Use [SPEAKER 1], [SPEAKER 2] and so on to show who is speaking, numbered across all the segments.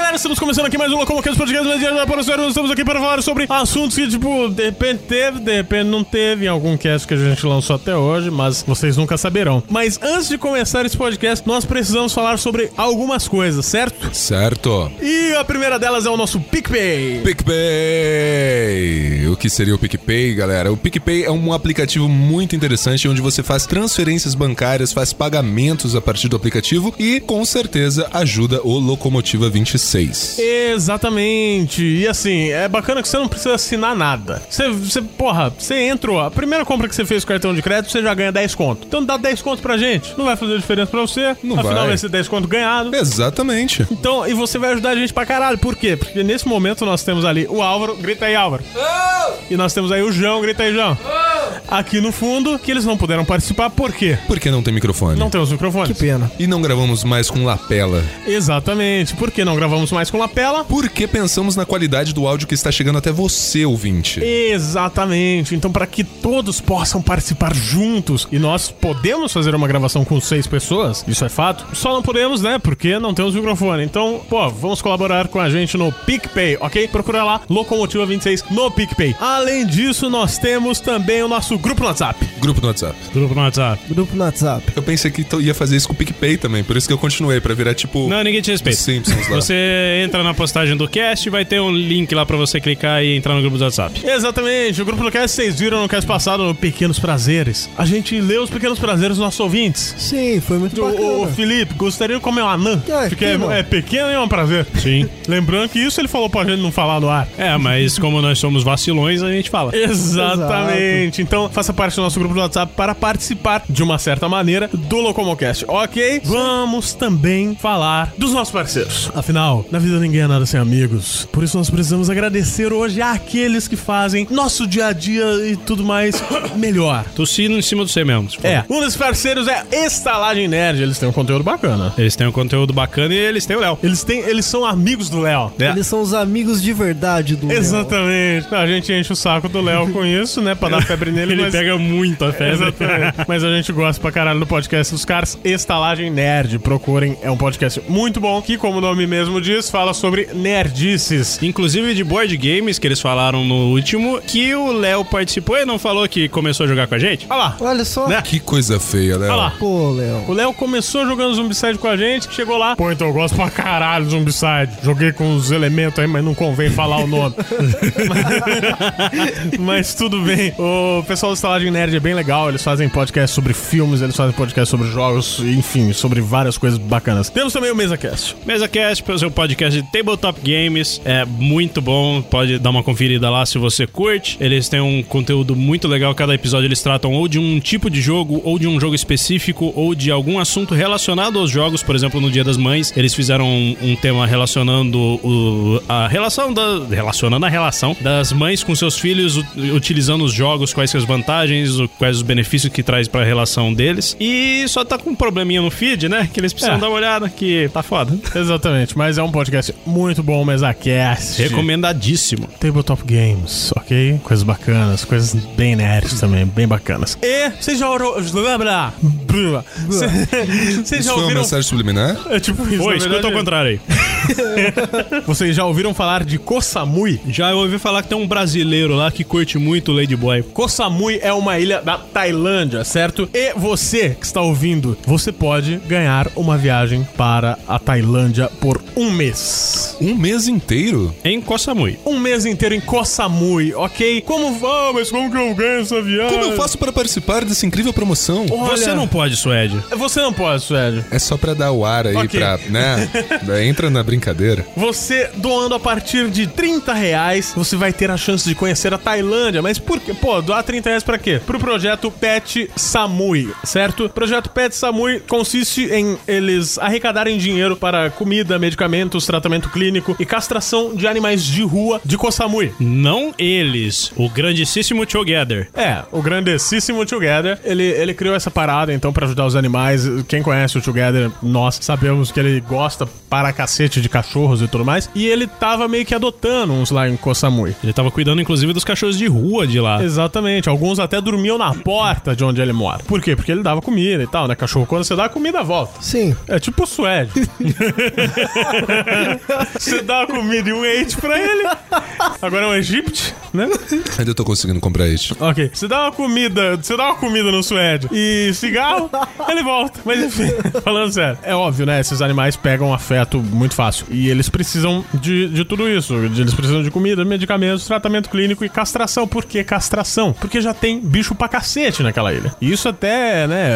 [SPEAKER 1] mais um Locomoqueiros Podcast. Mas já apareceram, estamos aqui para falar sobre assuntos que, tipo, de repente teve, de repente não teve, em algum cast que a gente lançou até hoje, mas vocês nunca saberão. Mas antes de começar esse podcast, nós precisamos falar sobre algumas coisas, certo?
[SPEAKER 2] Certo.
[SPEAKER 1] E a primeira delas é o nosso PicPay.
[SPEAKER 2] PicPay! O que seria o PicPay, galera? O PicPay é um aplicativo muito interessante onde você faz transferências bancárias, faz pagamentos a partir do aplicativo e com certeza ajuda o Locomotiva 26.
[SPEAKER 1] Exatamente. E assim, é bacana que você não precisa assinar nada. Você, você porra, você entrou, a primeira compra que você fez com cartão de crédito, você já ganha 10 conto. Então dá 10 conto pra gente. Não vai fazer diferença pra você.
[SPEAKER 2] Não
[SPEAKER 1] Afinal,
[SPEAKER 2] vai.
[SPEAKER 1] vai ser 10 conto ganhado.
[SPEAKER 2] Exatamente.
[SPEAKER 1] Então, e você vai ajudar a gente pra caralho. Por quê? Porque nesse momento nós temos ali o Álvaro, grita aí, Álvaro. E nós temos aí o João, grita aí, João. Aqui no fundo, que eles não puderam participar, por quê?
[SPEAKER 2] Por que não tem microfone?
[SPEAKER 1] Não temos microfones.
[SPEAKER 3] Pena.
[SPEAKER 2] E não gravamos mais com lapela.
[SPEAKER 1] Exatamente. Por que não gravamos mais com lapela?
[SPEAKER 2] Porque pensamos na qualidade do áudio que está chegando até você, ouvinte.
[SPEAKER 1] Exatamente. Então, para que todos possam participar juntos e nós podemos fazer uma gravação com seis pessoas, isso é fato. Só não podemos, né? Porque não temos microfone. Então, pô, vamos colaborar com a gente no PicPay, ok? Procura lá Locomotiva 26 no PicPay. Além disso, nós temos também o nosso grupo no WhatsApp.
[SPEAKER 2] Grupo no WhatsApp.
[SPEAKER 1] Grupo no WhatsApp.
[SPEAKER 3] Grupo no WhatsApp.
[SPEAKER 2] Eu pensei que to- ia fazer isso com o PicPay também, por isso que eu continuei, pra virar tipo.
[SPEAKER 4] Não, ninguém te respeita.
[SPEAKER 2] Simpsons lá.
[SPEAKER 4] Você entra na postagem do cast, vai ter um link lá pra você clicar e entrar no grupo do WhatsApp.
[SPEAKER 1] Exatamente, o grupo do Cast, vocês viram no cast passado no Pequenos Prazeres. A gente lê os pequenos prazeres dos nossos ouvintes.
[SPEAKER 3] Sim, foi muito
[SPEAKER 1] O, o- o
[SPEAKER 3] bacana.
[SPEAKER 1] Felipe, gostaria de comer um anã.
[SPEAKER 3] Ah,
[SPEAKER 1] Porque é,
[SPEAKER 3] pena.
[SPEAKER 1] é pequeno e é um prazer.
[SPEAKER 4] Sim.
[SPEAKER 1] Lembrando que isso ele falou pra gente não falar no ar.
[SPEAKER 4] É, mas como nós somos vacilões, a gente fala.
[SPEAKER 1] Exatamente. Então, faça parte do nosso grupo do WhatsApp para participar, de uma certa maneira, do Locomocast, ok? Vamos também falar dos nossos parceiros. Afinal, na vida ninguém é nada sem amigos. Por isso, nós precisamos agradecer hoje àqueles que fazem nosso dia a dia e tudo mais melhor.
[SPEAKER 4] Tossindo em cima do você mesmo. tipo.
[SPEAKER 1] É, um dos parceiros é Estalagem Nerd. Eles têm um conteúdo bacana.
[SPEAKER 4] Eles têm um conteúdo bacana e eles têm o Léo.
[SPEAKER 1] Eles, têm, eles são amigos do Léo. né?
[SPEAKER 3] Eles são os amigos de verdade do Léo.
[SPEAKER 1] Exatamente. A gente enche o saco do Léo com isso, né? Pra dar febre nele,
[SPEAKER 4] Ele
[SPEAKER 1] mas...
[SPEAKER 4] pega muito a febre.
[SPEAKER 1] Exatamente. Mas a gente gosta pra caralho do podcast dos caras. Estalagem Nerd. Procurem. É um podcast muito bom que, como o nome mesmo diz, fala sobre nerdices.
[SPEAKER 4] Inclusive de board games que eles falaram no último, que o Léo participou e não falou que começou a jogar com a gente.
[SPEAKER 1] Olha lá.
[SPEAKER 3] Olha só.
[SPEAKER 1] Né?
[SPEAKER 2] Que coisa feia, né?
[SPEAKER 1] Olha lá.
[SPEAKER 3] Pô, Léo.
[SPEAKER 1] O Léo começou jogando Zumbicide com a gente, que chegou lá. Pô, então eu gosto pra caralho de Zumbicide. Joguei com os elementos aí, mas não convém falar o nome. mas, mas tudo bem. O pessoal do Estalagem Nerd é bem legal. Eles fazem podcast sobre filmes, eles fazem podcast sobre jogos, enfim, sobre várias coisas bacanas. Temos também o MesaCast.
[SPEAKER 4] MesaCast, o seu podcast de Tabletop Games, é muito bom, pode dar uma conferida lá se você curte. Eles têm um conteúdo muito legal, cada episódio eles tratam ou de um tipo de jogo, ou de um jogo específico, ou de algum assunto relacionado aos jogos, por exemplo, no Dia das Mães, eles fizeram um, um tema relacionando o- a relação da... relacionando a relação das mães com seus filhos, u- utilizando os jogos, quais que as vantagens, o- quais os benefícios que traz pra relação deles. E só tá com um probleminha no feed, né, que eles precisam
[SPEAKER 1] É.
[SPEAKER 4] dar uma olhada, que tá foda.
[SPEAKER 1] Exatamente, mas é um podcast muito bom, o MesaCast.
[SPEAKER 4] Recomendadíssimo.
[SPEAKER 1] Tabletop Games, ok? Coisas bacanas, coisas bem nerds também, bem bacanas. E vocês já ouviram. Vocês
[SPEAKER 2] Isso
[SPEAKER 1] já
[SPEAKER 2] foi uma
[SPEAKER 1] ouviram.
[SPEAKER 2] mensagem subliminar?
[SPEAKER 1] É tipo isso,
[SPEAKER 4] Pô,
[SPEAKER 1] na
[SPEAKER 4] escuta ao
[SPEAKER 1] verdade.
[SPEAKER 4] contrário aí.
[SPEAKER 1] Vocês já ouviram falar de Kosamui?
[SPEAKER 4] Já ouvi falar que tem um brasileiro lá que curte muito Ladyboy.
[SPEAKER 1] Koh Samui é uma ilha da Tailândia, certo? E você que está ouvindo, você pode ganhar uma viagem para a Tailândia por um mês.
[SPEAKER 2] Um mês inteiro?
[SPEAKER 4] Em Koh Samui.
[SPEAKER 1] Um mês inteiro em Koh Samui, ok? Como vão? Mas como que eu ganho essa viagem?
[SPEAKER 2] Como eu faço para participar dessa incrível promoção?
[SPEAKER 1] Olha-
[SPEAKER 4] Você não pode, Suede.
[SPEAKER 1] Você não pode, Sérgio.
[SPEAKER 2] É só pra dar o ar aí
[SPEAKER 1] Ok.
[SPEAKER 2] pra. né? Daí Entra na brincadeira.
[SPEAKER 1] Você doando a partir de 30 reais, você vai ter a chance de conhecer a Tailândia. Mas por quê? Pô, doar 30 reais pra quê? Pro projeto Pet Samui, certo? O projeto Pet Samui consiste em eles arrecadarem dinheiro para comida, medicamentos, tratamento clínico e castração de animais de rua de Koh Samui.
[SPEAKER 4] Não eles. O grandíssimo Together.
[SPEAKER 1] É, o grandessíssimo Together, ele, ele criou essa parada, então, pra ajudar os animais. Quem conhece o Together, nós sabemos que ele gosta para cacete de cachorros e tudo mais. E ele tava meio que adotando uns lá em Koh Samui.
[SPEAKER 4] Ele tava cuidando, inclusive, dos cachorros de rua de lá.
[SPEAKER 1] Exatamente, Alguns até dormiam na porta de onde ele mora. Por quê? Porque ele dava comida e tal, né? Cachorro, quando você dá, a comida volta.
[SPEAKER 3] Sim.
[SPEAKER 1] É tipo o Suede. você dá a comida e um ente pra ele. Agora é um Egipto, né?
[SPEAKER 2] Ainda tô conseguindo comprar isso.
[SPEAKER 1] Ok. Você dá uma comida, você dá uma comida no suede e cigarro, ele volta. Mas enfim, falando sério, é óbvio, né? Esses animais pegam afeto muito fácil. E eles precisam de, de tudo isso. De- Eles precisam de comida, medicamentos, tratamento clínico e castração. Por que castração? Porque já tem bicho pra cacete naquela ilha. E isso até, né,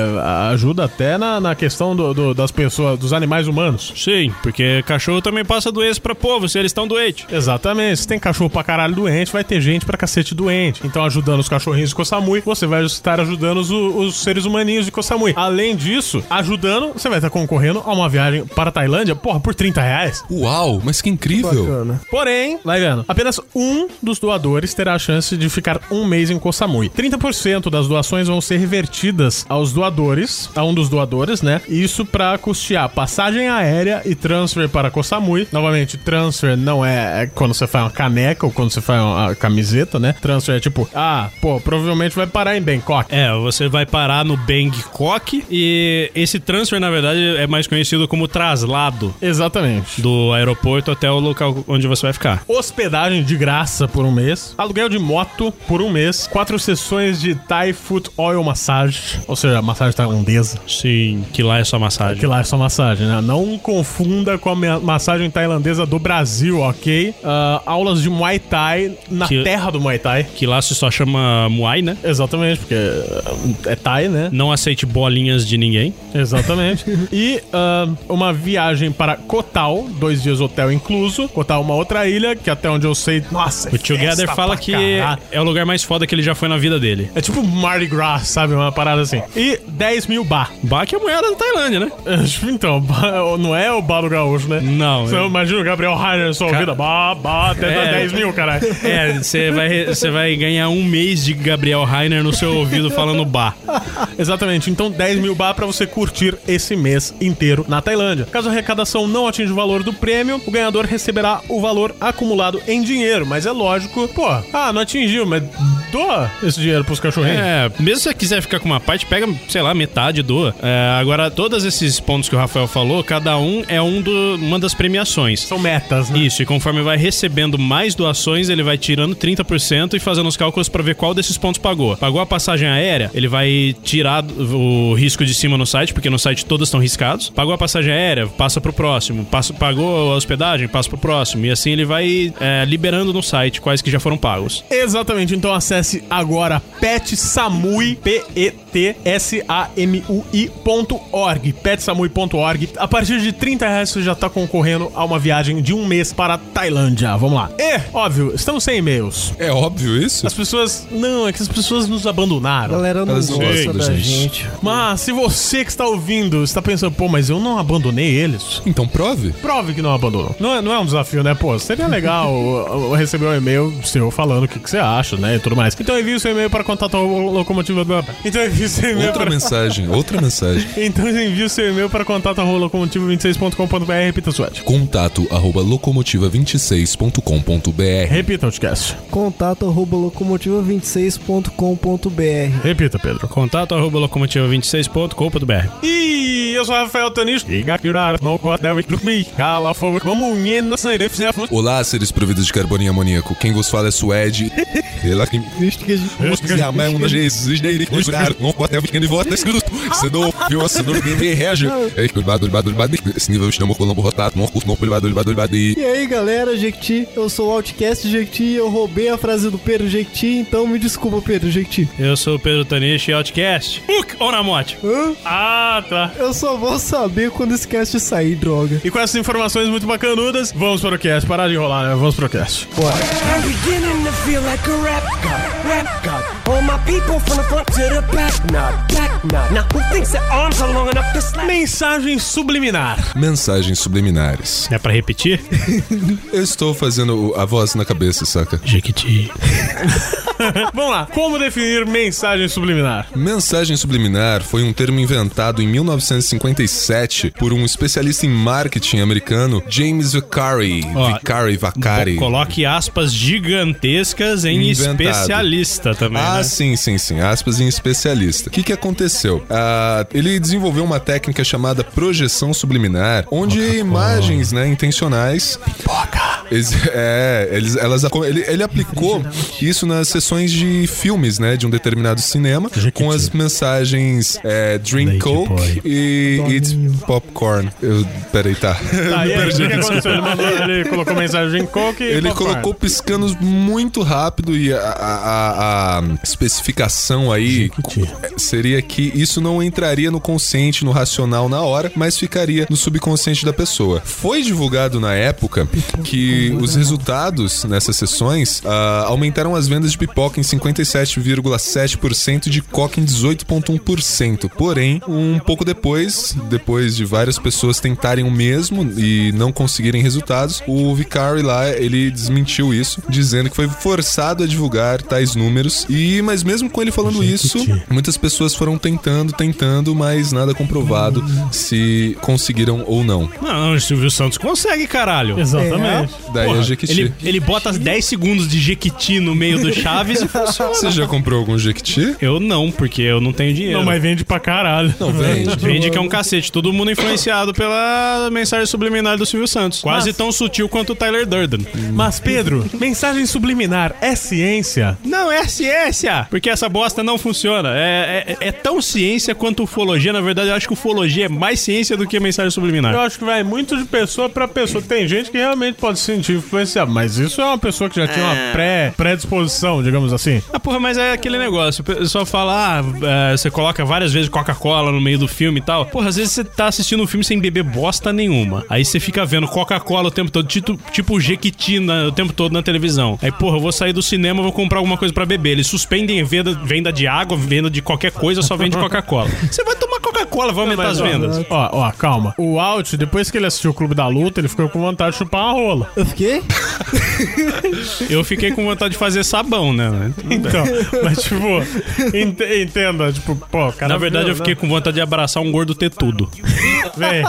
[SPEAKER 1] ajuda até na, na questão do- do- das pessoas, dos animais humanos.
[SPEAKER 4] Sim, porque cachorro também passa doença pra povo se eles estão doentes.
[SPEAKER 1] Exatamente. Se tem cachorro pra caralho doente, vai ter gente pra cacete doente. Então, ajudando os cachorrinhos de Kosamui, você vai estar ajudando os, os seres humaninhos de Kosamui. Além disso, ajudando, você vai estar concorrendo a uma viagem para a Tailândia, porra, por 30 reais.
[SPEAKER 2] Uau, mas que incrível.
[SPEAKER 3] Bacana.
[SPEAKER 1] Porém, vai vendo, apenas um dos doadores terá a chance de ficar um mês em Kosamui. 30% das doações vão ser revertidas aos doadores, a um dos doadores, né? Isso pra custear passagem aérea e transfer para Kosamui. Novamente, transfer não é é quando você faz uma caneca ou quando você faz uma camiseta, né? Transfer é tipo, ah, pô, provavelmente vai parar em Bangkok.
[SPEAKER 4] É, você vai parar no Bangkok e esse transfer, na verdade, é mais conhecido como traslado
[SPEAKER 1] Exatamente.
[SPEAKER 4] do aeroporto até o local onde você vai ficar.
[SPEAKER 1] hospedagem de graça por um mês, aluguel de moto por um mês, quatro sessões de Thai Foot Oil Massage, ou seja, massagem tailandesa.
[SPEAKER 4] Sim, que lá é só massagem.
[SPEAKER 1] Que lá é só massagem, né? Não confunda com a ma- massagem tailandesa do Brasil, ok? Ah, aulas de Muay Thai na
[SPEAKER 4] Que-
[SPEAKER 1] terra do Muay Thai.
[SPEAKER 4] Que lá se só chama Muay, né?
[SPEAKER 1] Exatamente, porque ah, é Thai, né?
[SPEAKER 4] Não aceite bolinhas de ninguém.
[SPEAKER 1] Exatamente. e ah, uma viagem para Kotal, dois dias hotel incluso. Kotal é uma outra ilha, que até onde eu sei. Nossa, é
[SPEAKER 4] O Together fala que é o lugar mais foda que ele já foi na vida dele.
[SPEAKER 1] É tipo Mardi Gras, sabe? Uma parada assim. E 10 mil bar.
[SPEAKER 4] Bah, que é a moeda da Tailândia, né?
[SPEAKER 1] Então, ba- não é o bar do gaúcho, né?
[SPEAKER 4] Não,
[SPEAKER 1] Você
[SPEAKER 4] é-
[SPEAKER 1] imagina o Gabriel Rainer só ouvindo ba, ba, até
[SPEAKER 4] É.
[SPEAKER 1] dar 10 mil, caralho.
[SPEAKER 4] É, você vai, você vai ganhar um mês de Gabriel Rainer no seu ouvido falando bah.
[SPEAKER 1] Exatamente, então 10 mil bar pra você curtir esse mês inteiro na Tailândia. Caso a arrecadação não atinja o valor do prêmio, o ganhador receberá o valor acumulado em dinheiro. Mas é lógico, pô, ah, não atingiu, mas doa esse dinheiro pros cachorrinhos.
[SPEAKER 4] É, mesmo se você quiser ficar com uma parte, pega, sei lá, metade, doa. É, agora, todos esses pontos que o Rafael falou, cada um é um do, uma das premiações.
[SPEAKER 1] São metas, né?
[SPEAKER 4] Isso, e conforme vai recebendo mais doações, ele vai tirando 30% e fazendo os cálculos pra ver qual desses pontos pagou. Pagou a passagem aérea, ele vai tirar do- o risco de cima no site, porque no site todos estão riscados. Pagou a passagem aérea, passa pro próximo. Passa- pagou a hospedagem, passa pro próximo. E assim ele vai é, liberando no site quais que já foram pagos.
[SPEAKER 1] Exatamente, então acesse agora petsamui, P-E-T-S-A-M-U-I.org, petsamui.org. A partir de 30 reais você já tá concorrendo a uma viagem de um mês para a Tailândia. Vamos lá. E, óbvio, estamos sem e-mails.
[SPEAKER 2] É óbvio isso?
[SPEAKER 1] As pessoas. Não, é que as pessoas nos
[SPEAKER 3] A
[SPEAKER 1] abandonaram.
[SPEAKER 3] galera não
[SPEAKER 2] Elas não
[SPEAKER 3] gosta
[SPEAKER 2] gostam da
[SPEAKER 3] da
[SPEAKER 2] gente.
[SPEAKER 3] gente.
[SPEAKER 1] Mas se você que está ouvindo está pensando, pô, mas eu não abandonei eles.
[SPEAKER 2] Então prove.
[SPEAKER 1] Prove que não abandonou. Não é, não é um desafio, né? Pô, seria legal uh, uh, receber um e-mail seu falando o que, que você acha, né? E tudo mais. Então envie o seu e-mail para contato locomotiva do Então envie o seu e-mail
[SPEAKER 2] Outra
[SPEAKER 1] para...
[SPEAKER 2] mensagem, outra mensagem.
[SPEAKER 1] Então envie o seu e-mail para contato locomotiva26.com.br. Repita, Suete.
[SPEAKER 2] Contato arroba locomotiva26.com.br
[SPEAKER 1] Repita, Outcast.
[SPEAKER 3] Contato arroba locomotiva26.com.br.
[SPEAKER 1] Repita, Pedro.
[SPEAKER 4] Contato arroba locomotiva26.com.br.
[SPEAKER 1] E eu sou Rafael Tanis. E gapirar no hotel e dormir. Cala a fogo. Como menina, sem deficiência.
[SPEAKER 2] Olá, seres providos de carbono e amoníaco. Quem vos fala é Suede. Ela que
[SPEAKER 3] Visto que a gente
[SPEAKER 2] Jesus, dele, que jurar, não pode ter pequeno voto nesse grupo. Se não ouviu, se não ninguém reage. Ei, cuidado, cuidado, cuidado. Esse nível estamos colando rotado, não curto, não, cuidado, cuidado, cuidado.
[SPEAKER 3] E aí galera, Jequiti, eu sou o Outcast Jequiti eu roubei a frase do Pedro Jequiti, então me desculpa Pedro Jequiti.
[SPEAKER 4] Eu sou o Pedro Tanishi, Outcast. Uk, ou na morte.
[SPEAKER 3] Hã?
[SPEAKER 4] Ah, tá.
[SPEAKER 3] Eu só vou saber quando esse cast sair, droga.
[SPEAKER 1] E com essas informações muito bacanudas, vamos para o cast. Parar de enrolar, né? Vamos para o cast.
[SPEAKER 5] I'm beginning to feel like a rap god, rap god. All my people from the front to the back, nah, back, nah. Now who thinks their arms are long enough to slap?
[SPEAKER 1] Mensagem subliminar.
[SPEAKER 2] Mensagens subliminares.
[SPEAKER 4] É pra repetir?
[SPEAKER 2] Eu estou fazendo o- a voz na cabeça, saca?
[SPEAKER 4] Jequiti.
[SPEAKER 1] Vamos lá. Como definir mensagem subliminar?
[SPEAKER 2] Mensagem subliminar foi um termo inventado em 1957 por um especialista em marketing americano, James Vicari.
[SPEAKER 4] Ó,
[SPEAKER 2] Vicari, Vacari.
[SPEAKER 4] Coloque aspas gigantescas em
[SPEAKER 2] Inventado.
[SPEAKER 4] especialista também.
[SPEAKER 2] Ah,
[SPEAKER 4] né?
[SPEAKER 2] sim, sim, sim. Aspas em especialista. O que, que aconteceu? Ah, ele desenvolveu uma técnica chamada projeção subliminar, onde imagens né, intencionais. Eles- é, eles, elas, aco- ele, ele aplicou isso nas sessões de filmes, né? De um determinado cinema, com as mensagens é, Drink
[SPEAKER 4] Leite
[SPEAKER 2] Coke
[SPEAKER 4] Boy.
[SPEAKER 2] e Eat Popcorn. Eu, peraí, tá.
[SPEAKER 1] Tá, e aí, o que, que aconteceu? Ele, mandou- ele colocou mensagem em coke e
[SPEAKER 2] Ele
[SPEAKER 1] popcorn.
[SPEAKER 2] colocou piscanos muito rápido e a, a- a- a especificação aí co- seria que isso não entraria no consciente, no racional na hora, mas ficaria no subconsciente da pessoa. Foi divulgado na época que os resultados nessas sessões ah, aumentaram as vendas de pipoca em 57,7% e de coca em 18,1%. Porém, um pouco depois, depois de várias pessoas tentarem o mesmo e não conseguirem resultados, o Vicari lá, ele desmentiu isso, dizendo que foi forçado a divulgar tais números. E mas mesmo com ele falando isso, muitas pessoas foram tentando, tentando, mas nada comprovado se conseguiram ou não.
[SPEAKER 4] Não, o Silvio Santos consegue, caralho.
[SPEAKER 3] É,
[SPEAKER 1] Exatamente.
[SPEAKER 2] Daí
[SPEAKER 4] Porra,
[SPEAKER 2] a Jequiti.
[SPEAKER 4] ele, ele bota as 10 segundos de Jequiti no meio do Chaves e funciona.
[SPEAKER 2] Você já comprou algum Jequiti?
[SPEAKER 4] Eu não, porque eu não tenho dinheiro.
[SPEAKER 1] Não, mas vende pra caralho.
[SPEAKER 2] Não vende.
[SPEAKER 4] Vende que é um cacete. Todo mundo influenciado pela mensagem subliminar do Silvio Santos. Quase
[SPEAKER 1] Mas-
[SPEAKER 4] tão sutil quanto o Tyler Durden.
[SPEAKER 1] Mas, Pedro, mensagem subliminar é ciência?
[SPEAKER 4] Não, é ciência! Porque essa bosta não funciona. É, é- é tão ciência quanto ufologia. Na verdade, eu acho que ufologia é mais ciência do que mensagem
[SPEAKER 1] Eu
[SPEAKER 4] subliminar.
[SPEAKER 1] acho que vai muito de pessoa pra pessoa. Tem gente que realmente pode se sentir influenciada, mas isso é uma pessoa que já tinha uma pré, predisposição, digamos assim.
[SPEAKER 4] Ah, porra, mas é aquele negócio. O pessoal fala, ah, é, você coloca várias vezes Coca-Cola no meio do filme e tal. Porra, às vezes você tá assistindo um filme sem beber bosta nenhuma. Aí você fica vendo Coca-Cola o tempo todo, tipo, tipo Jequiti na- o tempo todo na televisão. Aí, porra, eu vou sair do cinema, vou comprar alguma coisa pra beber. Eles suspendem a venda, venda de água, venda de qualquer coisa, só vende Coca-Cola. Você vai tomar Coca-Cola, vai aumentar as
[SPEAKER 1] ó,
[SPEAKER 4] vendas.
[SPEAKER 1] Ó, ó, calma. O Alt, depois que ele assistiu o Clube da Luta, ele ficou com vontade de chupar uma rola.
[SPEAKER 3] Eu fiquei?
[SPEAKER 4] Eu fiquei com vontade de fazer sabão, né?
[SPEAKER 1] Então, mas tipo, ent- entenda, tipo, pô, cara.
[SPEAKER 4] Na verdade, eu fiquei com vontade de abraçar um gordo tetudo.
[SPEAKER 1] Véi.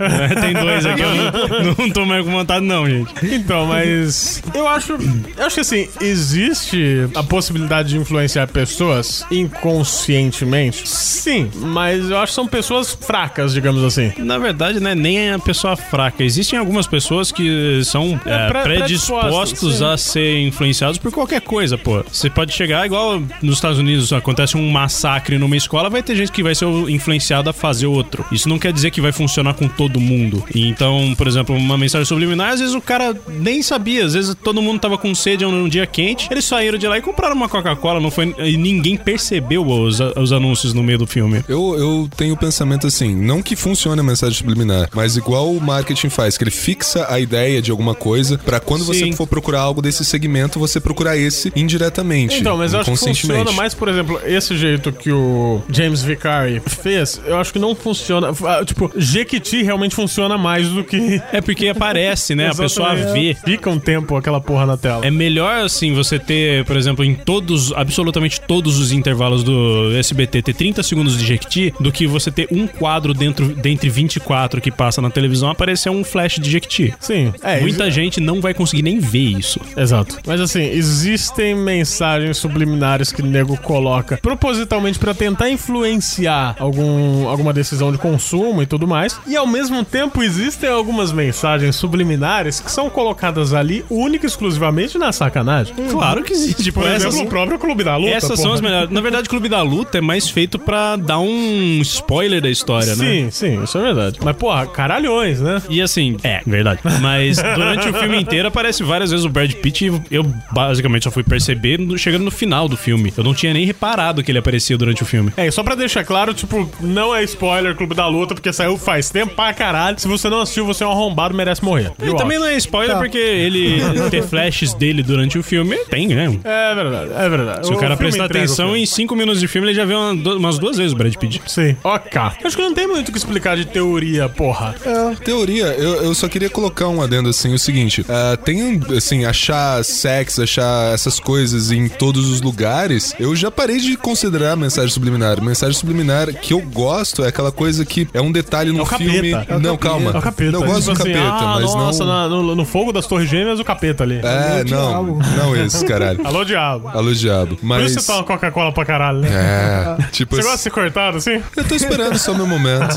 [SPEAKER 4] É, Tem dois aqui, eu não, não tô mais com vontade, não, gente.
[SPEAKER 1] Então, mas eu acho, eu acho que assim, existe a possibilidade de influenciar pessoas inconscientemente? Sim, mas eu acho que são pessoas fracas, digamos assim.
[SPEAKER 4] Na verdade, né, nem é a pessoa fraca. Existem algumas pessoas que são é,
[SPEAKER 1] pre- predispostos,
[SPEAKER 4] predispostos
[SPEAKER 1] sim.
[SPEAKER 4] a ser influenciados por qualquer coisa, pô. Você pode chegar igual nos Estados Unidos, acontece um massacre numa escola, vai ter gente que vai ser influenciada a fazer outro. Isso não quer dizer que vai funcionar com todo mundo. E Então, por exemplo, uma mensagem subliminar, às vezes o cara nem sabia, às vezes todo mundo tava com sede num dia quente, eles saíram de lá e compraram uma Coca-Cola, não foi e ninguém percebeu os, os anúncios no meio do filme.
[SPEAKER 2] Eu, eu tenho o pensamento assim, não que funcione a mensagem subliminar, mas igual o marketing faz, que ele fixa a ideia de alguma coisa pra quando
[SPEAKER 4] Sim.
[SPEAKER 2] você for procurar algo desse segmento, você procurar esse indiretamente.
[SPEAKER 4] Tipo,
[SPEAKER 1] Então, mas eu acho que
[SPEAKER 2] inconscientemente.
[SPEAKER 1] funciona mais, por exemplo, esse jeito que o James Vicari fez, eu acho que não funciona. Ah, Tipo, Jequiti realmente funciona mais do que.
[SPEAKER 4] É porque aparece, né? A pessoa
[SPEAKER 1] Exatamente.
[SPEAKER 4] vê.
[SPEAKER 1] Fica um tempo aquela porra na tela.
[SPEAKER 4] É melhor, assim, você ter, por exemplo, em todos, absolutamente todos os intervalos do SBT, ter 30 segundos de Jequiti, do que você ter um quadro dentro, dentre 24 que passa na televisão aparecer um flash de Jequiti.
[SPEAKER 1] Sim. É,
[SPEAKER 4] Muita gente não vai conseguir nem ver isso.
[SPEAKER 1] Exato. Mas assim, existem mensagens subliminares que o nego coloca propositalmente pra tentar influenciar algum, alguma decisão de consumo e tudo mais. E ao mesmo tempo, existem algumas mensagens subliminares que são colocadas ali única e exclusivamente na sacanagem.
[SPEAKER 4] Claro que existe. Tipo,
[SPEAKER 1] Por
[SPEAKER 4] essas,
[SPEAKER 1] exemplo, o próprio Clube da Luta.
[SPEAKER 4] essas são
[SPEAKER 1] porra.
[SPEAKER 4] as melhores. Na verdade, Clube da Luta é mais feito pra dar um spoiler da história, né?
[SPEAKER 1] Sim, sim, isso é verdade. Mas, porra, caralhões, né?
[SPEAKER 4] E assim, é, verdade. Mas durante o filme inteiro aparece várias vezes o Brad Pitt e eu basicamente só fui perceber no- chegando no final do filme. Eu não tinha nem reparado que ele aparecia durante o filme.
[SPEAKER 1] É, e só pra deixar claro, tipo, não é spoiler Clube da Luta, porque saiu faz tempo pra caralho. Se você não assistiu, você é um arrombado, merece morrer.
[SPEAKER 4] E
[SPEAKER 1] Eu
[SPEAKER 4] também
[SPEAKER 1] acho.
[SPEAKER 4] não é spoiler porque ele ter flashes dele durante o filme tem, né?
[SPEAKER 1] É verdade, é verdade.
[SPEAKER 4] Se o cara
[SPEAKER 1] filme
[SPEAKER 4] prestar
[SPEAKER 1] entrega o
[SPEAKER 4] atenção,
[SPEAKER 1] filme.
[SPEAKER 4] em cinco minutos de filme ele já vê uma- do- umas duas vezes o Brad hóspede.
[SPEAKER 1] Sim. Ok. Acho que não tem muito o que explicar de teoria, porra.
[SPEAKER 4] É
[SPEAKER 1] É
[SPEAKER 2] Teoria, eu, eu só queria colocar um adendo assim, o seguinte, ah, tem assim, achar sexo, achar essas coisas em todos os lugares, eu já parei de considerar mensagem subliminar. Mensagem subliminar que eu gosto é aquela coisa que é um detalhe no
[SPEAKER 1] o capeta.
[SPEAKER 2] filme.
[SPEAKER 1] É
[SPEAKER 2] não, calma.
[SPEAKER 1] É o capeta.
[SPEAKER 2] Não eu gosto
[SPEAKER 1] Tipo
[SPEAKER 2] do
[SPEAKER 1] assim,
[SPEAKER 2] capeta,
[SPEAKER 1] ah,
[SPEAKER 2] mas
[SPEAKER 1] nossa,
[SPEAKER 2] não.
[SPEAKER 1] na- no, no fogo das torres gêmeas, o capeta ali.
[SPEAKER 2] É, não. Não esse, caralho.
[SPEAKER 1] Alô, diabo.
[SPEAKER 2] Alô,
[SPEAKER 1] Por
[SPEAKER 2] diabo.
[SPEAKER 1] isso
[SPEAKER 2] Mas.
[SPEAKER 1] você toma Coca-Cola pra caralho, né?
[SPEAKER 2] É, tipo
[SPEAKER 1] Você gosta de
[SPEAKER 2] assim-
[SPEAKER 1] Ah. ser cortado assim?
[SPEAKER 2] Eu tô esperando só meu momento.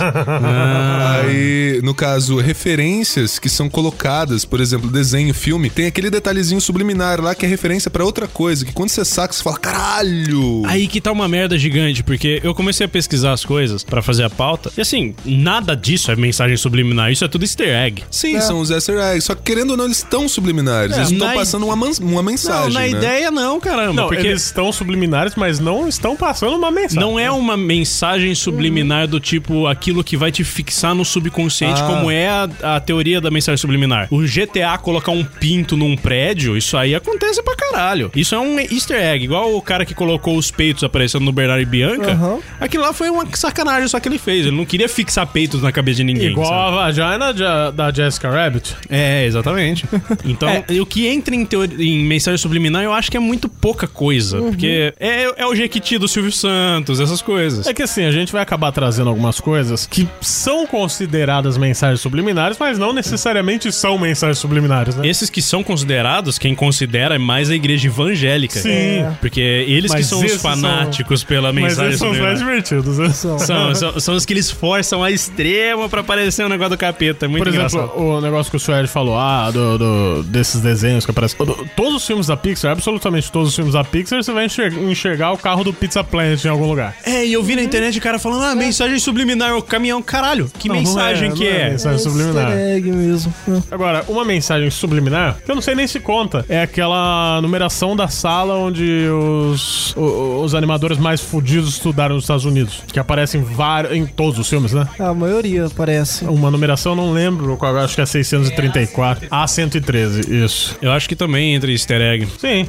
[SPEAKER 2] Aí, no caso, referências que são colocadas, por exemplo, desenho, filme, tem aquele detalhezinho subliminar lá que é referência pra outra coisa, que quando você saca, você fala, caralho!
[SPEAKER 4] Aí que tá uma merda gigante, porque eu comecei a pesquisar as coisas pra fazer a pauta. E assim, nada disso é mensagem subliminar, isso é tudo easter egg.
[SPEAKER 2] Sim,
[SPEAKER 1] é.
[SPEAKER 2] são os easter eggs. Só que querendo ou não, eles estão subliminares. eles estão
[SPEAKER 4] na
[SPEAKER 2] passando uma, mans- uma mensagem.
[SPEAKER 4] não, na
[SPEAKER 2] né?
[SPEAKER 4] ideia não, caramba.
[SPEAKER 1] Não,
[SPEAKER 4] porque
[SPEAKER 1] eles estão subliminares, mas não estão passando uma mensagem.
[SPEAKER 4] não é uma mensagem subliminar do tipo aquilo que vai te fixar no subconsciente,
[SPEAKER 2] Ah.
[SPEAKER 4] como é a, a teoria da mensagem subliminar. O GTA colocar um pinto num prédio, isso aí acontece pra caralho. Isso é um easter egg, igual o cara que colocou os peitos aparecendo no Bernardo e Bianca. Aquilo lá foi uma sacanagem só que ele fez. Ele não queria fixar peitos na cabeça de ninguém.
[SPEAKER 1] Igual
[SPEAKER 4] sabe?
[SPEAKER 1] a vagina de- da Jessica Rabbit.
[SPEAKER 4] É, exatamente. Então, o que entra em, teori- em mensagem subliminar, eu acho que é muito pouca coisa. Porque é, é o Jequiti do Silvio Santos, essas coisas.
[SPEAKER 1] É que assim, a gente vai acabar trazendo algumas coisas que são consideradas mensagens subliminares, mas não necessariamente são mensagens subliminares, né?
[SPEAKER 4] Esses que são considerados, quem considera é mais a igreja evangélica.
[SPEAKER 1] Sim.
[SPEAKER 4] Porque eles
[SPEAKER 1] Mas
[SPEAKER 4] que são os
[SPEAKER 1] esses são-
[SPEAKER 4] fanáticos pela
[SPEAKER 1] Mas
[SPEAKER 4] mensagem
[SPEAKER 1] eles são os mais
[SPEAKER 4] subliminar.
[SPEAKER 1] divertidos, né?
[SPEAKER 4] São, são, são os que eles forçam a extrema pra aparecer o negócio do capeta. É muito
[SPEAKER 1] Por exemplo,
[SPEAKER 4] engraçado.
[SPEAKER 1] o negócio que o Suede falou, ah, do, do- desses desenhos que aparecem. Do- Todos os filmes da Pixar, absolutamente todos os filmes da Pixar, você vai enxer- enxergar o carro do Pizza Planet em algum lugar.
[SPEAKER 4] É, e eu vi na internet o cara falando, ah, mensagem subliminar, o caminhão, caralho, que mensagem
[SPEAKER 1] não
[SPEAKER 4] que
[SPEAKER 1] é
[SPEAKER 4] é?
[SPEAKER 1] mensagem subliminar.
[SPEAKER 3] um Easter egg mesmo.
[SPEAKER 1] Agora, uma mensagem subliminar, que eu não sei nem se conta, é aquela numeração da sala onde os, o- os animadores mais fudidos estudaram nos Estados Unidos. Que aparecem vários, em todos os filmes, né?
[SPEAKER 3] Ah, A maioria parece.
[SPEAKER 1] Uma numeração, eu não lembro qual, acho que é 634. A113, isso.
[SPEAKER 4] Eu acho que também entra easter egg.
[SPEAKER 1] Sim.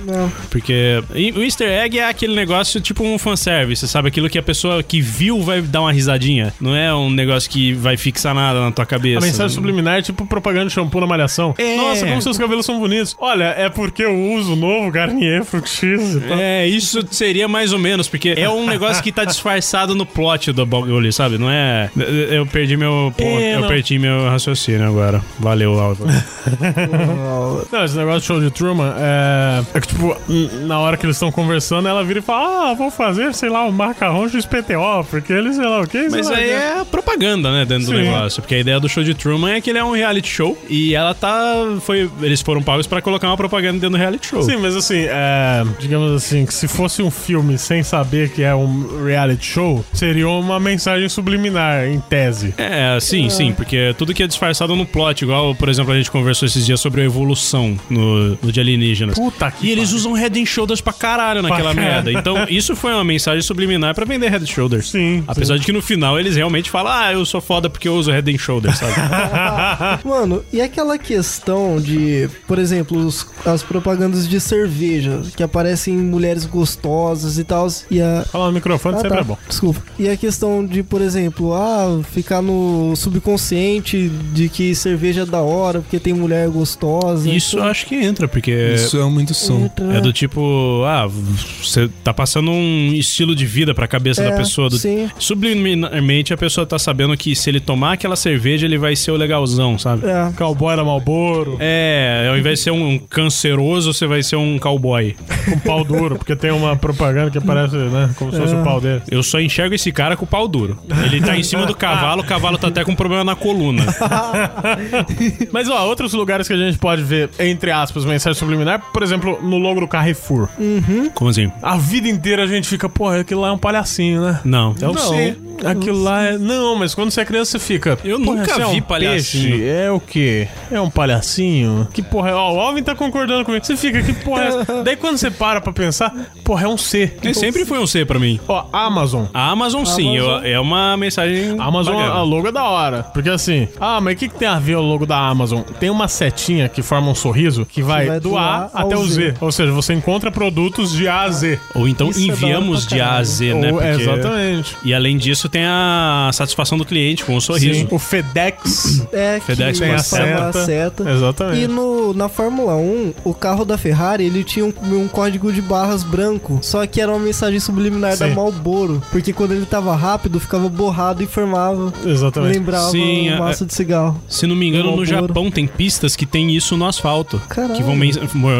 [SPEAKER 4] Porque e o easter egg é aquele negócio tipo um fanservice, sabe? Aquilo que a pessoa que viu vai dar uma risadinha. Não é um negócio que vai fixar nada na tua cabeça. né?
[SPEAKER 1] A mensagem subliminar é tipo propaganda de shampoo na malhação.
[SPEAKER 4] É.
[SPEAKER 1] Nossa, como seus cabelos são bonitos. Olha, é porque eu uso o novo Garnier Fructis e tal.
[SPEAKER 4] É, isso seria mais ou menos, porque é um negócio que tá disfarçado no plot do bagulho, sabe? Não é. Eu perdi meu ponto,
[SPEAKER 1] É,
[SPEAKER 4] eu
[SPEAKER 1] não.
[SPEAKER 4] perdi meu raciocínio agora. Valeu, Álvaro.
[SPEAKER 1] Não, esse negócio de show de Truman é. É que, tipo, n- na hora que eles estão conversando, ela vira e fala: Ah, vou fazer, sei lá, um macarrão XPTO, porque ele, sei lá o que,
[SPEAKER 4] Mas aí é propaganda, né, dentro do
[SPEAKER 1] Sim.
[SPEAKER 4] negócio. Porque a ideia do show de Truman é que ele é um reality show e ela tá. Foi, eles foram pagos pra colocar uma propaganda dentro do reality show.
[SPEAKER 1] Sim, mas assim, é, digamos assim, que se fosse um filme sem saber que é um reality show, seria uma mensagem subliminar, em tese.
[SPEAKER 4] É, sim,
[SPEAKER 3] Ah.
[SPEAKER 4] sim, porque tudo que é disfarçado no plot, igual, por exemplo, a gente conversou esses dias sobre a evolução no, no de alienígenas.
[SPEAKER 1] Puta que
[SPEAKER 4] E eles usam head and shoulders pra caralho naquela
[SPEAKER 1] Pra caralho.
[SPEAKER 4] merda. Então, isso foi uma mensagem subliminar pra vender head and shoulders.
[SPEAKER 1] Sim,
[SPEAKER 4] Apesar de que no final eles realmente falam, ah, eu sou foda porque eu uso head and shoulders, sabe?
[SPEAKER 3] Mano, e aquela questão de, por exemplo, os- as propagandas de cerveja que aparecem em mulheres gostosas e tal, e a
[SPEAKER 1] Falar no microfone
[SPEAKER 3] Ah,
[SPEAKER 1] sempre
[SPEAKER 3] tá.
[SPEAKER 1] é bom.
[SPEAKER 3] Desculpa. E a questão de, por exemplo, ah, ficar no subconsciente de que cerveja é da hora, porque tem mulher gostosa.
[SPEAKER 4] isso eu acho que entra, porque.
[SPEAKER 2] Isso é muito som.
[SPEAKER 3] Outra-
[SPEAKER 4] É do tipo, ah, você tá passando um estilo de vida pra cabeça
[SPEAKER 3] É,
[SPEAKER 4] da pessoa. Do...
[SPEAKER 3] sim.
[SPEAKER 4] Subliminarmente a pessoa tá sabendo que se ele tomar aquela cerveja, ele vai ser o legalzão, sabe?
[SPEAKER 3] É.
[SPEAKER 1] Cowboy da Malboro,
[SPEAKER 4] É, ao invés de ser um canceroso, você vai ser um cowboy.
[SPEAKER 1] com pau duro, porque tem uma propaganda que aparece, né? Como se fosse
[SPEAKER 3] É.
[SPEAKER 1] o pau dele.
[SPEAKER 4] Eu só enxergo esse cara com o pau duro. Ele tá em cima do cavalo, o cavalo tá até com problema na coluna.
[SPEAKER 1] Mas, ó, outros lugares que a gente pode ver, entre aspas, mensagem subliminar, por exemplo, no logo do Carrefour.
[SPEAKER 4] Como assim?
[SPEAKER 1] A vida inteira a gente fica, porra, aquilo lá é um palhacinho, né?
[SPEAKER 4] Não.
[SPEAKER 1] Eu sei. Aquilo lá é. Não, mas quando você é criança, você fica.
[SPEAKER 4] Eu
[SPEAKER 1] "Porra,
[SPEAKER 4] nunca
[SPEAKER 1] isso é
[SPEAKER 4] vi
[SPEAKER 1] um
[SPEAKER 4] palhacinho."
[SPEAKER 1] peixe? É o quê? É um palhacinho? Que porra é? Ó, o Alvin tá concordando comigo. Você fica, que porra é essa? Daí quando você para pra pensar, porra, é um C.
[SPEAKER 4] Ele sempre foi um C pra mim.
[SPEAKER 1] Ó, Amazon.
[SPEAKER 4] A Amazon, sim,
[SPEAKER 3] Amazon.
[SPEAKER 4] eu- é uma mensagem.
[SPEAKER 1] A Amazon,
[SPEAKER 4] bacana.
[SPEAKER 1] a logo é da hora. Porque assim, ah, mas o que, que tem a ver o logo da Amazon? Tem uma setinha que forma um sorriso que vai,
[SPEAKER 3] vai
[SPEAKER 1] do
[SPEAKER 3] do
[SPEAKER 1] A,
[SPEAKER 3] A ao
[SPEAKER 1] até o Z.
[SPEAKER 3] Z.
[SPEAKER 1] Ou seja, você encontra produtos de A a Z.
[SPEAKER 4] Ou então
[SPEAKER 3] Isso é da hora
[SPEAKER 4] enviamos
[SPEAKER 3] pra
[SPEAKER 4] de A a Z, né?
[SPEAKER 1] Ou-
[SPEAKER 4] Porque-
[SPEAKER 1] Exatamente.
[SPEAKER 4] E além disso, tem a satisfação do cliente com o sorriso.
[SPEAKER 1] O FedEx.
[SPEAKER 3] É, que
[SPEAKER 4] FedEx
[SPEAKER 1] tem a
[SPEAKER 3] passava
[SPEAKER 1] seta.
[SPEAKER 3] a seta.
[SPEAKER 1] Exatamente.
[SPEAKER 3] E no, na Fórmula 1, o carro da Ferrari, ele tinha um, um código de barras branco, só que era uma mensagem subliminar da
[SPEAKER 1] Sim.
[SPEAKER 3] Marlboro, porque quando ele tava rápido, ficava borrado e formava,
[SPEAKER 1] Exatamente.
[SPEAKER 3] lembrava
[SPEAKER 4] Sim,
[SPEAKER 3] o
[SPEAKER 4] é-
[SPEAKER 3] maço de cigarro.
[SPEAKER 4] Se não me engano, no
[SPEAKER 3] Marlboro.
[SPEAKER 4] Japão tem pistas que tem isso no asfalto.
[SPEAKER 3] Caralho.
[SPEAKER 4] Que vão men-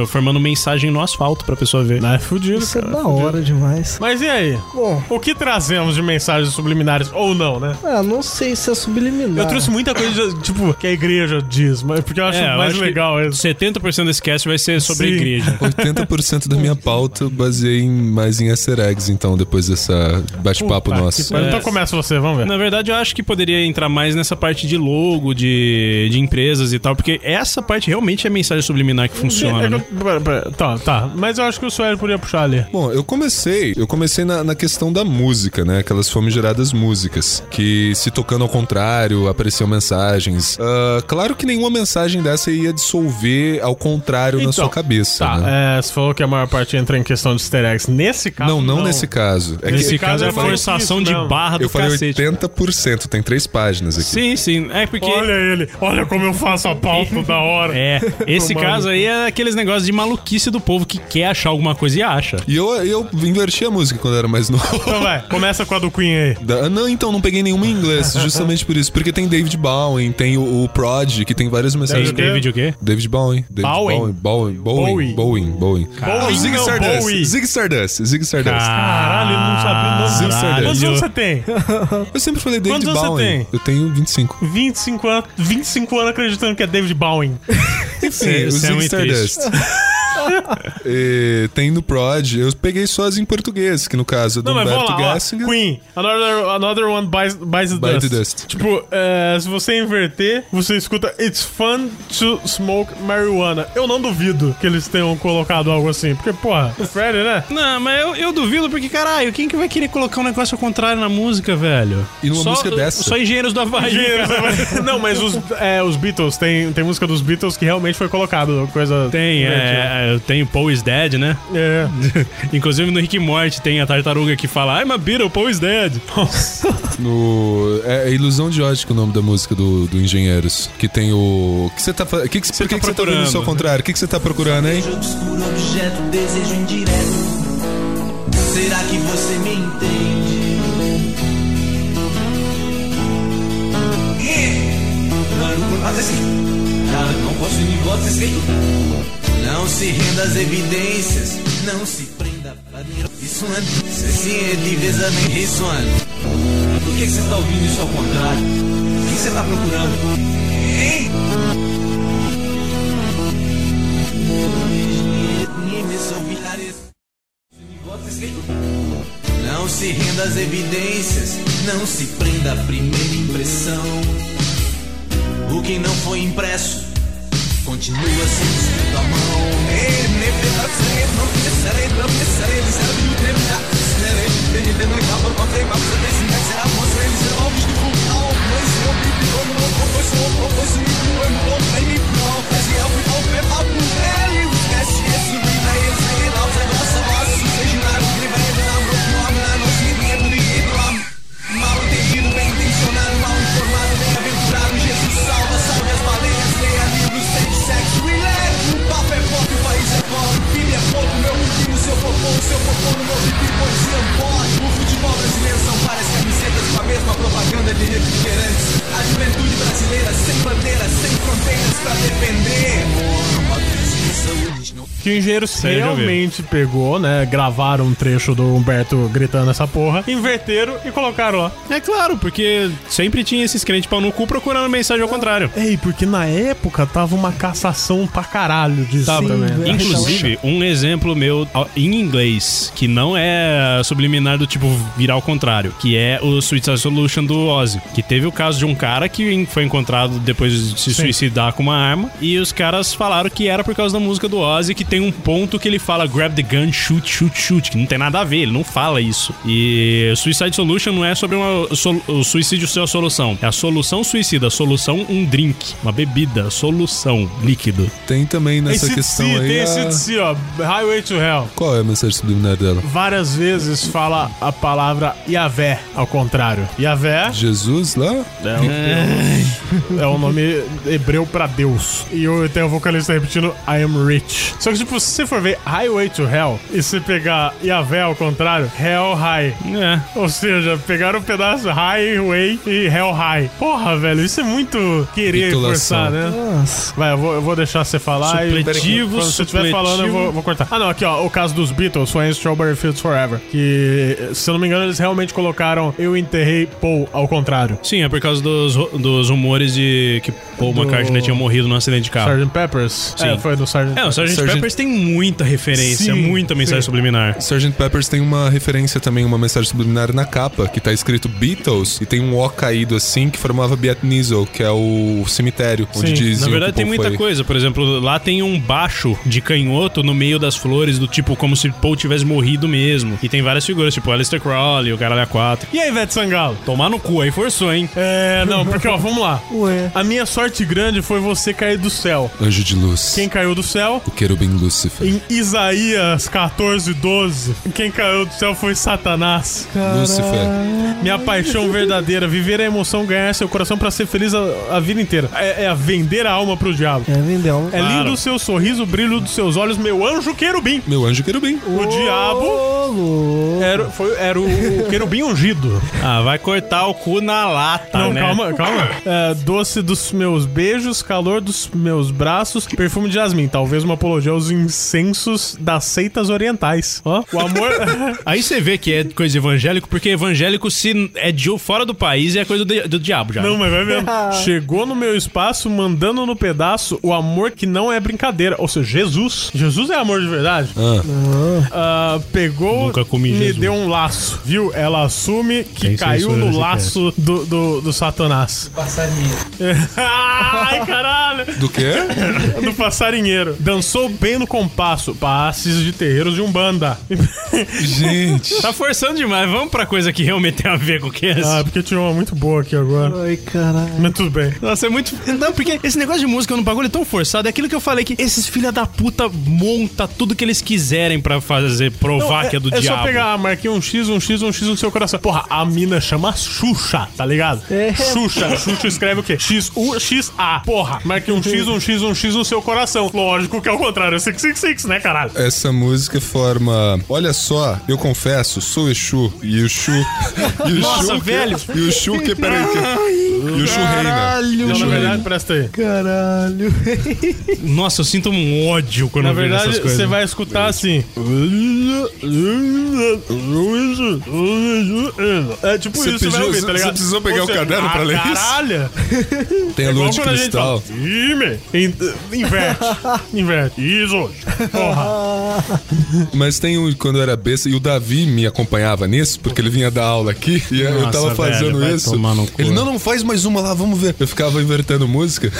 [SPEAKER 4] formando mensagem no asfalto pra pessoa ver.
[SPEAKER 1] Ah, É fudido,
[SPEAKER 3] Isso é
[SPEAKER 1] cara,
[SPEAKER 3] da
[SPEAKER 1] fudido.
[SPEAKER 3] hora demais.
[SPEAKER 1] Mas e aí?
[SPEAKER 3] Bom,
[SPEAKER 1] O que trazemos de mensagens subliminares ou não, né?
[SPEAKER 3] ah, não sei se é subliminar.
[SPEAKER 1] Eu trouxe muita coisa, tipo, que a igreja diz, mas porque eu acho
[SPEAKER 4] É, eu
[SPEAKER 1] mais
[SPEAKER 4] acho que
[SPEAKER 1] legal isso.
[SPEAKER 4] 70% desse cast vai ser sobre
[SPEAKER 1] Sim.
[SPEAKER 4] a igreja.
[SPEAKER 2] 80% da minha pauta eu baseei em, mais em easter eggs, então, depois dessa bate-papo
[SPEAKER 1] Puta
[SPEAKER 2] nosso.
[SPEAKER 1] que pariu. Então
[SPEAKER 4] É.
[SPEAKER 1] começa você, vamos ver.
[SPEAKER 4] Na verdade, eu acho que poderia entrar mais nessa parte de logo, de, de empresas e tal, porque essa parte realmente é mensagem subliminar que funciona,
[SPEAKER 1] É,
[SPEAKER 4] né?
[SPEAKER 1] é, pera, pera, Tá, tá. Mas eu acho que o Sueli podia puxar ali.
[SPEAKER 2] Bom, eu comecei, eu comecei na, na questão da música, né? Aquelas famigeradas músicas que se tocando ao contrário apareciam mensagens. Ah, claro que nenhuma mensagem dessa ia dissolver ao contrário na
[SPEAKER 1] Então,
[SPEAKER 2] sua cabeça,
[SPEAKER 1] Tá,
[SPEAKER 2] né?
[SPEAKER 1] é, você falou que a maior parte entra em questão de easter eggs. Nesse caso.
[SPEAKER 2] Não, não, nesse caso. É
[SPEAKER 1] Nesse
[SPEAKER 4] Esse
[SPEAKER 2] que
[SPEAKER 4] caso
[SPEAKER 1] caso
[SPEAKER 4] é
[SPEAKER 1] eu falei
[SPEAKER 4] forçação
[SPEAKER 1] isso
[SPEAKER 4] de
[SPEAKER 1] mesmo.
[SPEAKER 4] barra do
[SPEAKER 2] eu falei
[SPEAKER 4] cacete.
[SPEAKER 2] 80%, tem três páginas aqui.
[SPEAKER 4] Sim, sim. É porque.
[SPEAKER 1] Olha ele, olha como eu faço a pauta da hora.
[SPEAKER 4] É, esse
[SPEAKER 1] Tomando.
[SPEAKER 4] caso aí é aqueles negócios de maluquice do povo que quer achar alguma coisa e acha.
[SPEAKER 2] E eu, eu inverti a música quando eu era mais novo.
[SPEAKER 1] Então vai, começa com a do Queen aí.
[SPEAKER 2] Da- Não, então, não peguei nenhuma em inglês, justamente por isso. Porque tem David Bowen, tem o, o Prod, que tem várias mensagens.
[SPEAKER 4] Tem
[SPEAKER 1] quê?
[SPEAKER 4] David o quê?
[SPEAKER 2] David Bowen. David
[SPEAKER 1] Bowen? Bowie.
[SPEAKER 2] Bowen. Bowen. Bowen. Bowen. Bowen.
[SPEAKER 1] Bowie
[SPEAKER 2] Não, Zig
[SPEAKER 1] não,
[SPEAKER 2] Stardust.
[SPEAKER 1] Bowie.
[SPEAKER 2] Zig Stardust. Zig Stardust.
[SPEAKER 1] Caralho, ele não sabia o nome
[SPEAKER 2] Caralho.
[SPEAKER 1] dele. Quantos anos você tem?
[SPEAKER 2] Eu sempre falei David
[SPEAKER 1] Quantos anos você
[SPEAKER 2] Bowen.
[SPEAKER 1] tem?
[SPEAKER 2] Eu tenho 25.
[SPEAKER 1] 25 anos, 25 anos acreditando que é David Bowen.
[SPEAKER 2] Sim, o
[SPEAKER 4] isso é
[SPEAKER 2] Zig
[SPEAKER 1] um
[SPEAKER 4] muito
[SPEAKER 2] Stardust. E tem no Prod. Eu peguei só as em português, que no caso é do
[SPEAKER 1] Não, mas vamos
[SPEAKER 2] Humberto
[SPEAKER 1] lá. ó,
[SPEAKER 2] Gessinger.
[SPEAKER 1] Queen, another, another one buys, buys the
[SPEAKER 2] By
[SPEAKER 1] dust.
[SPEAKER 2] the Dust.
[SPEAKER 1] Tipo, é, se você inverter, você escuta It's fun to smoke marijuana. Eu não duvido que eles tenham colocado algo assim, porque, porra, o Freddy, né?
[SPEAKER 4] Não, mas eu, eu duvido porque, caralho, quem que vai querer colocar um negócio ao contrário na música, velho?
[SPEAKER 2] E numa
[SPEAKER 4] só,
[SPEAKER 2] música dessa?
[SPEAKER 4] Só engenheiros do Havaí.
[SPEAKER 1] não, mas os, é, os Beatles, tem, tem música dos Beatles que realmente foi colocado, coisa...
[SPEAKER 4] Tem, é, tem o Paul is Dead, né?
[SPEAKER 1] É.
[SPEAKER 4] Inclusive no Rick e Morty tem a tartaruga que fala I'm a beetle, Paul is dead.
[SPEAKER 2] No, é, é Ilusão de Ótica o nome da música do, do Engenheiros. Que tem o. O que você tá fazendo? Que que, por que,
[SPEAKER 4] tá
[SPEAKER 2] que você tá ouvindo isso ao
[SPEAKER 4] procurando?
[SPEAKER 2] contrário? O que, que você tá procurando, hein?
[SPEAKER 6] obscuro objeto, desejo indireto. Será que você me entende? Não, Faz assim. Não, não posso ir de volta, você sei. Não se renda às evidências, não se prenda para isso antes. Se é divisa nem isso antes. Por que que você tá ouvindo isso ao contrário? O que você tá procurando? Hein? Não se renda às evidências, não se prenda à primeira impressão. O que não foi impresso continua sendo escrito à mão.
[SPEAKER 1] Que o engenheiro
[SPEAKER 4] aí eu já ouvi.
[SPEAKER 1] realmente pegou, né? Gravaram um trecho do Humberto gritando essa porra, inverteram e colocaram lá.
[SPEAKER 4] É claro, porque sempre tinha esses crentes pau no cu procurando mensagem ao contrário.
[SPEAKER 1] Ei, porque na época tava uma cassação pra caralho É. disso
[SPEAKER 3] Sim,
[SPEAKER 1] também.
[SPEAKER 3] velho.
[SPEAKER 4] Inclusive, um exemplo meu ó, em inglês, que não é subliminar do tipo virar ao contrário, que é o Suicide Solution do Ozzy, que teve o caso de um cara que en- foi encontrado depois de se suicidar com uma arma, e os caras falaram que era por causa da música do Ozzy, que tem um ponto que ele fala grab the gun, shoot, shoot, shoot, que não tem nada a ver, ele não fala isso. E Suicide Solution não é sobre uma, sol- o suicídio ser a solução, é a solução suicida, a solução um drink, uma bebida, solução, líquido.
[SPEAKER 2] Tem também nessa
[SPEAKER 1] AC/DC,
[SPEAKER 2] questão aí.
[SPEAKER 1] tem
[SPEAKER 2] a-
[SPEAKER 1] AC/DC, ó. Highway to Hell.
[SPEAKER 2] Qual é a mensagem subliminar dela?
[SPEAKER 1] Várias vezes fala a palavra Yavé ao contrário. Yavé
[SPEAKER 2] Jesus lá?
[SPEAKER 1] é o nome hebreu pra Deus. E eu tenho o vocalista repetindo I am rich. Só que, tipo, se você for ver Highway to Hell e você pegar Yavé ao contrário, Hell High.
[SPEAKER 4] É.
[SPEAKER 1] Ou seja, pegaram um pedaço Highway e Hell High. Porra, velho, isso é muito querer
[SPEAKER 2] Titulação.
[SPEAKER 1] forçar, né?
[SPEAKER 3] Nossa.
[SPEAKER 1] Vai, eu vou, eu vou deixar você falar. e-
[SPEAKER 4] Supletivo,
[SPEAKER 1] Quando você estiver
[SPEAKER 4] supletivo.
[SPEAKER 1] falando, eu vou, vou cortar. Ah, não, aqui ó, o caso dos Beatles foi em Strawberry Fields Forever. Que, se eu não me engano, eles realmente colocaram Eu enterrei Paul ao contrário.
[SPEAKER 4] Sim, é por causa dos, ru- dos rumores de que Paul McCartney tinha morrido num acidente de carro.
[SPEAKER 1] Sgt. Peppers?
[SPEAKER 4] Sim.
[SPEAKER 1] Ah. É, foi do Sgt.
[SPEAKER 4] É, o Sgt.
[SPEAKER 2] Sgt.
[SPEAKER 4] Peppers tem muita referência,
[SPEAKER 1] Sim,
[SPEAKER 4] muita mensagem
[SPEAKER 1] sim.
[SPEAKER 4] subliminar.
[SPEAKER 2] Sgt. Peppers tem uma referência também, uma mensagem subliminar na capa, que tá escrito Beatles e tem um O caído assim que formava Beatnizel, que é o cemitério, onde
[SPEAKER 1] Sim.
[SPEAKER 2] dizem
[SPEAKER 4] Na verdade,
[SPEAKER 2] que o
[SPEAKER 4] tem
[SPEAKER 2] Paul
[SPEAKER 4] muita
[SPEAKER 2] foi.
[SPEAKER 4] coisa. Por exemplo, lá tem um baixo de canhoto no meio das flores, do tipo como se Paul tivesse morrido mesmo. E tem várias figuras, tipo Aleister Crowley, o Caralho A4.
[SPEAKER 1] E aí, Ivete Sangalo?
[SPEAKER 4] Tomar no cu, aí forçou, hein?
[SPEAKER 1] É, não, porque ó, vamos lá.
[SPEAKER 3] Ué.
[SPEAKER 1] A minha sorte grande foi você cair do céu.
[SPEAKER 2] Anjo de luz,
[SPEAKER 1] Quem caiu do céu?
[SPEAKER 2] o querubim Lúcifer.
[SPEAKER 1] Em Isaías 14, 12. Quem caiu do céu foi Satanás.
[SPEAKER 2] Lúcifer.
[SPEAKER 1] Minha paixão verdadeira, viver a emoção, ganhar seu coração pra ser feliz a, a vida inteira. É, é vender a alma pro diabo.
[SPEAKER 3] É, vender um.
[SPEAKER 1] É lindo o seu sorriso, o brilho dos seus olhos, meu anjo querubim.
[SPEAKER 2] Meu anjo querubim.
[SPEAKER 1] O diabo
[SPEAKER 3] Ô, louco.
[SPEAKER 1] era, foi, era o, o querubim ungido.
[SPEAKER 4] Ah, vai cortar o cu na lata,
[SPEAKER 1] Não,
[SPEAKER 4] né?
[SPEAKER 1] calma, calma. É, doce dos meus beijos, calor dos meus braços, perfume de jasmim. Talvez uma apologia aos incensos das seitas orientais. Ó, o amor.
[SPEAKER 4] Aí você vê que é coisa de evangélico, porque evangélico, se é de fora do país, é coisa do, do diabo já.
[SPEAKER 1] Não, mas vai mesmo. Chegou no meu espaço, mandando no pedaço o amor que não é brincadeira. Ou seja, Jesus. Jesus é amor de verdade. Ah, pegou,
[SPEAKER 4] Nunca comi
[SPEAKER 1] me
[SPEAKER 4] Jesus.
[SPEAKER 1] deu um laço, viu? Ela assume que
[SPEAKER 4] Tem
[SPEAKER 1] caiu
[SPEAKER 4] censura
[SPEAKER 1] no
[SPEAKER 4] nesse
[SPEAKER 1] laço do, do, do Satanás. Passarinheiro. Ai, caralho!
[SPEAKER 2] Do quê?
[SPEAKER 1] Do passarinheiro. Dançou bem no compasso. Passes de terreiros de Umbanda.
[SPEAKER 2] Gente.
[SPEAKER 4] Tá forçando demais, vamos pra coisa que realmente tem a ver com o que é
[SPEAKER 1] ah, porque tinha uma muito boa aqui agora.
[SPEAKER 3] Ai, caralho.
[SPEAKER 1] Mas tudo bem.
[SPEAKER 4] Nossa, é muito. Não, porque esse negócio de música no bagulho é tão forçado. É aquilo que eu falei que esses filha da puta monta tudo que eles quiserem pra fazer, provar que é do
[SPEAKER 1] é
[SPEAKER 4] diabo.
[SPEAKER 1] só pegar, ah, marquei um X, um X, um X no seu coração. Porra, a mina chama Xuxa, tá ligado?
[SPEAKER 3] É.
[SPEAKER 1] Xuxa. Xuxa escreve o quê? X-U-X-A. Porra, marquei um X, um X, um X no seu coração. Lógico que é o contrário, é 666, né, caralho?
[SPEAKER 2] Essa música forma. Olha só, eu confesso, sou Exu. E o Exu. E o
[SPEAKER 4] Nossa,
[SPEAKER 1] é.
[SPEAKER 2] que-
[SPEAKER 4] velho.
[SPEAKER 2] E o Exu que. Peraí. Que... E o Exu reina.
[SPEAKER 3] Caralho.
[SPEAKER 2] E o
[SPEAKER 1] Não, na
[SPEAKER 2] Exu
[SPEAKER 1] verdade,
[SPEAKER 2] reina.
[SPEAKER 1] presta aí.
[SPEAKER 3] Caralho.
[SPEAKER 4] Nossa, eu sinto um ódio quando
[SPEAKER 1] Na
[SPEAKER 4] eu vejo
[SPEAKER 1] verdade,
[SPEAKER 4] essas coisas.
[SPEAKER 1] você vai escutar assim. É tipo
[SPEAKER 2] Você
[SPEAKER 1] isso, você vai
[SPEAKER 2] pediu-
[SPEAKER 1] ouvir,
[SPEAKER 2] você-
[SPEAKER 1] tá ligado?
[SPEAKER 2] você precisou pegar
[SPEAKER 1] Ou
[SPEAKER 2] o caderno
[SPEAKER 1] "Ah,
[SPEAKER 2] pra ler isso?"
[SPEAKER 1] Caralho!
[SPEAKER 2] Tem a lua
[SPEAKER 1] Igual
[SPEAKER 2] de
[SPEAKER 1] quando a gente fala,
[SPEAKER 2] cristal.
[SPEAKER 1] "Ih, man", in- Inverte. Inverte. Isso. Porra.
[SPEAKER 2] Mas tem um quando eu era besta, e o Davi me acompanhava nisso, porque ele vinha dar aula aqui, e eu
[SPEAKER 4] Nossa,
[SPEAKER 2] tava
[SPEAKER 4] velho,
[SPEAKER 2] fazendo
[SPEAKER 4] vai
[SPEAKER 2] isso.
[SPEAKER 4] tomar no cu.
[SPEAKER 2] Ele, não, não, faz mais uma lá, vamos ver. Eu ficava invertendo música.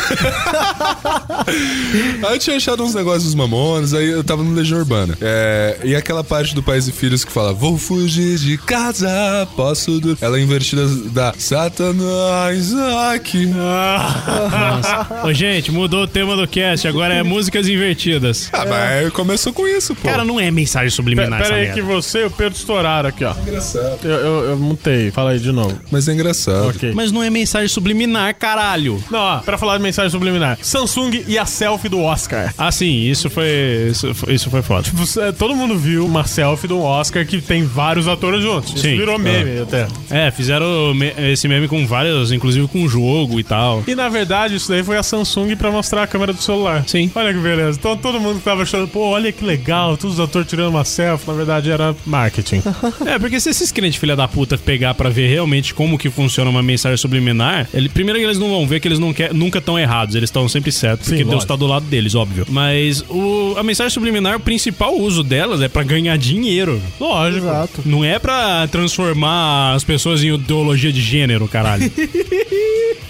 [SPEAKER 2] aí eu tinha achado uns negócios dos mamonas, aí eu tava no Legião Urbana. É, e aquela parte do Pais e Filhos que fala, vou fugir de casa, posso... dur-" Ela é invertida da Satanás aqui. Ah,
[SPEAKER 4] Ô, gente, mudou o tema do cast, agora é músicas invertidas.
[SPEAKER 2] Ah, mas começou com isso, pô.
[SPEAKER 4] É. Cara, não é mensagem subliminar
[SPEAKER 1] Pera
[SPEAKER 4] essa
[SPEAKER 1] aí
[SPEAKER 4] merda.
[SPEAKER 1] que você e o Pedro estouraram aqui, ó.
[SPEAKER 2] engraçado.
[SPEAKER 1] Eu, eu, eu mutei. Fala aí de novo.
[SPEAKER 2] Mas é engraçado.
[SPEAKER 1] Ok.
[SPEAKER 4] Mas não é mensagem subliminar, caralho.
[SPEAKER 1] Não, ó, pra falar de mensagem subliminar. Samsung e a selfie do Oscar.
[SPEAKER 4] Ah, sim, isso foi. Isso foi, isso foi foda.
[SPEAKER 1] Você- todo mundo viu uma selfie do Oscar que tem vários atores juntos. Isso
[SPEAKER 4] Sim.
[SPEAKER 1] virou meme
[SPEAKER 2] Ah.
[SPEAKER 1] até.
[SPEAKER 4] É, fizeram me- esse meme com vários, inclusive com jogo e tal.
[SPEAKER 1] E na verdade, isso daí foi a Samsung pra mostrar a câmera do celular.
[SPEAKER 4] Sim.
[SPEAKER 1] Olha que beleza. Então todo mundo que tava achando, pô, olha que legal, todos os atores tirando uma selfie, na verdade era marketing.
[SPEAKER 4] É, porque se esses crentes filha da puta pegar pra ver realmente como que funciona uma mensagem subliminar, ele, primeiro que eles não vão ver que eles não quer, nunca estão errados, eles estão sempre certos, porque Deus
[SPEAKER 1] lógico.
[SPEAKER 4] tá do lado deles, óbvio. Mas o- a mensagem subliminar, o principal uso delas é pra ganhar dinheiro.
[SPEAKER 1] Lógico.
[SPEAKER 3] Exato.
[SPEAKER 4] Não é pra transformar as pessoas em ideologia de gênero, caralho.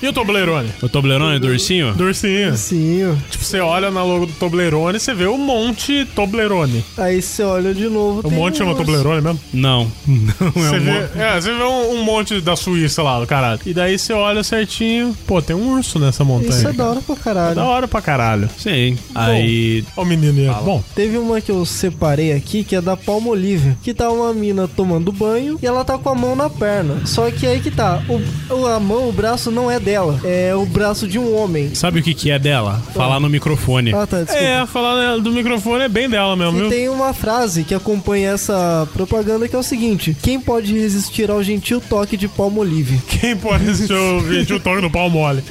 [SPEAKER 1] E o Toblerone?
[SPEAKER 4] O Toblerone do ursinho?
[SPEAKER 1] Dorcinho.
[SPEAKER 3] Sim, ó.
[SPEAKER 1] Tipo, você olha na logo do Toblerone, você vê um monte Toblerone.
[SPEAKER 3] aí você olha de novo.
[SPEAKER 1] Um
[SPEAKER 3] tem
[SPEAKER 1] monte chama
[SPEAKER 3] urso.
[SPEAKER 1] Toblerone mesmo?
[SPEAKER 4] Não. Não é
[SPEAKER 1] Você
[SPEAKER 4] um
[SPEAKER 1] vê,
[SPEAKER 4] mo-
[SPEAKER 1] é, você vê um, um monte da Suíça lá, do caralho. E daí você olha certinho, pô, tem um urso nessa montanha.
[SPEAKER 3] Isso é da hora pra caralho.
[SPEAKER 1] Da hora pra caralho.
[SPEAKER 4] Sim. Aí.
[SPEAKER 1] Ó o menino aí. Bom,
[SPEAKER 3] Teve uma que eu separei aqui, que é da Palmolive, que tá uma mina tomando banho e ela tá com a mão na perna. Só que aí que tá, o, o- a mão, o braço não é dela, é o braço de um homem.
[SPEAKER 4] Sabe o que, que é dela? Falar no microfone.
[SPEAKER 3] Ah, tá, desculpa.
[SPEAKER 1] é, falar do microfone é bem dela mesmo,
[SPEAKER 3] E
[SPEAKER 1] viu?
[SPEAKER 3] tem uma frase que acompanha essa propaganda que é o seguinte: Quem pode resistir ao gentil toque de Palmolive?
[SPEAKER 1] Quem pode assistir o vídeo o toque no pau mole?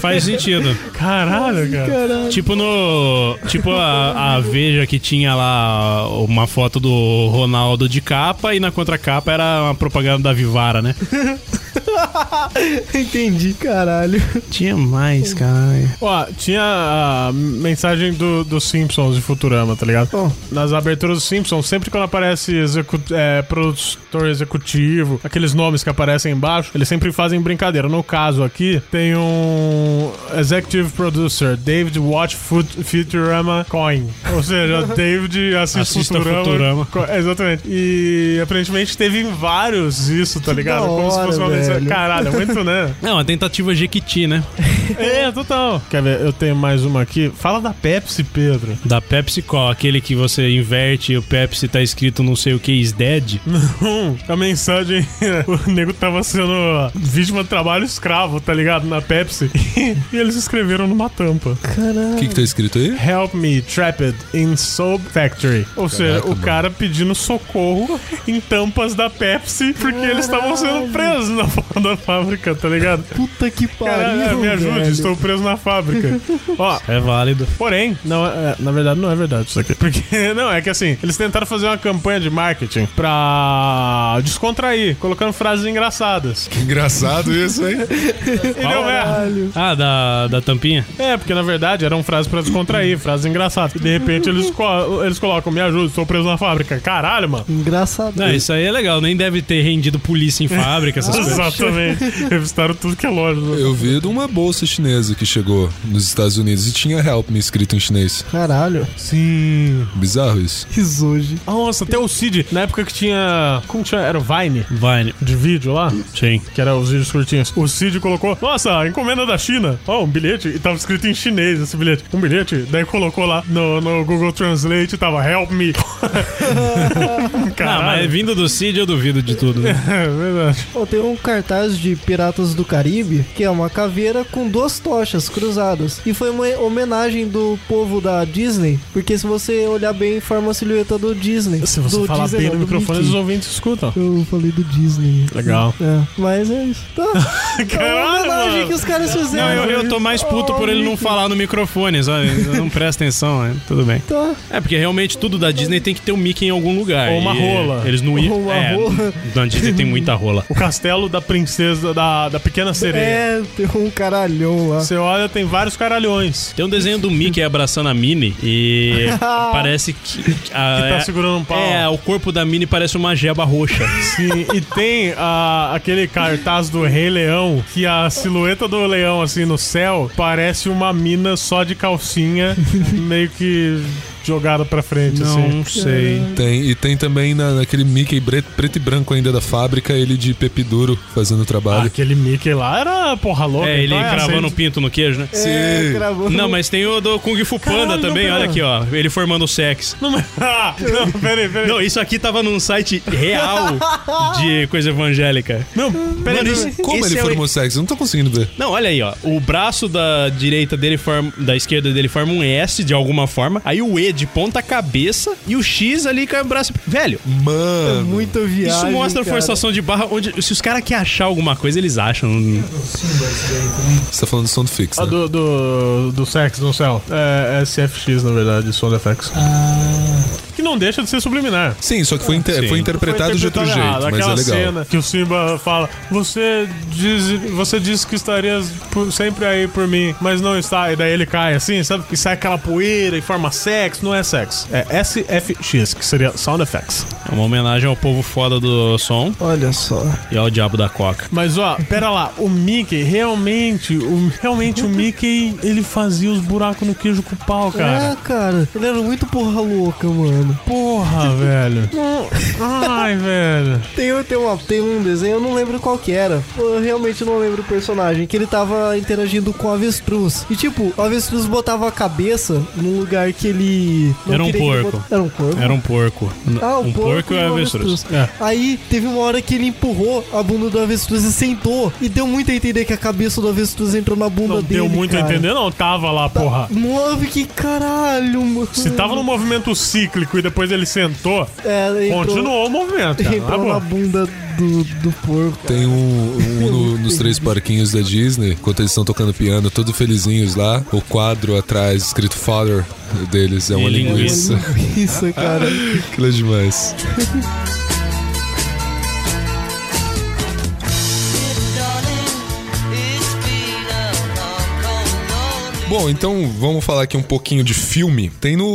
[SPEAKER 4] Faz sentido.
[SPEAKER 1] Caralho, cara.
[SPEAKER 4] Tipo no. Tipo a, a Veja que tinha lá uma foto do Ronaldo de capa e na contracapa era uma propaganda da Vivara, né?
[SPEAKER 3] Entendi, caralho.
[SPEAKER 4] Tinha mais, caralho.
[SPEAKER 1] Ó, tinha a mensagem do, dos Simpsons de Futurama, tá ligado?
[SPEAKER 3] Ó.
[SPEAKER 1] Nas aberturas dos Simpsons, sempre quando aparece execu é, produtor executivo, aqueles nomes que aparecem embaixo, eles sempre fazem brincadeira. No caso aqui, tem um Executive Producer, David Watch Fut- Futurama Coin. Ou seja, David assiste
[SPEAKER 4] Assista
[SPEAKER 1] Futurama.
[SPEAKER 4] Futurama.
[SPEAKER 1] Co- é, Exatamente. E aparentemente teve em vários isso, tá ligado? Como se
[SPEAKER 3] hora,
[SPEAKER 1] fosse uma mensagem.
[SPEAKER 3] velho.
[SPEAKER 1] Caralho, é muito, né?
[SPEAKER 4] Não, a tentativa Jequiti, né?
[SPEAKER 1] É, total. Quer ver? Eu tenho mais uma aqui. Fala da Pepsi, Pedro.
[SPEAKER 4] Da PepsiCo, aquele que você inverte e o Pepsi tá escrito não sei o que, is dead.
[SPEAKER 1] Hum, a mensagem. O nego tava sendo vítima de trabalho escravo, tá ligado? Na Pepsi. E eles escreveram numa tampa:
[SPEAKER 2] O que, que tá escrito aí?
[SPEAKER 1] Help me trapped in soap factory. Ou seja, o
[SPEAKER 2] mano.
[SPEAKER 1] cara pedindo socorro em tampas da Pepsi porque eles estavam sendo presos na porra da fábrica, tá ligado?
[SPEAKER 3] Puta que pariu.
[SPEAKER 1] Caralho, me ajude,
[SPEAKER 3] velho.
[SPEAKER 1] estou preso na fábrica. Ó,
[SPEAKER 4] É válido.
[SPEAKER 1] Porém, não, é- na verdade não é verdade isso aqui. Porque, não, é que assim, eles tentaram fazer uma campanha de marketing pra descontrair, colocando frases engraçadas.
[SPEAKER 2] Que engraçado isso, hein?
[SPEAKER 1] E deu merda.
[SPEAKER 4] Ah, da, da tampinha?
[SPEAKER 1] É, porque na verdade eram frases pra descontrair, frases engraçadas. E de repente eles, co- eles colocam, me ajuda, estou preso na fábrica. Caralho, mano.
[SPEAKER 3] Engraçado.
[SPEAKER 4] Não, isso aí é legal, nem deve ter rendido polícia em fábrica, essas coisas.
[SPEAKER 1] Exatamente. Revistaram tudo que é loja.
[SPEAKER 2] Eu vi de uma bolsa chinesa que chegou nos Estados Unidos e tinha help me escrito em chinês.
[SPEAKER 3] Caralho,
[SPEAKER 1] Sim.
[SPEAKER 2] Bizarro isso.
[SPEAKER 3] fiz hoje.
[SPEAKER 1] Nossa, até o Cid, na época que tinha. Como que chama? Era o Vine
[SPEAKER 4] Vine,
[SPEAKER 1] de vídeo lá?
[SPEAKER 4] né? sim.
[SPEAKER 1] que era os vídeos curtinhos. O Cid colocou, nossa, encomenda da China. Ó, um bilhete, e tava escrito em chinês esse bilhete. Um bilhete, daí colocou lá no, no Google Translate, tava help me.
[SPEAKER 4] Ah, mas
[SPEAKER 1] Caralho.
[SPEAKER 4] vindo do Cid, eu duvido de tudo, né?
[SPEAKER 1] é verdade.
[SPEAKER 3] Ó, tem um cartaz de Piratas do Caribe, que é uma caveira com duas tochas cruzadas. E foi uma homenagem do povo da Disney, porque se você olhar bem, forma a silhueta do Disney.
[SPEAKER 1] Se você
[SPEAKER 3] do
[SPEAKER 1] falar
[SPEAKER 3] Disney,
[SPEAKER 1] bem
[SPEAKER 3] não,
[SPEAKER 1] no
[SPEAKER 3] do
[SPEAKER 1] microfone, os
[SPEAKER 3] Mickey.
[SPEAKER 1] ouvintes escutam.
[SPEAKER 3] Eu falei do Disney.
[SPEAKER 1] Legal.
[SPEAKER 3] É, mas é isso. Tá, é uma
[SPEAKER 1] Caralho,
[SPEAKER 3] homenagem
[SPEAKER 1] mano.
[SPEAKER 3] que os caras
[SPEAKER 4] Não,
[SPEAKER 3] fizeram.
[SPEAKER 4] eu, eu tô mais puto por ele não falar no microfone, sabe? Eu Não presta atenção, né? Tudo bem.
[SPEAKER 3] Tá.
[SPEAKER 4] É, porque realmente tudo da Disney tem que ter um Mickey em algum lugar.
[SPEAKER 1] Ou uma
[SPEAKER 4] E
[SPEAKER 1] rola.
[SPEAKER 4] Eles não iam.
[SPEAKER 3] Ou uma
[SPEAKER 4] é,
[SPEAKER 3] rola.
[SPEAKER 4] Na Disney tem muita rola.
[SPEAKER 1] O castelo da princesa, da, da pequena sereia.
[SPEAKER 3] É, tem um caralhão lá.
[SPEAKER 1] Você olha, tem vários caralhões.
[SPEAKER 4] Tem um desenho do Mickey abraçando a Minnie e parece que.
[SPEAKER 1] Que tá
[SPEAKER 4] A,
[SPEAKER 1] segurando um pau.
[SPEAKER 4] é, o corpo da Minnie parece uma jeba roxa.
[SPEAKER 1] Sim, e tem ah, aquele cartaz do Rei Leão, que a silhueta do leão, assim, no céu, parece uma mina só de calcinha, meio que jogada pra frente, assim.
[SPEAKER 4] Não sei.
[SPEAKER 2] Tem, e tem também na, naquele Mickey bre- preto e branco ainda da fábrica, ele de pepiduro fazendo o
[SPEAKER 1] Ah,
[SPEAKER 2] trabalho.
[SPEAKER 1] aquele Mickey lá era porra louca.
[SPEAKER 4] É, ele
[SPEAKER 1] então
[SPEAKER 4] cravando o
[SPEAKER 1] assim.
[SPEAKER 4] pinto no queijo, né?
[SPEAKER 3] É, gravou.
[SPEAKER 4] Não, mas tem o do Kung Fu Panda
[SPEAKER 1] Caralho,
[SPEAKER 4] também,
[SPEAKER 1] não,
[SPEAKER 4] olha
[SPEAKER 1] pera.
[SPEAKER 4] aqui, ó. Ele formando sexo.
[SPEAKER 1] Não, mas- Ah, não, peraí, peraí.
[SPEAKER 4] Não, isso aqui tava num site real de coisa evangélica.
[SPEAKER 1] Não, peraí.
[SPEAKER 4] Mano, isso-
[SPEAKER 2] Como
[SPEAKER 4] esse
[SPEAKER 2] ele
[SPEAKER 4] é o-
[SPEAKER 2] formou sexo? Eu não tô conseguindo ver.
[SPEAKER 4] Não, olha aí, ó. O braço da direita dele forma. Da esquerda dele forma um S de alguma forma. Aí o E de ponta cabeça e o X ali com o braço. Velho,
[SPEAKER 2] Mano.
[SPEAKER 3] Muita viagem.
[SPEAKER 4] isso mostra
[SPEAKER 3] cara.
[SPEAKER 4] forçação de barra onde. Se os caras querem achar alguma coisa, eles acham.
[SPEAKER 2] Você tá falando do sound fix,
[SPEAKER 1] Ah,
[SPEAKER 2] né?
[SPEAKER 1] do, do, do sexo no céu. É, é SFX, na verdade, Sound Effects. que não deixa de ser subliminar.
[SPEAKER 2] Sim, só que foi, inter-
[SPEAKER 4] Sim.
[SPEAKER 2] foi interpretado de outro
[SPEAKER 1] interpretado
[SPEAKER 2] jeito,
[SPEAKER 1] errado.
[SPEAKER 2] mas é
[SPEAKER 1] Aquela
[SPEAKER 2] legal.
[SPEAKER 1] cena que o Simba fala: Você diz, você disse que estarias por- sempre aí por mim, mas não está. E daí ele cai assim, sabe? E sai aquela poeira e forma sexo. Não é sexo. É SFX, que seria Sound Effects.
[SPEAKER 4] É uma homenagem ao povo foda do som
[SPEAKER 3] Olha só.
[SPEAKER 4] e ao diabo da coca.
[SPEAKER 1] Mas ó, pera lá, o Mickey, realmente, o, realmente o Mickey, ele fazia os buracos no queijo com o pau, cara.
[SPEAKER 3] É, cara. Ele era muito porra louca, mano.
[SPEAKER 1] Porra, velho. Não- Ai, velho.
[SPEAKER 3] Tem, um- tem, uma, tem um desenho, eu não lembro qual que era. Eu realmente não lembro o personagem. Que ele tava interagindo com o avestruz. E tipo, o avestruz botava a cabeça num lugar que ele. não
[SPEAKER 4] Era um
[SPEAKER 3] queria que ele
[SPEAKER 4] porco.
[SPEAKER 3] bota- Era um porco.
[SPEAKER 4] Era um porco.
[SPEAKER 3] Ah, o
[SPEAKER 4] um porco
[SPEAKER 3] e
[SPEAKER 4] é
[SPEAKER 3] o
[SPEAKER 4] avestruz. É.
[SPEAKER 3] Aí teve uma hora que ele empurrou a bunda do avestruz e sentou. E deu muito a entender que a cabeça do avestruz entrou na bunda
[SPEAKER 1] Não
[SPEAKER 3] dele.
[SPEAKER 1] deu muito
[SPEAKER 3] cara.
[SPEAKER 1] a entender, não. Tava lá, porra.
[SPEAKER 3] Move que caralho, mano.
[SPEAKER 1] Se tava num movimento cíclico e depois ele sentou,
[SPEAKER 3] É, ele entrou-
[SPEAKER 1] continuou o movimento. Cara.
[SPEAKER 3] Entrou
[SPEAKER 1] Na boa.
[SPEAKER 3] na bunda do, do porco.
[SPEAKER 2] Tem um, um no- nos três parquinhos da Disney, enquanto eles estão tocando piano, todos felizinhos lá. O quadro atrás, escrito Father deles, é uma
[SPEAKER 4] E linguiça.
[SPEAKER 2] linguiça.
[SPEAKER 3] Isso, cara.
[SPEAKER 2] Aquilo é demais. Bom, então vamos falar aqui um pouquinho de filme. Tem no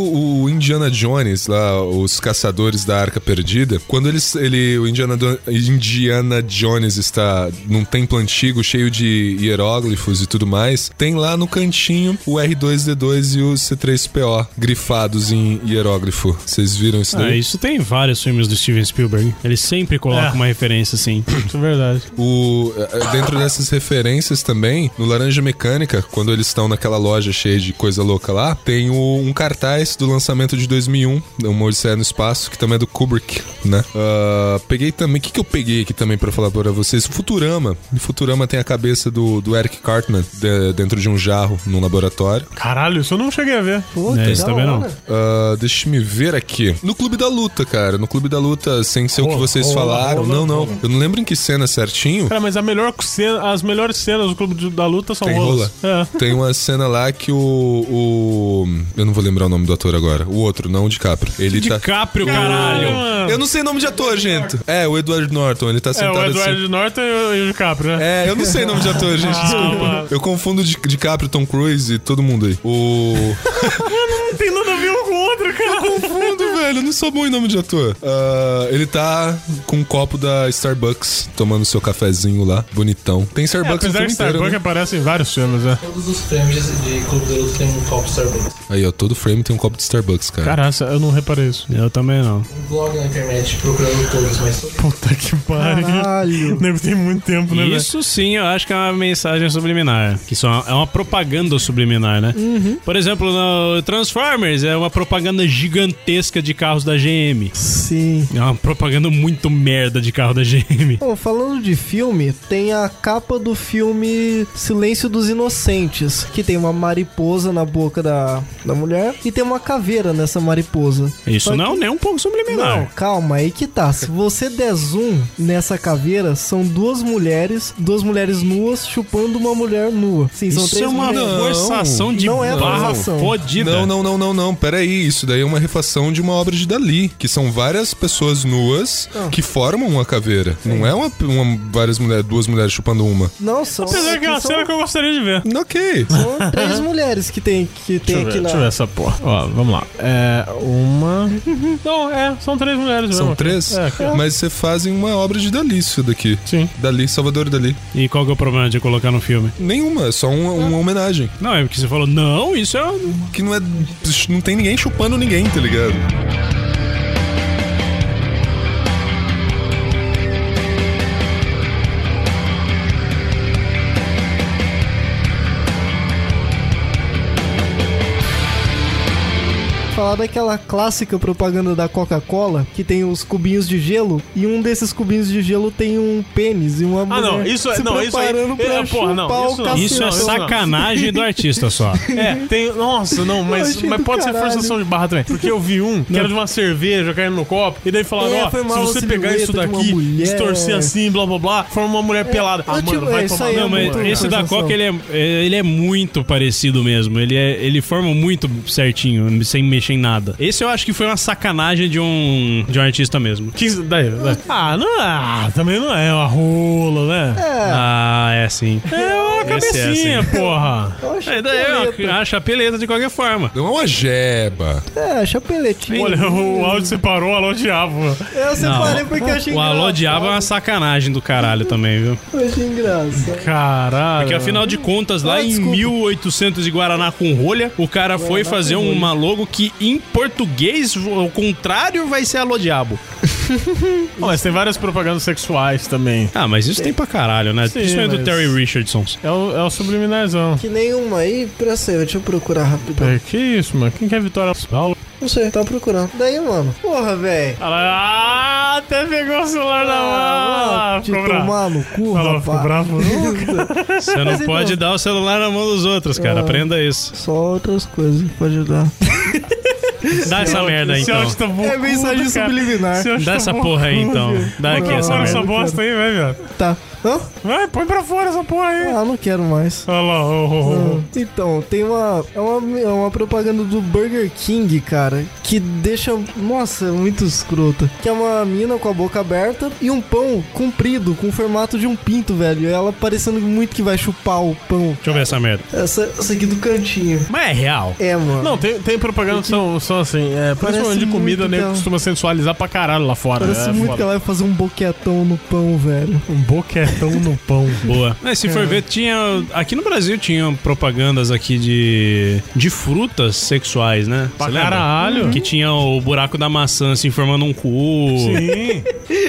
[SPEAKER 2] o Indiana Jones, lá, os Caçadores da Arca Perdida. Quando eles, ele, o Indiana, Do- Indiana Jones está num templo antigo cheio de hieróglifos e tudo mais, tem lá no cantinho o R2D2 e o C3PO grifados em hieróglifo. Vocês viram isso
[SPEAKER 4] Ah,
[SPEAKER 2] daí?
[SPEAKER 4] isso tem em vários filmes do Steven Spielberg. Ele sempre coloca
[SPEAKER 1] É.
[SPEAKER 4] uma referência assim.
[SPEAKER 1] Isso é verdade.
[SPEAKER 2] O- eh, dentro dessas referências também, no Laranja Mecânica, quando eles estão naquela loja cheia de coisa louca lá, tem o- um cartaz do lançamento de 2001, do um, Uma Odisseia no Espaço, que também é do Kubrick, né? Ah, peguei também, o que, que eu peguei aqui também pra falar pra vocês? Futurama. No Futurama tem a cabeça do, do Eric Cartman de- dentro de um jarro num laboratório.
[SPEAKER 1] Caralho, isso eu não cheguei a ver.
[SPEAKER 3] Pô,
[SPEAKER 4] É,
[SPEAKER 3] que
[SPEAKER 4] isso
[SPEAKER 3] da
[SPEAKER 4] também não.
[SPEAKER 3] hora.
[SPEAKER 2] Ah, deixa me ver aqui. No Clube da Luta, cara. No Clube da Luta, sem ser o que
[SPEAKER 1] Rola,
[SPEAKER 2] vocês
[SPEAKER 1] rola,
[SPEAKER 2] falaram.
[SPEAKER 1] rola,
[SPEAKER 2] não, não. Eu não lembro em que cena certinho.
[SPEAKER 1] Cara, mas a melhor cena- as melhores cenas do Clube de- da Luta são
[SPEAKER 2] Tem rola.
[SPEAKER 1] rolas. É.
[SPEAKER 2] Tem uma cena lá que o, o- Eu não vou lembrar o nome do ator agora. O outro, não o DiCaprio. Ele tá.
[SPEAKER 4] DiCaprio, caralho!
[SPEAKER 1] Mano.
[SPEAKER 2] Eu não sei nome de ator, gente. É, o Edward Norton. Ele tá
[SPEAKER 1] É,
[SPEAKER 2] sentado
[SPEAKER 1] o Edward
[SPEAKER 2] assim.
[SPEAKER 1] Norton e o- e o DiCaprio, né?
[SPEAKER 2] É, eu não sei nome de ator, gente. Desculpa.
[SPEAKER 1] mano.
[SPEAKER 2] Eu confundo Di- DiCaprio, Tom Cruise e todo mundo aí. O. É.
[SPEAKER 1] Não tem nada a ver um com o outro, cara.
[SPEAKER 2] Confundo, velho. Eu não sou bom em nome de ator. Ah, ele tá com um copo da Starbucks, tomando seu cafezinho lá, bonitão. Tem
[SPEAKER 1] É,
[SPEAKER 2] Starbucks no
[SPEAKER 1] apesar
[SPEAKER 2] filme
[SPEAKER 1] que
[SPEAKER 2] inteiro.
[SPEAKER 1] Starbucks
[SPEAKER 2] né?
[SPEAKER 1] aparece em vários filmes, né?
[SPEAKER 7] Todos os prêmios de Clube do Luto tem um copo Starbucks.
[SPEAKER 1] é-
[SPEAKER 2] Aí, ó, todo frame tem um copo de Starbucks, cara.
[SPEAKER 1] Caraca, eu não reparei isso.
[SPEAKER 4] Eu também não.
[SPEAKER 7] Um blog na internet procurando todos, mas todos
[SPEAKER 1] Puta que pariu.
[SPEAKER 3] Caralho.
[SPEAKER 1] Nego tem muito tempo, né, velho?
[SPEAKER 4] Isso sim, eu acho que é uma mensagem subliminar. Que só é uma propaganda subliminar, né?
[SPEAKER 3] Uhum.
[SPEAKER 4] Por exemplo, no Transformers é uma propaganda gigantesca de carros da GM.
[SPEAKER 3] Sim.
[SPEAKER 4] É uma propaganda muito merda de carro da GM.
[SPEAKER 3] Bom, falando de filme, tem a capa do filme Silêncio dos Inocentes, que tem uma mariposa na boca da, da mulher e tem uma caveira nessa mariposa.
[SPEAKER 4] Isso
[SPEAKER 3] Só
[SPEAKER 4] não é nem um pouco
[SPEAKER 3] Não,
[SPEAKER 4] subliminar.
[SPEAKER 3] calma, aí que tá. Se você der zoom nessa caveira, são duas mulheres, duas mulheres nuas chupando uma mulher nua. Sim, são
[SPEAKER 4] Isso
[SPEAKER 3] três
[SPEAKER 4] é uma
[SPEAKER 3] mulheres.
[SPEAKER 4] forçação de
[SPEAKER 3] Não é
[SPEAKER 4] barra
[SPEAKER 3] forçação.
[SPEAKER 4] fodida.
[SPEAKER 2] Não, não, não, não, não. Peraí, isso daí é uma refação de uma obra de Dali, que são várias pessoas nuas que formam uma caveira. Não é uma, uma- várias mulheres, duas mulheres chupando uma.
[SPEAKER 3] Não, são,
[SPEAKER 1] Apesar que é uma
[SPEAKER 3] são,
[SPEAKER 1] cena que eu gostaria de ver.
[SPEAKER 2] Ok.
[SPEAKER 3] são três mulheres que tem, que tem aqui na...
[SPEAKER 1] essa porra. Ó, vamos lá. É, uma. Não, é, são três mulheres mesmo.
[SPEAKER 2] São três?
[SPEAKER 1] É, aqui, ó.
[SPEAKER 2] Mas você fazem uma obra de Dali, isso daqui.
[SPEAKER 1] Sim.
[SPEAKER 2] Dali, Salvador Dali.
[SPEAKER 4] E qual que é o problema de colocar no filme?
[SPEAKER 2] Nenhuma, é só uma, uma homenagem.
[SPEAKER 4] Não, é porque você falou, não, isso é
[SPEAKER 2] Que não é. Não tem ninguém chupando ninguém, tá ligado?
[SPEAKER 3] Falar daquela clássica propaganda da Coca-Cola, que tem os cubinhos de gelo, e um desses cubinhos de gelo tem um pênis e uma
[SPEAKER 1] Ah,
[SPEAKER 3] mulher
[SPEAKER 1] não, isso é.
[SPEAKER 3] se
[SPEAKER 1] Não, isso aí.
[SPEAKER 3] preparando pra
[SPEAKER 1] é, porra, não.
[SPEAKER 3] chupar
[SPEAKER 1] Isso, não,
[SPEAKER 3] o cacete.
[SPEAKER 4] Isso é
[SPEAKER 1] isso não.
[SPEAKER 4] sacanagem do artista só.
[SPEAKER 1] É, tem. Nossa, não, mas,
[SPEAKER 3] Uhum. achei
[SPEAKER 1] mas
[SPEAKER 3] do
[SPEAKER 1] pode ser
[SPEAKER 3] caralho.
[SPEAKER 1] forçação de barra também. Porque eu vi um que era de uma cerveja caindo no copo, e daí falaram:
[SPEAKER 3] É,
[SPEAKER 1] ó,
[SPEAKER 3] foi uma
[SPEAKER 1] se você pegar
[SPEAKER 3] silhueta
[SPEAKER 1] isso
[SPEAKER 3] de uma
[SPEAKER 1] daqui,
[SPEAKER 3] mulher.
[SPEAKER 1] distorcer assim, blá blá blá, forma uma mulher pelada. Ah,
[SPEAKER 3] ótimo,
[SPEAKER 1] mano, vai
[SPEAKER 3] é, isso
[SPEAKER 1] tomar
[SPEAKER 3] aí é
[SPEAKER 1] no
[SPEAKER 4] Não,
[SPEAKER 1] cu,
[SPEAKER 4] mas
[SPEAKER 3] muito
[SPEAKER 1] cara.
[SPEAKER 4] esse da
[SPEAKER 3] sensação.
[SPEAKER 4] é, Coca, ele é, ele é muito parecido mesmo. Ele, é, ele forma muito certinho, sem encaixa em nada. Esse eu acho que foi uma sacanagem de um, de um artista mesmo.
[SPEAKER 1] 15, daí, daí. Ah, não ah, também não é uma rola, né?
[SPEAKER 4] Ah, é sim.
[SPEAKER 1] É uma
[SPEAKER 4] Esse é
[SPEAKER 1] cabecinha,
[SPEAKER 4] assim.
[SPEAKER 1] porra.
[SPEAKER 3] Eu acho
[SPEAKER 4] É, daí é
[SPEAKER 3] peleta.
[SPEAKER 4] uma, a chapeleta de qualquer forma.
[SPEAKER 2] Não é uma jeba.
[SPEAKER 3] É, chapeletinho.
[SPEAKER 1] Olha, o áudio separou, alô diabo.
[SPEAKER 3] Eu separei
[SPEAKER 4] Não.
[SPEAKER 3] porque eu achei
[SPEAKER 4] O Alô
[SPEAKER 3] engraçado.
[SPEAKER 4] Diabo é uma sacanagem do caralho também, viu?
[SPEAKER 3] Eu achei engraçado.
[SPEAKER 1] Caralho.
[SPEAKER 4] Porque É afinal de contas, lá
[SPEAKER 3] Ah,
[SPEAKER 4] em
[SPEAKER 3] desculpa.
[SPEAKER 4] 1800 e Guaraná com rolha, o cara foi fazer uma logo que em português, ao contrário, vai ser Alô Diabo.
[SPEAKER 1] Não, mas tem várias propagandas sexuais também.
[SPEAKER 4] Ah, mas isso tem pra caralho, né?
[SPEAKER 1] Sim,
[SPEAKER 4] Principalmente do
[SPEAKER 1] mas-
[SPEAKER 4] Terry Richardson.
[SPEAKER 1] É o, é o subliminarzão.
[SPEAKER 3] Que nenhuma aí, pra ser, deixa eu procurar rapidão.
[SPEAKER 1] É, que isso, mano? Quem quer vitória? São Paulo?
[SPEAKER 3] Não sei, tava procurando. Daí, mano. Porra, velho.
[SPEAKER 1] Ah, até pegou o celular na mão.
[SPEAKER 3] Ah, te
[SPEAKER 1] Ah, Ficou bravo.
[SPEAKER 3] tomar no cu,
[SPEAKER 1] Falou, ficou
[SPEAKER 3] rapaz.
[SPEAKER 1] bravo.
[SPEAKER 4] Você não
[SPEAKER 3] Mas
[SPEAKER 4] pode dar o celular na mão dos outros, cara.
[SPEAKER 3] Ah.
[SPEAKER 4] Aprenda isso.
[SPEAKER 3] Só outras coisas pra ajudar.
[SPEAKER 4] Dá essa merda aí,
[SPEAKER 1] Esse
[SPEAKER 4] então.
[SPEAKER 1] áudio tá bocudo,
[SPEAKER 3] É mensagem
[SPEAKER 1] cara.
[SPEAKER 3] subliminar.
[SPEAKER 1] Esse áudio
[SPEAKER 4] Dá
[SPEAKER 1] tá
[SPEAKER 4] essa
[SPEAKER 1] bocudo.
[SPEAKER 4] porra aí, então. Dá aqui essa
[SPEAKER 1] Fora essa
[SPEAKER 4] merda.
[SPEAKER 1] bosta aí, vai, viado.
[SPEAKER 3] Tá. Hã?
[SPEAKER 1] Vai, põe pra fora essa porra aí.
[SPEAKER 3] Ah, não quero mais.
[SPEAKER 1] Olha lá, ô, ô, ô.
[SPEAKER 3] Ah, Então, tem uma é, uma. é uma propaganda do Burger King, cara, que deixa. Nossa, muito escrota. Que é uma mina com a boca aberta e um pão comprido, com o formato de um pinto, velho. E ela parecendo muito que vai chupar o pão.
[SPEAKER 4] Deixa eu ver essa merda.
[SPEAKER 3] Essa, essa aqui do cantinho.
[SPEAKER 4] Mas é real.
[SPEAKER 3] É, mano.
[SPEAKER 1] Não, tem, tem propaganda que são, são assim, é, principalmente de comida, o
[SPEAKER 3] muito
[SPEAKER 1] nego
[SPEAKER 3] dela.
[SPEAKER 1] costuma sensualizar pra caralho lá fora.
[SPEAKER 3] Parece
[SPEAKER 1] é,
[SPEAKER 3] muito que
[SPEAKER 1] foda.
[SPEAKER 3] ela vai fazer um boquetão no pão, velho.
[SPEAKER 1] Um boquetão no pão.
[SPEAKER 4] Boa. Mas se for ver, tinha. Aqui no Brasil tinham propagandas aqui de. de frutas sexuais, né?
[SPEAKER 1] Pra
[SPEAKER 4] Você lembra?
[SPEAKER 1] caralho.
[SPEAKER 4] Que tinha o buraco da maçã se formando um cu.
[SPEAKER 1] Sim.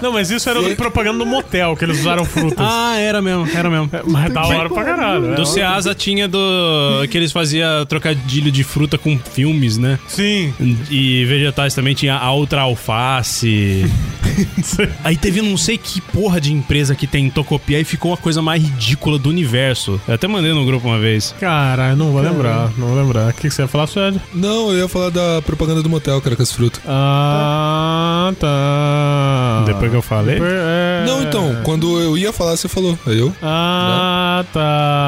[SPEAKER 1] Não, mas isso era propaganda do motel, que eles usaram frutas. É,
[SPEAKER 4] Ah, era mesmo, era mesmo.
[SPEAKER 1] mas da hora pra caralho.
[SPEAKER 4] Do
[SPEAKER 1] é.
[SPEAKER 4] Ceasa tinha do. que eles faziam trocadilho de fruta com filmes, né?
[SPEAKER 1] Sim.
[SPEAKER 4] E vegetais também tinha a outra alface. Aí teve não sei que porra de empresa que tentou copiar e ficou a coisa mais ridícula do universo. Eu até mandei no grupo uma vez.
[SPEAKER 1] Caralho, não vou lembrar, não vou lembrar. O que, que você ia falar, Suede?
[SPEAKER 2] Não, eu ia falar da propaganda do motel, cara, com as frutas.
[SPEAKER 1] Ah, tá.
[SPEAKER 4] Depois que eu falei.
[SPEAKER 1] Depois- é.
[SPEAKER 2] Não, então, quando eu ia falar, você falou. Aí eu.
[SPEAKER 1] Ah,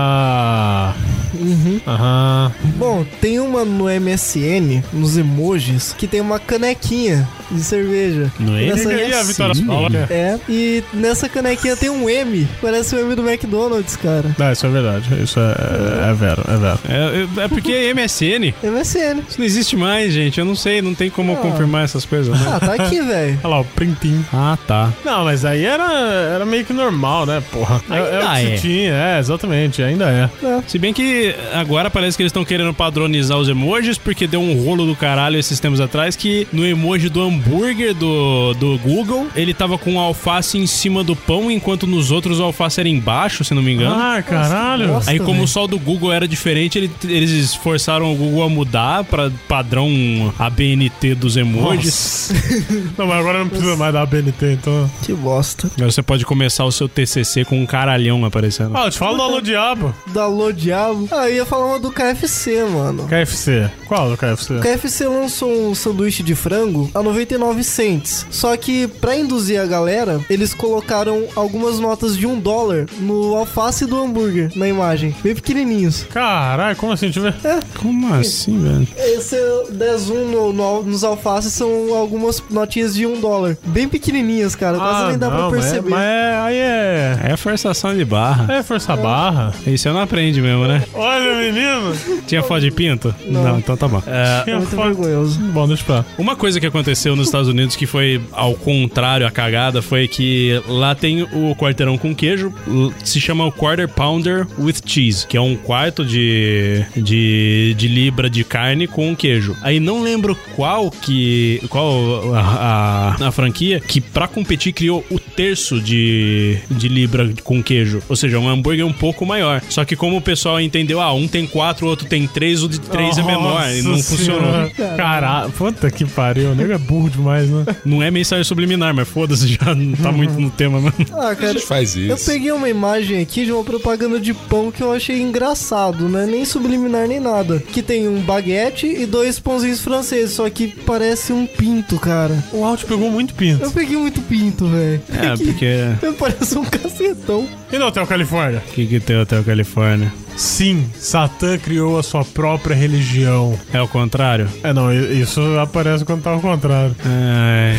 [SPEAKER 1] tá. Uhum. Aham.
[SPEAKER 3] Bom, tem uma no MSN, nos emojis, que tem uma canequinha de cerveja.
[SPEAKER 4] Não é?
[SPEAKER 3] Nessa
[SPEAKER 1] E aí, a Vitória
[SPEAKER 4] Sim.
[SPEAKER 1] fala? É.
[SPEAKER 3] É, e nessa canequinha tem um M. Parece o M do McDonald's, cara.
[SPEAKER 1] Ah, isso é verdade. Isso é, é vero, é vero.
[SPEAKER 4] É, é porque é MSN.
[SPEAKER 3] MSN.
[SPEAKER 4] Isso não existe mais, gente. Eu não sei, não tem como eu confirmar essas coisas, né?
[SPEAKER 3] Ah, tá aqui, velho.
[SPEAKER 1] Olha lá, o printinho.
[SPEAKER 4] Ah, tá.
[SPEAKER 1] Não, mas aí era, era meio que normal, né, porra? É- é, o
[SPEAKER 4] Ainda
[SPEAKER 1] que
[SPEAKER 4] é.
[SPEAKER 1] se tinha, é, exatamente, ainda é.
[SPEAKER 4] Se bem que agora parece que eles estão querendo padronizar os emojis, porque deu um rolo do caralho esses tempos atrás que no emoji do hambúrguer do, do Google, ele tava com a alface em cima do pão, enquanto nos outros o alface era embaixo, se não me engano.
[SPEAKER 1] Ah, caralho.
[SPEAKER 3] bosta.
[SPEAKER 4] Aí, como
[SPEAKER 3] velho.
[SPEAKER 4] o sol do Google era diferente, ele- eles forçaram o Google a mudar pra padrão ABNT dos emojis.
[SPEAKER 1] Nossa. não, mas agora não precisa mais da BNT, então.
[SPEAKER 3] Que bosta.
[SPEAKER 4] Agora você pode começar o seu TCC com um caralhão aparecendo.
[SPEAKER 1] Ah, eu te falo do Alô Diabo.
[SPEAKER 3] Da Alô Diabo. Ah, eu ia falar uma do KFC, mano.
[SPEAKER 1] KFC. Qual do KFC?
[SPEAKER 3] O KFC lançou um sanduíche de frango a 99 cents. Só que, pra induzir a galera, eles colocaram algumas notas de um dólar no alface do hambúrguer, na imagem. Bem pequenininhos.
[SPEAKER 1] Caralho, como assim? Deixa eu ver.
[SPEAKER 4] Como assim, velho?
[SPEAKER 3] Esse 10 um no, no- nos alfaces são algumas notinhas de um dólar. Bem pequenininhas, cara. Quase nem dá pra
[SPEAKER 1] mas é-
[SPEAKER 3] perceber.
[SPEAKER 1] Mas é, aí é.
[SPEAKER 4] É forçação de barra.
[SPEAKER 1] É força barra.
[SPEAKER 4] Isso eu não aprende mesmo, né?
[SPEAKER 1] Olha, menino.
[SPEAKER 4] Tinha foto de pinto? Não, então tá bom. É,
[SPEAKER 1] Tinha
[SPEAKER 3] É muito
[SPEAKER 1] foto-
[SPEAKER 3] vergonhoso.
[SPEAKER 1] Bom, deixa pra. lá.
[SPEAKER 4] uma coisa que aconteceu nos Estados Unidos que foi ao contrário a cagada foi que lá tem o quarteirão com queijo, l- se chama o Quarter Pounder with Cheese, que é um quarto de, de, de libra de carne com queijo. Aí não lembro qual que. qual a, a, a franquia que pra competir criou o terço de, de libra com queijo. Ou seja, um hambúrguer um pouco maior. Só que como o pessoal entendeu, ah, um tem quatro, o outro tem três, o de três é menor. E não
[SPEAKER 1] Nossa
[SPEAKER 4] funcionou.
[SPEAKER 1] Senhora. Caralho, puta que pariu. O nego é burro demais, né?
[SPEAKER 4] Não é mensagem subliminar, mas foda-se, já não tá muito no tema, mano.
[SPEAKER 3] Ah,
[SPEAKER 2] A
[SPEAKER 3] cara.
[SPEAKER 2] gente faz
[SPEAKER 3] Eu
[SPEAKER 2] isso.
[SPEAKER 3] peguei uma imagem aqui de uma propaganda de pão que eu achei engraçado, né? Nem subliminar nem nada. Que tem um baguete e dois pãozinhos franceses, só que parece um pinto, cara.
[SPEAKER 1] O áudio pegou muito pinto.
[SPEAKER 3] Eu peguei muito pinto, velho.
[SPEAKER 4] É, porque.
[SPEAKER 3] Parece um cacetão.
[SPEAKER 1] E no Hotel Califórnia?
[SPEAKER 4] O que, que tem o Hotel Califórnia?
[SPEAKER 1] Sim, Satã criou a sua própria religião.
[SPEAKER 4] É o contrário?
[SPEAKER 1] É, não, i- isso aparece quando tá ao contrário.
[SPEAKER 4] Ai,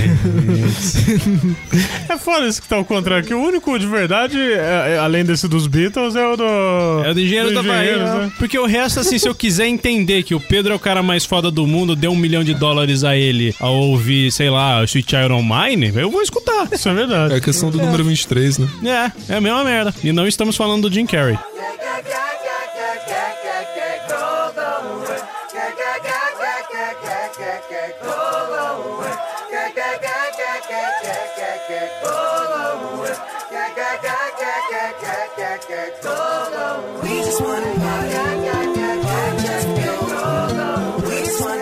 [SPEAKER 1] É foda isso que tá ao contrário, que o único de verdade, é- é- além desse dos Beatles, é o do.
[SPEAKER 4] é o do engenheiro
[SPEAKER 1] do
[SPEAKER 4] da Bahia.
[SPEAKER 1] Engenheiros, né?
[SPEAKER 4] Porque o resto, assim, se eu quiser entender que o Pedro é o cara mais foda do mundo, deu um milhão de dólares a ele ao ouvir, sei lá, Sweet Child On Mine, eu vou escutar.
[SPEAKER 1] Isso é verdade.
[SPEAKER 2] É a questão do número 23, né?
[SPEAKER 4] É, é a mesma merda. E não estamos falando do Jim Carrey.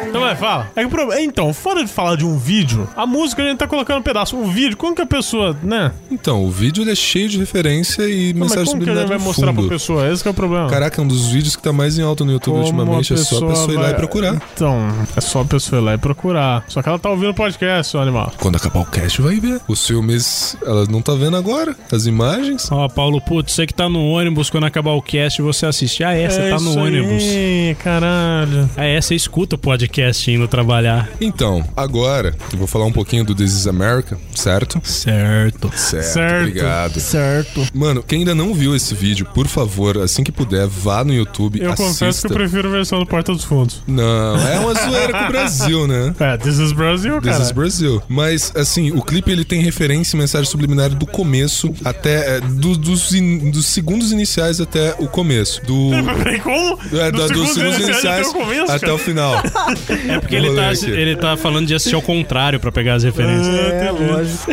[SPEAKER 1] Então vai, fala. É que o problema- Então, fora de falar de um vídeo, a música a gente tá colocando um pedaço. O vídeo, como que a pessoa, né?
[SPEAKER 2] Então, o vídeo ele é cheio de referência e
[SPEAKER 1] Não,
[SPEAKER 2] mensagem
[SPEAKER 1] mas como que a
[SPEAKER 2] subliminar
[SPEAKER 1] gente vai
[SPEAKER 2] no
[SPEAKER 1] mostrar
[SPEAKER 2] fundo.
[SPEAKER 1] pra pessoa? Esse que é o problema.
[SPEAKER 2] Caraca, é um dos vídeos que tá mais em alta no YouTube
[SPEAKER 1] Como
[SPEAKER 2] ultimamente. É só a pessoa ir lá
[SPEAKER 1] vai-
[SPEAKER 2] e procurar.
[SPEAKER 1] Então, é só a pessoa ir lá e procurar. Só que ela tá ouvindo podcast, seu animal.
[SPEAKER 2] Quando acabar o cast, vai ver. Os filmes, ela não tá vendo agora. As imagens.
[SPEAKER 4] Então, Ó, Paulo, putz, você que tá no ônibus, quando acabar o cast, você assiste. Ah, é, você tá no
[SPEAKER 1] isso
[SPEAKER 4] ônibus.
[SPEAKER 1] Aí, caralho.
[SPEAKER 4] Ah, é, você escuta o podcast indo trabalhar.
[SPEAKER 2] Então, agora, eu vou falar um pouquinho do This is America, certo?
[SPEAKER 4] Certo.
[SPEAKER 2] Certo.
[SPEAKER 1] Certo.
[SPEAKER 2] Obrigado.
[SPEAKER 3] Certo.
[SPEAKER 2] Mano, quem ainda não viu esse vídeo, por favor, assim que puder, vá no YouTube,
[SPEAKER 1] Eu
[SPEAKER 2] assista.
[SPEAKER 1] confesso que eu prefiro a versão do Porta dos Fundos.
[SPEAKER 2] Não, é uma zoeira com o Brasil, né?
[SPEAKER 1] É, This is Brasil,
[SPEAKER 2] This
[SPEAKER 1] cara.
[SPEAKER 2] is Brazil. Mas, assim, o clipe ele tem referência e mensagem subliminar do começo até. é, do- dos, in- dos segundos iniciais até o começo. Do.
[SPEAKER 1] Peraí, como?
[SPEAKER 2] é, da- dos segundos
[SPEAKER 1] até
[SPEAKER 2] iniciais
[SPEAKER 1] o começo,
[SPEAKER 2] até
[SPEAKER 1] cara.
[SPEAKER 2] o final.
[SPEAKER 4] É porque ele tá,
[SPEAKER 2] Moleque.
[SPEAKER 4] ele tá falando de assistir ao contrário pra pegar as referências.
[SPEAKER 3] É, lógico.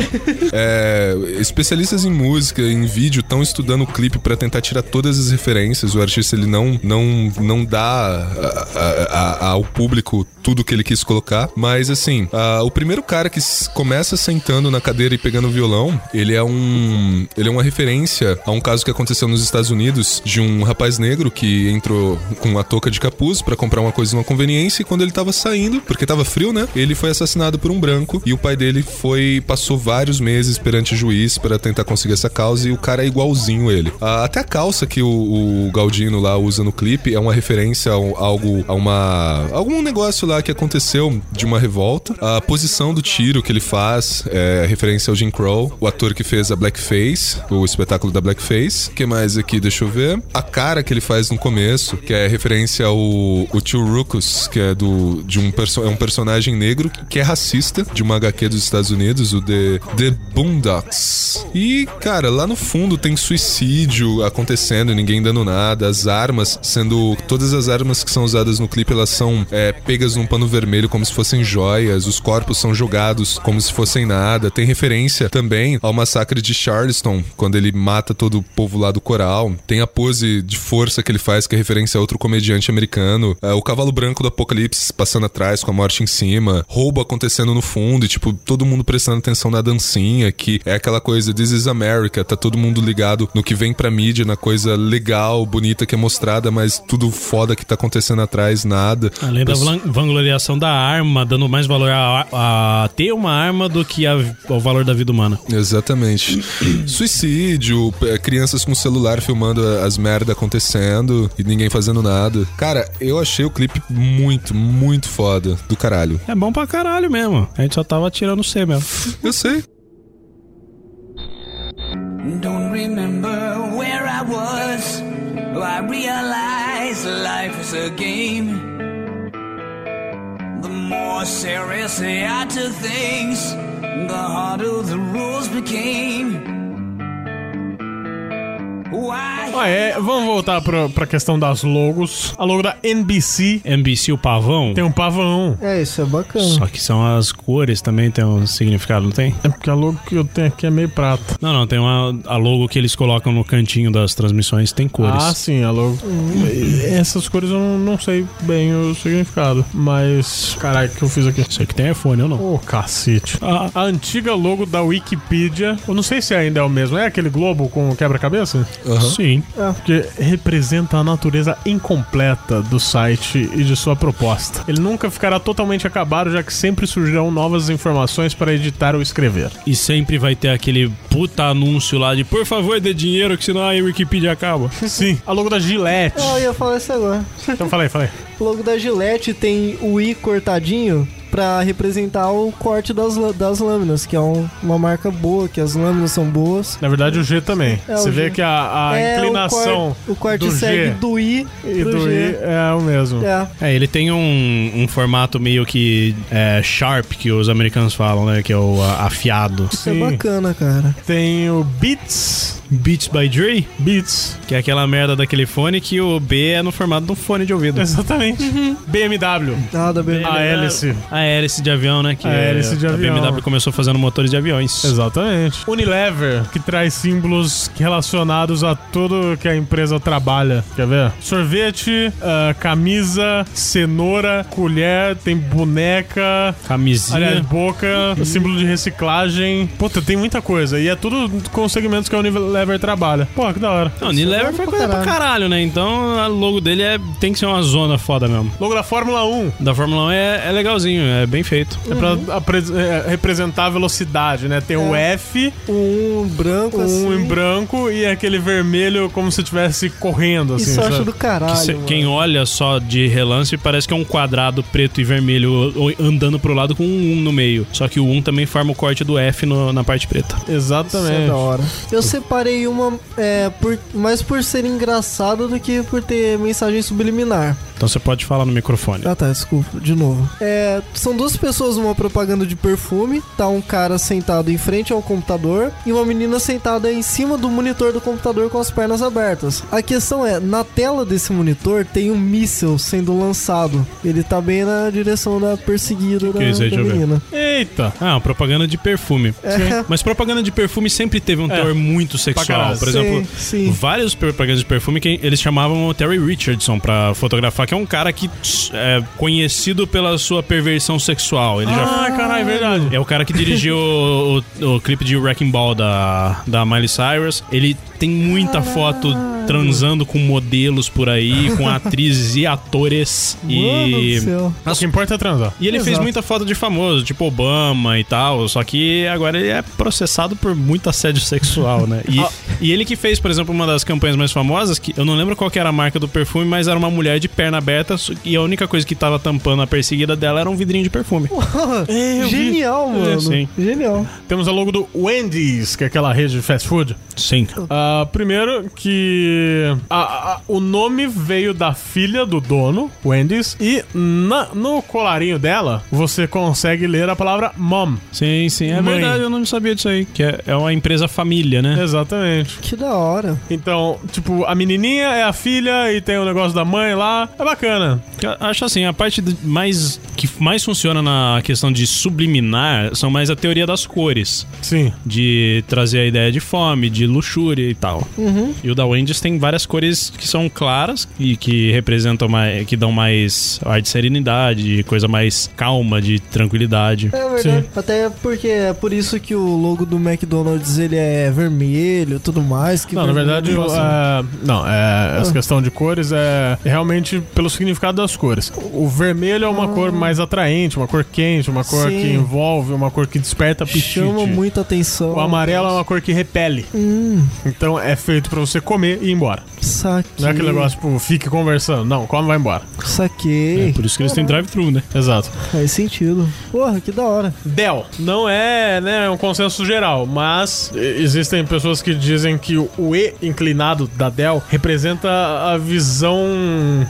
[SPEAKER 2] É, especialistas em música, em vídeo, estão estudando o clipe pra tentar tirar todas as referências. O artista ele não não não dá a- a- a- ao público tudo que ele quis colocar, mas assim, ah, o primeiro cara que s- começa sentando na cadeira e pegando o violão, ele é um ele é uma referência a um caso que aconteceu nos Estados Unidos de um rapaz negro que entrou com uma touca de capuz pra comprar uma coisa numa conveniência e quando ele tava saindo, porque tava frio, né? Ele foi assassinado por um branco e o pai dele foi passou vários meses perante o juiz pra tentar conseguir essa causa e o cara é igualzinho ele. Ah, até a calça que o, o Galdino lá usa no clipe é uma referência a, um- algo a uma algum negócio lá que aconteceu de uma revolta. A posição do tiro que ele faz é referência ao Jim Crow, o ator que fez a Blackface, o espetáculo da Blackface. O que mais aqui? Deixa eu ver. A cara que ele faz no começo, que é referência ao o tio Ruckus, que é do de um, perso é um personagem negro que é racista de uma HQ dos Estados Unidos, o The, The Boondocks. E, cara, lá no fundo tem suicídio acontecendo, ninguém dando nada, as armas sendo. Todas as armas que são usadas no clipe, elas são é, pegas num pano vermelho como se fossem joias, os corpos são jogados como se fossem nada. Tem referência também ao massacre de Charleston, quando ele mata todo o povo lá do coral. Tem a pose de força que ele faz, que é referência a outro comediante americano. É, o cavalo branco do apocalipse passando atrás com a morte em cima. Roubo acontecendo no fundo e, tipo, todo mundo prestando atenção na dancinha, que é aquela coisa This is America, tá todo mundo ligado no que vem pra mídia, na coisa legal, bonita que é mostrada, mas tudo foda que tá acontecendo atrás, nada.
[SPEAKER 4] Além da
[SPEAKER 2] Pessoa-
[SPEAKER 4] van- vangloriação da arma, dando mais valor a, a ter uma arma do que a- ao valor da vida humana.
[SPEAKER 2] Exatamente. Suicídio, p- crianças com celular filmando a- as merda acontecendo e ninguém fazendo nada. Cara, eu achei o clipe muito, muito foda. Do caralho.
[SPEAKER 4] É bom pra caralho mesmo. A gente só tava tirando C mesmo.
[SPEAKER 2] Eu sei.
[SPEAKER 6] Don't remember where I was. Oh, I realize life is a game. The more seriously I took things, the harder the rules became. Why?
[SPEAKER 1] Ah, é, vamos voltar pra, pra questão das logos. A logo da NBC
[SPEAKER 4] NBC, o pavão.
[SPEAKER 1] tem um pavão.
[SPEAKER 3] É, isso é bacana.
[SPEAKER 4] Só que são as cores também, tem um significado, não tem?
[SPEAKER 1] É porque a logo que eu tenho aqui é meio prata.
[SPEAKER 4] Não, não, tem uma, a logo que eles colocam no cantinho das transmissões, tem cores.
[SPEAKER 1] Ah, sim, a logo. Essas cores eu não, não sei bem o significado. Mas. Caralho, o que eu fiz aqui?
[SPEAKER 4] Isso aqui tem iPhone ou não?
[SPEAKER 1] Ô, cacete. A, a antiga logo da Wikipedia. Eu não sei se ainda é o mesmo. É aquele globo com quebra-cabeça?
[SPEAKER 4] Sim.
[SPEAKER 1] Porque representa a natureza incompleta do site e de sua proposta. Ele nunca ficará totalmente acabado, já que sempre surgirão novas informações para editar ou escrever.
[SPEAKER 4] E sempre vai ter aquele puta anúncio lá de por favor dê dinheiro, que senão a Wikipedia acaba.
[SPEAKER 1] Sim. A logo da Gillette.
[SPEAKER 3] Ah, eu ia falar isso agora.
[SPEAKER 1] Então falei, falei.
[SPEAKER 3] O logo da Gillette tem o I cortadinho pra representar o corte das, lã- das lâminas, que é um- uma marca boa, que as lâminas são boas.
[SPEAKER 1] Na verdade, o G também.
[SPEAKER 3] É,
[SPEAKER 1] Você
[SPEAKER 3] o
[SPEAKER 1] vê
[SPEAKER 3] G.
[SPEAKER 1] que a, a
[SPEAKER 3] É, o
[SPEAKER 1] inclinação
[SPEAKER 3] cor- o corte
[SPEAKER 1] do
[SPEAKER 3] segue
[SPEAKER 1] G
[SPEAKER 3] do I
[SPEAKER 1] e
[SPEAKER 3] pro
[SPEAKER 1] do I
[SPEAKER 3] G.
[SPEAKER 1] é o mesmo.
[SPEAKER 3] É.
[SPEAKER 4] É, ele tem um, um formato meio que é, sharp, que os americanos falam, né? Que é o a- afiado.
[SPEAKER 3] Isso é bacana, cara.
[SPEAKER 1] Tem o Beats.
[SPEAKER 4] Beats by Dre,
[SPEAKER 1] Beats.
[SPEAKER 4] que é aquela merda daquele fone que o B é no formato de um fone de ouvido. é
[SPEAKER 1] Exatamente. BMW.
[SPEAKER 3] Nada bem.
[SPEAKER 1] A hélice.
[SPEAKER 4] A hélice de avião, né? Que
[SPEAKER 1] A hélice de
[SPEAKER 4] a
[SPEAKER 1] avião.
[SPEAKER 4] BMW começou fazendo motores de aviões.
[SPEAKER 1] Exatamente. Unilever, que traz símbolos relacionados a tudo que a empresa trabalha. Quer ver? Sorvete, ah, camisa, cenoura, colher, tem boneca,
[SPEAKER 4] Camisinha.
[SPEAKER 1] Aliás, boca, símbolo de reciclagem. Puta, tem muita coisa. E é tudo com os segmentos que a Unilever trabalha. Porra, que da hora.
[SPEAKER 4] Não, Unilever foi coisa pra caralho, né? Então a logo dele é, tem que ser uma zona foda mesmo.
[SPEAKER 1] Logo da Fórmula 1.
[SPEAKER 4] Da Fórmula 1 é, é legalzinho, é bem feito.
[SPEAKER 1] É pra
[SPEAKER 3] Uhum.
[SPEAKER 1] apres- é, representar a velocidade, né? Tem o
[SPEAKER 3] É.
[SPEAKER 1] F,
[SPEAKER 3] Um branco
[SPEAKER 1] um
[SPEAKER 3] assim.
[SPEAKER 1] em branco e aquele vermelho como se estivesse correndo, assim.
[SPEAKER 3] Isso eu acho
[SPEAKER 1] sabe?
[SPEAKER 3] do caralho.
[SPEAKER 4] Cê-
[SPEAKER 3] mano.
[SPEAKER 4] quem olha só de relance parece que é um quadrado preto e vermelho o- o- andando pro lado com um 1 no meio. Só que o 1 também forma o corte do F no- na parte preta.
[SPEAKER 3] Isso é
[SPEAKER 1] Exatamente.
[SPEAKER 3] da hora. Eu separei uma é, por, mais por ser engraçado do que por ter mensagem subliminar.
[SPEAKER 4] Então você pode falar no microfone.
[SPEAKER 3] Ah tá, desculpa, de novo. É, são duas pessoas numa propaganda de perfume. Tá um cara sentado em frente ao computador e uma menina sentada em cima do monitor do computador com as pernas abertas. A questão é, na tela desse monitor tem um míssil sendo lançado. Ele tá bem na direção da perseguida da,
[SPEAKER 4] que é isso aí?
[SPEAKER 3] da
[SPEAKER 4] Deixa eu ver.
[SPEAKER 3] menina.
[SPEAKER 1] Eita!
[SPEAKER 4] Ah, propaganda de perfume.
[SPEAKER 3] É.
[SPEAKER 4] Mas propaganda de perfume sempre teve um teor muito sexual.
[SPEAKER 1] caralho.
[SPEAKER 4] Por exemplo,
[SPEAKER 3] Sim, sim.
[SPEAKER 4] vários propagandas de perfume que eles chamavam o Terry Richardson pra fotografar, que é um cara que tss, é conhecido pela sua perversão sexual. Ele já
[SPEAKER 1] Ah, caralho, é verdade.
[SPEAKER 4] É o cara que dirigiu o, o- o clipe de Wrecking Ball da, da Miley Cyrus. Ele tem
[SPEAKER 3] Ah.
[SPEAKER 4] muita foto transando com modelos por aí, com atrizes e atores.
[SPEAKER 3] Mano
[SPEAKER 4] e.
[SPEAKER 3] do céu.
[SPEAKER 1] O que importa é transar.
[SPEAKER 4] E ele fez
[SPEAKER 3] Exato.
[SPEAKER 4] muita foto de famoso, tipo Obama e tal, só que agora ele é processado por muito assédio sexual, né?
[SPEAKER 3] Ah.
[SPEAKER 4] E, e ele que fez, por exemplo, uma das campanhas mais famosas, que eu não lembro qual que era a marca do perfume, mas era uma mulher de perna aberta e a única coisa que tava tampando a perseguida dela era um vidrinho de perfume.
[SPEAKER 3] Genial,
[SPEAKER 4] É,
[SPEAKER 3] mano.
[SPEAKER 4] sim.
[SPEAKER 3] Genial.
[SPEAKER 1] Temos a logo do Wendy's, que é aquela rede de fast food.
[SPEAKER 4] Sim.
[SPEAKER 3] Uhum.
[SPEAKER 1] Ah, primeiro que a- a- o nome veio da filha do dono, Wendy's, e na- no colarinho dela você consegue ler a palavra mom.
[SPEAKER 4] Sim, sim. É
[SPEAKER 1] Mãe.
[SPEAKER 4] verdade, eu não sabia disso aí. Que é, é uma empresa família, né?
[SPEAKER 1] Exatamente.
[SPEAKER 3] Que da hora.
[SPEAKER 1] Então, tipo, a menininha é a filha e tem o negócio da mãe lá. É bacana.
[SPEAKER 4] Eu acho assim, a parte de- mais que mais funciona na questão de subliminar são mais a teoria das cores.
[SPEAKER 1] Sim.
[SPEAKER 4] De trazer a ideia de fome, de luxúria e tal. E o da Wendy's tem várias cores que são claras e que representam mais. que dão mais ar de serenidade, coisa mais calma, de tranquilidade.
[SPEAKER 3] É verdade. Até porque é por isso que o logo do McDonald's ele é vermelho e tudo mais. Que
[SPEAKER 1] Não, na
[SPEAKER 3] vermelho um
[SPEAKER 1] verdade,
[SPEAKER 3] não Ah.
[SPEAKER 1] o-
[SPEAKER 3] passa-
[SPEAKER 1] é, não, é, essa questão de cores é realmente pelo significado das cores. O vermelho é uma cor mais atraente, uma cor quente, uma cor
[SPEAKER 3] Ah. Sim.
[SPEAKER 1] que envolve, uma cor que desperta apetite.
[SPEAKER 3] chama muita atenção.
[SPEAKER 1] O amarelo é uma cor que repele.
[SPEAKER 3] Hum.
[SPEAKER 1] Então é feito pra você comer e ir embora.
[SPEAKER 3] Saquei.
[SPEAKER 1] Não é aquele negócio, É, tipo, fique conversando. Não, come e vai embora.
[SPEAKER 3] Saquei.
[SPEAKER 4] Por isso que eles têm drive-thru, né?
[SPEAKER 1] Exato.
[SPEAKER 3] Faz sentido. Porra, que da hora.
[SPEAKER 1] Dell. Não é, né, um consenso geral, mas e- existem pessoas que dizem que o E inclinado da Dell representa a visão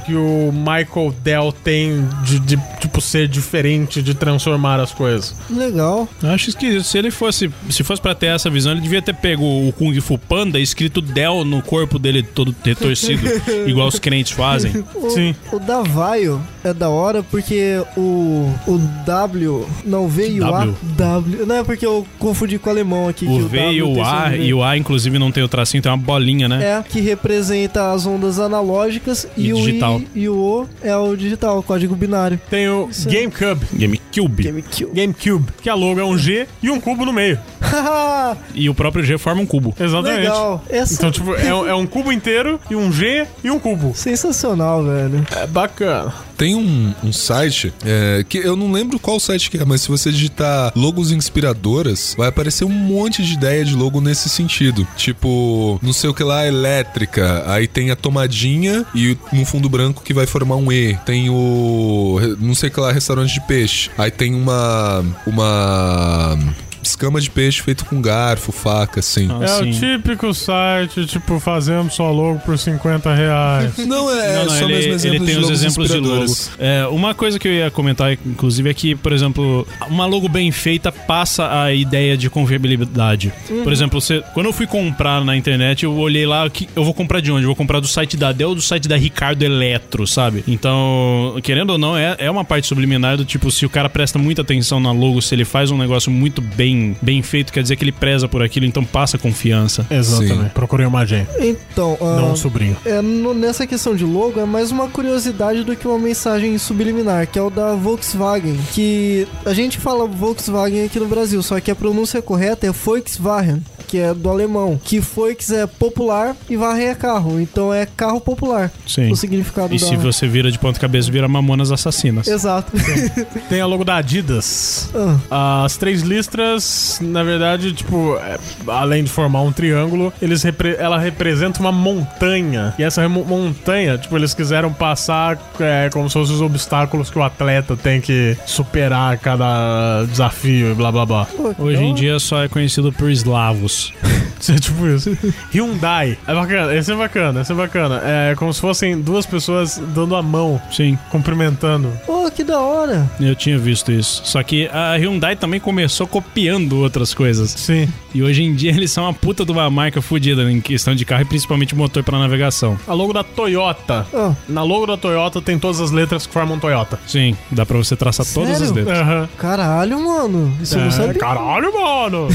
[SPEAKER 1] que o Michael Dell tem de, de, tipo, ser diferente, de transformar as coisas.
[SPEAKER 3] Legal.
[SPEAKER 4] Eu acho esquisito. Se ele fosse. Se fosse pra ter essa visão, ele devia ter pego o Kung Fu Panda e escrito Del no corpo dele todo retorcido, igual os crentes fazem.
[SPEAKER 3] O,
[SPEAKER 1] Sim.
[SPEAKER 3] O da Vaio é da hora porque o, o W não veio
[SPEAKER 4] W?
[SPEAKER 3] A. W. Não é porque eu confundi com o alemão aqui.
[SPEAKER 4] O
[SPEAKER 3] que
[SPEAKER 4] V
[SPEAKER 3] W
[SPEAKER 4] e o
[SPEAKER 3] tem som
[SPEAKER 4] A,
[SPEAKER 3] de V.
[SPEAKER 4] e o A, inclusive, não tem o tracinho, tem uma bolinha, né?
[SPEAKER 3] É, que representa as ondas analógicas e,
[SPEAKER 4] E
[SPEAKER 3] o
[SPEAKER 4] digital.
[SPEAKER 3] I e o O é o digital, o código binário.
[SPEAKER 1] Tem o GameCube.
[SPEAKER 4] GameCube. GameCube.
[SPEAKER 3] GameCube.
[SPEAKER 1] GameCube, que a logo é um G e um cubo no meio.
[SPEAKER 3] Haha,
[SPEAKER 4] E o próprio G forma um cubo.
[SPEAKER 1] Exatamente.
[SPEAKER 3] Legal. Essa-
[SPEAKER 1] Então, tipo, é, um- é um cubo inteiro e um G e um cubo.
[SPEAKER 3] Sensacional, velho.
[SPEAKER 1] É bacana.
[SPEAKER 2] Tem um, um site é, que eu não lembro qual site que é, mas se você digitar logos inspiradoras, vai aparecer um monte de ideia de logo nesse sentido. Tipo, não sei o que lá, elétrica. Aí tem a tomadinha e no fundo branco que vai formar um E. Tem o. Não sei o que lá, restaurante de peixe. Aí tem uma. Uma. Escama de peixe feito com garfo, faca, assim.
[SPEAKER 1] É
[SPEAKER 4] Assim.
[SPEAKER 1] o típico site, tipo, fazemos só logo por 50 reais.
[SPEAKER 2] Não, é
[SPEAKER 4] Não, não,
[SPEAKER 2] só
[SPEAKER 4] ele,
[SPEAKER 2] mesmo exemplo
[SPEAKER 4] ele tem
[SPEAKER 2] de
[SPEAKER 4] os
[SPEAKER 2] logos
[SPEAKER 4] exemplos de
[SPEAKER 2] inspiradores.
[SPEAKER 4] logos. É, uma coisa que eu ia comentar, inclusive, é que, por exemplo, uma logo bem feita passa a ideia de confiabilidade.
[SPEAKER 2] Uhum.
[SPEAKER 4] Por exemplo, você, quando eu fui comprar na internet, eu olhei lá, que, eu vou comprar de onde? Eu vou comprar do site da Dell ou do site da Ricardo Eletro, sabe? Então, querendo ou não, é, é uma parte subliminar do tipo, se o cara presta muita atenção na logo, se ele faz um negócio muito bem, bem feito, quer dizer que ele preza por aquilo, então passa confiança.
[SPEAKER 2] Exatamente.
[SPEAKER 1] Procurei uma agenda,
[SPEAKER 3] Então, ah,
[SPEAKER 1] não um sobrinho.
[SPEAKER 3] é, no- nessa questão de logo, é mais uma curiosidade do que uma mensagem subliminar, que é o da Volkswagen. Que a gente fala Volkswagen aqui no Brasil, só que a pronúncia correta é Volkswagen, que é do alemão. Que Volks é popular e Wagen é carro. Então é carro popular.
[SPEAKER 4] Sim.
[SPEAKER 3] O
[SPEAKER 2] É,
[SPEAKER 3] significado
[SPEAKER 4] E
[SPEAKER 3] da.
[SPEAKER 4] se você vira de ponta cabeça, vira mamonas assassinas.
[SPEAKER 3] Exato.
[SPEAKER 1] Tem a logo da Adidas.
[SPEAKER 3] Ah,
[SPEAKER 1] As três listras, na verdade, tipo, é, além de formar um triângulo, eles repre- ela representa uma montanha. E essa remo- montanha, tipo, eles quiseram passar é, como se fossem os obstáculos que o atleta tem que superar a cada desafio e blá blá blá.
[SPEAKER 3] pô, que
[SPEAKER 4] Hoje
[SPEAKER 3] da
[SPEAKER 4] em
[SPEAKER 3] hora.
[SPEAKER 4] dia só é conhecido por eslavos.
[SPEAKER 1] Isso é tipo isso. Hyundai. É bacana, esse é bacana, esse é bacana. É como se fossem duas pessoas dando a mão,
[SPEAKER 4] Sim,
[SPEAKER 1] cumprimentando.
[SPEAKER 3] Pô, que da hora.
[SPEAKER 4] eu tinha visto isso. Só que a Hyundai também começou copiando outras coisas.
[SPEAKER 1] Sim.
[SPEAKER 4] E hoje em dia eles são uma puta de uma marca fodida em questão de carro e principalmente motor pra navegação.
[SPEAKER 1] A logo da Toyota.
[SPEAKER 3] Ah,
[SPEAKER 1] Na logo da Toyota tem todas as letras que formam Toyota.
[SPEAKER 4] Sim, dá pra você traçar todas as
[SPEAKER 3] Sério?
[SPEAKER 4] letras.
[SPEAKER 1] Aham.
[SPEAKER 3] caralho, mano. Isso eu não
[SPEAKER 4] É.
[SPEAKER 3] sabia.
[SPEAKER 1] Caralho, mano!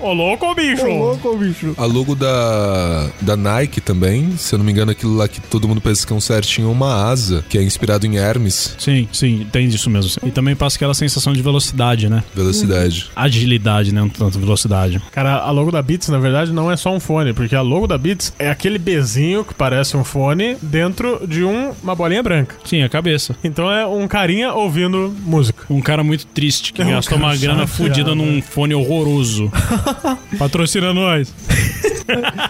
[SPEAKER 1] Ô louco, bicho!
[SPEAKER 3] Ô, louco, bicho.
[SPEAKER 2] A logo da, da Nike também, se eu não me engano, é aquilo lá que todo mundo pensa que é um certinho, é uma asa, que é inspirado em Hermes,
[SPEAKER 4] Sim, sim, tem isso mesmo. E também passa aquela sensação de velocidade, né?
[SPEAKER 2] velocidade.
[SPEAKER 4] Agilidade, né? Não tanto velocidade.
[SPEAKER 1] Cara, a logo da Beats, na verdade, não é só um fone, porque a logo da Beats é aquele bezinho que parece um fone dentro de um- uma bolinha branca.
[SPEAKER 4] Sim, a cabeça.
[SPEAKER 1] Então é um carinha ouvindo música.
[SPEAKER 4] Um cara muito triste que
[SPEAKER 1] É um
[SPEAKER 4] gastou
[SPEAKER 1] cara
[SPEAKER 4] uma grana
[SPEAKER 1] chateado,
[SPEAKER 4] fodida num fone horroroso. Patrocina nós.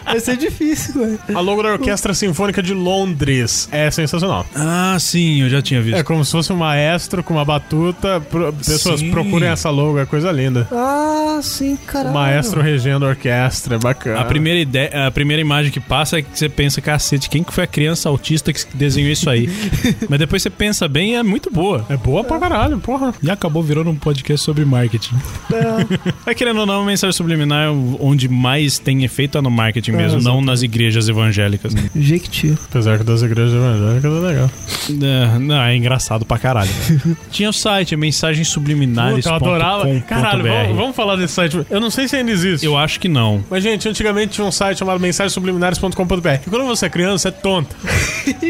[SPEAKER 3] Vai ser difícil, velho.
[SPEAKER 1] A logo da Orquestra Sinfônica de Londres é sensacional.
[SPEAKER 4] Ah, sim, eu já tinha visto.
[SPEAKER 1] É como se fosse um maestro com uma batuta. Pro- pessoas,
[SPEAKER 2] Sim.
[SPEAKER 1] procurem essa logo, é coisa linda.
[SPEAKER 3] Ah, sim,
[SPEAKER 1] O
[SPEAKER 3] caralho.
[SPEAKER 1] maestro regendo a orquestra, é bacana.
[SPEAKER 4] A primeira, ideia, a primeira imagem que passa é que você pensa, cacete, quem que foi a criança autista que desenhou isso aí? Mas depois você pensa bem e é muito boa.
[SPEAKER 1] É boa pra caralho, porra.
[SPEAKER 4] E acabou virando um podcast sobre marketing.
[SPEAKER 3] É,
[SPEAKER 4] É querendo ou não, a mensagem subliminar é onde mais tem efeito é Hum. no marketing mesmo, não nas igrejas evangélicas.
[SPEAKER 3] Jequiti.
[SPEAKER 1] Apesar que das igrejas evangélicas é legal.
[SPEAKER 4] é, não, é engraçado pra caralho. Tinha o site, é mensagensubliminares.com.br.
[SPEAKER 1] Puta, eu adorava. Caralho, vamos, vamos falar desse site. Eu não sei se ainda existe.
[SPEAKER 4] Eu acho que não.
[SPEAKER 1] Mas, gente, antigamente tinha um site chamado mensagensubliminares.com.br. E quando você é criança, é tonta.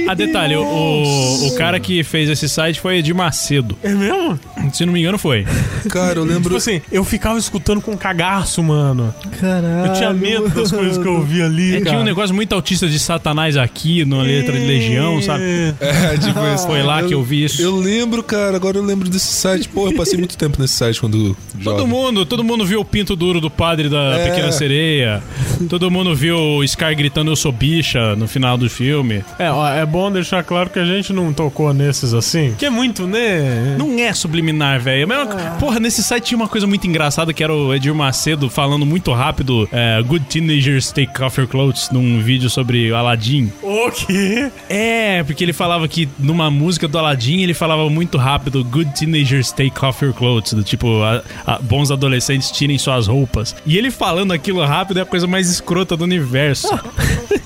[SPEAKER 4] Ah, detalhe, o, o- o cara que fez esse site foi Edir Macedo.
[SPEAKER 1] É mesmo?
[SPEAKER 4] Se não me engano, foi.
[SPEAKER 2] Cara, eu
[SPEAKER 1] Tipo
[SPEAKER 2] lembro.
[SPEAKER 1] assim, eu ficava escutando com cagaço, mano.
[SPEAKER 3] Caralho.
[SPEAKER 1] Eu tinha medo das coisas que eu ouvia ali,
[SPEAKER 4] É,
[SPEAKER 1] cara.
[SPEAKER 4] tinha um negócio muito autista de Satanás aqui, na letra de Legião, sabe?
[SPEAKER 2] É, tipo isso.
[SPEAKER 4] Foi lá que Ah, eu vi isso.
[SPEAKER 2] Eu lembro, cara, agora eu lembro desse site. Pô, eu passei muito tempo nesse site quando.
[SPEAKER 4] Todo
[SPEAKER 2] jovem.
[SPEAKER 4] mundo, todo mundo viu o pinto duro do padre da
[SPEAKER 2] É.
[SPEAKER 4] Pequena Sereia. Todo mundo viu o Scar gritando eu sou bicha no final do filme.
[SPEAKER 1] É, ó, é bom deixar claro que a gente não tocou nesses assim. Que é muito, né?
[SPEAKER 4] Não é subliminar, velho. Mas, Porra, nesse site tinha uma coisa muito engraçada que era o Edir Macedo falando muito rápido é, Good Teenagers Take Off Your Clothes num vídeo sobre Aladdin.
[SPEAKER 1] O quê?
[SPEAKER 4] É, porque ele falava que numa música do Aladdin ele falava muito rápido Good teenagers take off your clothes do Tipo, a- a- bons adolescentes tirem suas roupas E ele falando aquilo rápido é a coisa mais escrota do universo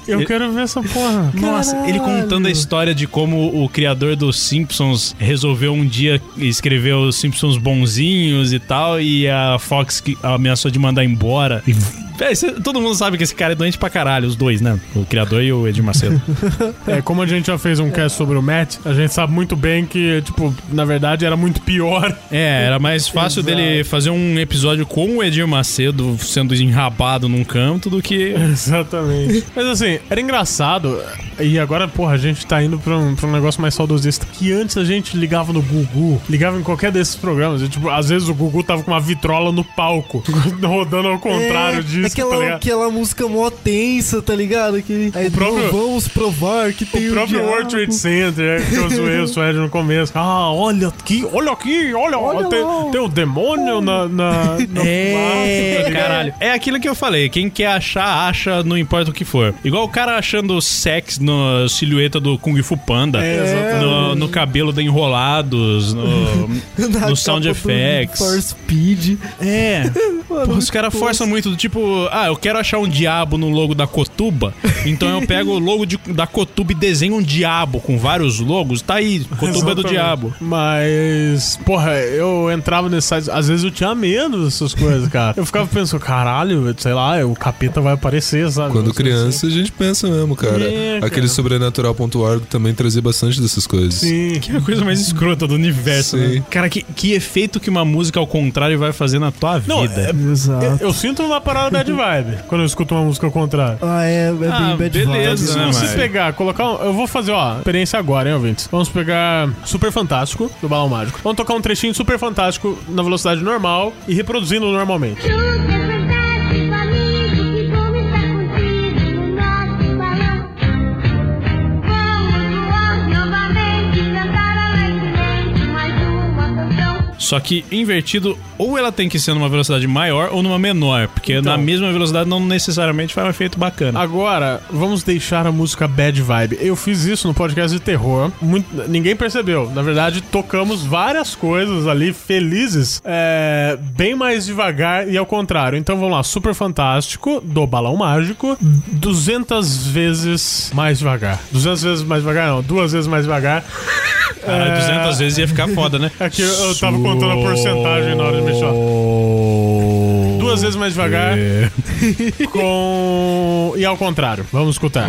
[SPEAKER 1] Eu quero ver essa porra.
[SPEAKER 4] Nossa, ele contando a história de como o criador dos Simpsons resolveu um dia escrever os Simpsons bonzinhos e tal E a Fox que ameaçou de mandar embora E É, cê- todo mundo sabe que esse cara é doente pra caralho, os dois, né? O criador e o Edir Macedo.
[SPEAKER 1] É, como a gente já fez um cast sobre o Matt, a gente sabe muito bem que, tipo, na verdade era muito pior.
[SPEAKER 4] é, era mais fácil dele fazer um episódio com o Edir Macedo sendo enrabado num canto do que.
[SPEAKER 1] Exatamente. Mas assim, era engraçado. E agora, porra, a gente tá indo pra um, pra um negócio mais saudosista. Que antes a gente ligava no Gugu, ligava em qualquer desses programas. E, tipo, às vezes o Gugu tava com uma vitrola no palco, rodando ao contrário
[SPEAKER 3] É,
[SPEAKER 1] disso,
[SPEAKER 3] aquela,
[SPEAKER 1] tá ligado?
[SPEAKER 3] aquela música mó tensa, tá ligado? Que aí,
[SPEAKER 1] próprio-
[SPEAKER 3] não vamos provar que tem
[SPEAKER 1] O
[SPEAKER 3] o
[SPEAKER 1] próprio
[SPEAKER 3] diabo.
[SPEAKER 1] World Trade Center, é, que eu zoei o Suede no começo. Ah, olha aqui, olha aqui, olha,
[SPEAKER 3] Olha
[SPEAKER 1] tem,
[SPEAKER 3] lá.
[SPEAKER 1] tem um demônio na. na no
[SPEAKER 4] É,
[SPEAKER 1] vaso, tá ligado?
[SPEAKER 4] caralho. É aquilo que eu falei. Quem quer achar, acha, não importa o que for. Igual o cara achando sex na silhueta do Kung Fu Panda. no, no cabelo da Enrolados. No,
[SPEAKER 3] Na
[SPEAKER 4] no
[SPEAKER 3] capa
[SPEAKER 4] Sound
[SPEAKER 3] do
[SPEAKER 4] Effects.
[SPEAKER 3] For Speed.
[SPEAKER 4] É. Porra, os caras
[SPEAKER 3] tosco.
[SPEAKER 4] forçam muito, do tipo, ah, eu quero achar um diabo no logo da Cotuba, então eu pego o logo de- da Cotuba e desenho um diabo com vários logos, tá aí, Cotuba é do
[SPEAKER 1] Exatamente.
[SPEAKER 4] diabo.
[SPEAKER 1] Mas, porra, eu entrava nesse site. Às vezes eu tinha medo dessas coisas, cara. Eu ficava pensando, caralho, sei lá, o capeta vai aparecer, sabe? assim,
[SPEAKER 2] Quando
[SPEAKER 1] Não sei
[SPEAKER 2] criança, a gente pensa mesmo, cara.
[SPEAKER 1] É, cara.
[SPEAKER 2] Aquele sobrenatural.org também trazia bastante dessas coisas.
[SPEAKER 1] se- Sim.
[SPEAKER 4] Que é a coisa mais escrota do universo,
[SPEAKER 2] Sim.
[SPEAKER 4] né? Cara, que, que efeito que uma música ao contrário vai fazer na tua
[SPEAKER 1] Não,
[SPEAKER 4] vida.
[SPEAKER 1] é- eu,
[SPEAKER 3] Exato.
[SPEAKER 1] eu sinto uma parada bad vibe quando eu escuto uma música ao contrário.
[SPEAKER 3] Ah, é, é bem
[SPEAKER 4] Ah,
[SPEAKER 3] bad
[SPEAKER 4] beleza,
[SPEAKER 3] vibes.
[SPEAKER 1] Se
[SPEAKER 4] né?
[SPEAKER 1] você
[SPEAKER 4] mas-
[SPEAKER 1] pegar, colocar. um- eu vou fazer, ó, experiência agora, hein, ouvintes? Vamos pegar Super Fantástico do Balão Mágico. Vamos tocar um trechinho de Super Fantástico na velocidade normal e reproduzindo normalmente.
[SPEAKER 8] Super fantástico, amigo, que bom estar contigo no nosso balão. Vamos voar novamente, cantar alegremente mais uma canção.
[SPEAKER 4] Só que invertido, ou ela tem que ser numa velocidade maior ou numa menor, porque na mesma velocidade não necessariamente faz um efeito bacana.
[SPEAKER 1] Agora, vamos deixar a música Bad Vibe. Eu fiz isso no podcast de terror. Muito- ninguém percebeu. Na verdade, tocamos várias coisas ali felizes, é, bem mais devagar e ao contrário. Então vamos lá: Super Fantástico, do Balão Mágico, 200 vezes mais devagar. 200 vezes mais devagar, não, duas vezes mais devagar.
[SPEAKER 4] Caralho, 200 vezes ia ficar foda, né?
[SPEAKER 1] É que eu, eu tava contando a porcentagem na hora de mexer. Duas vezes mais devagar. Com. E ao contrário. Vamos escutar.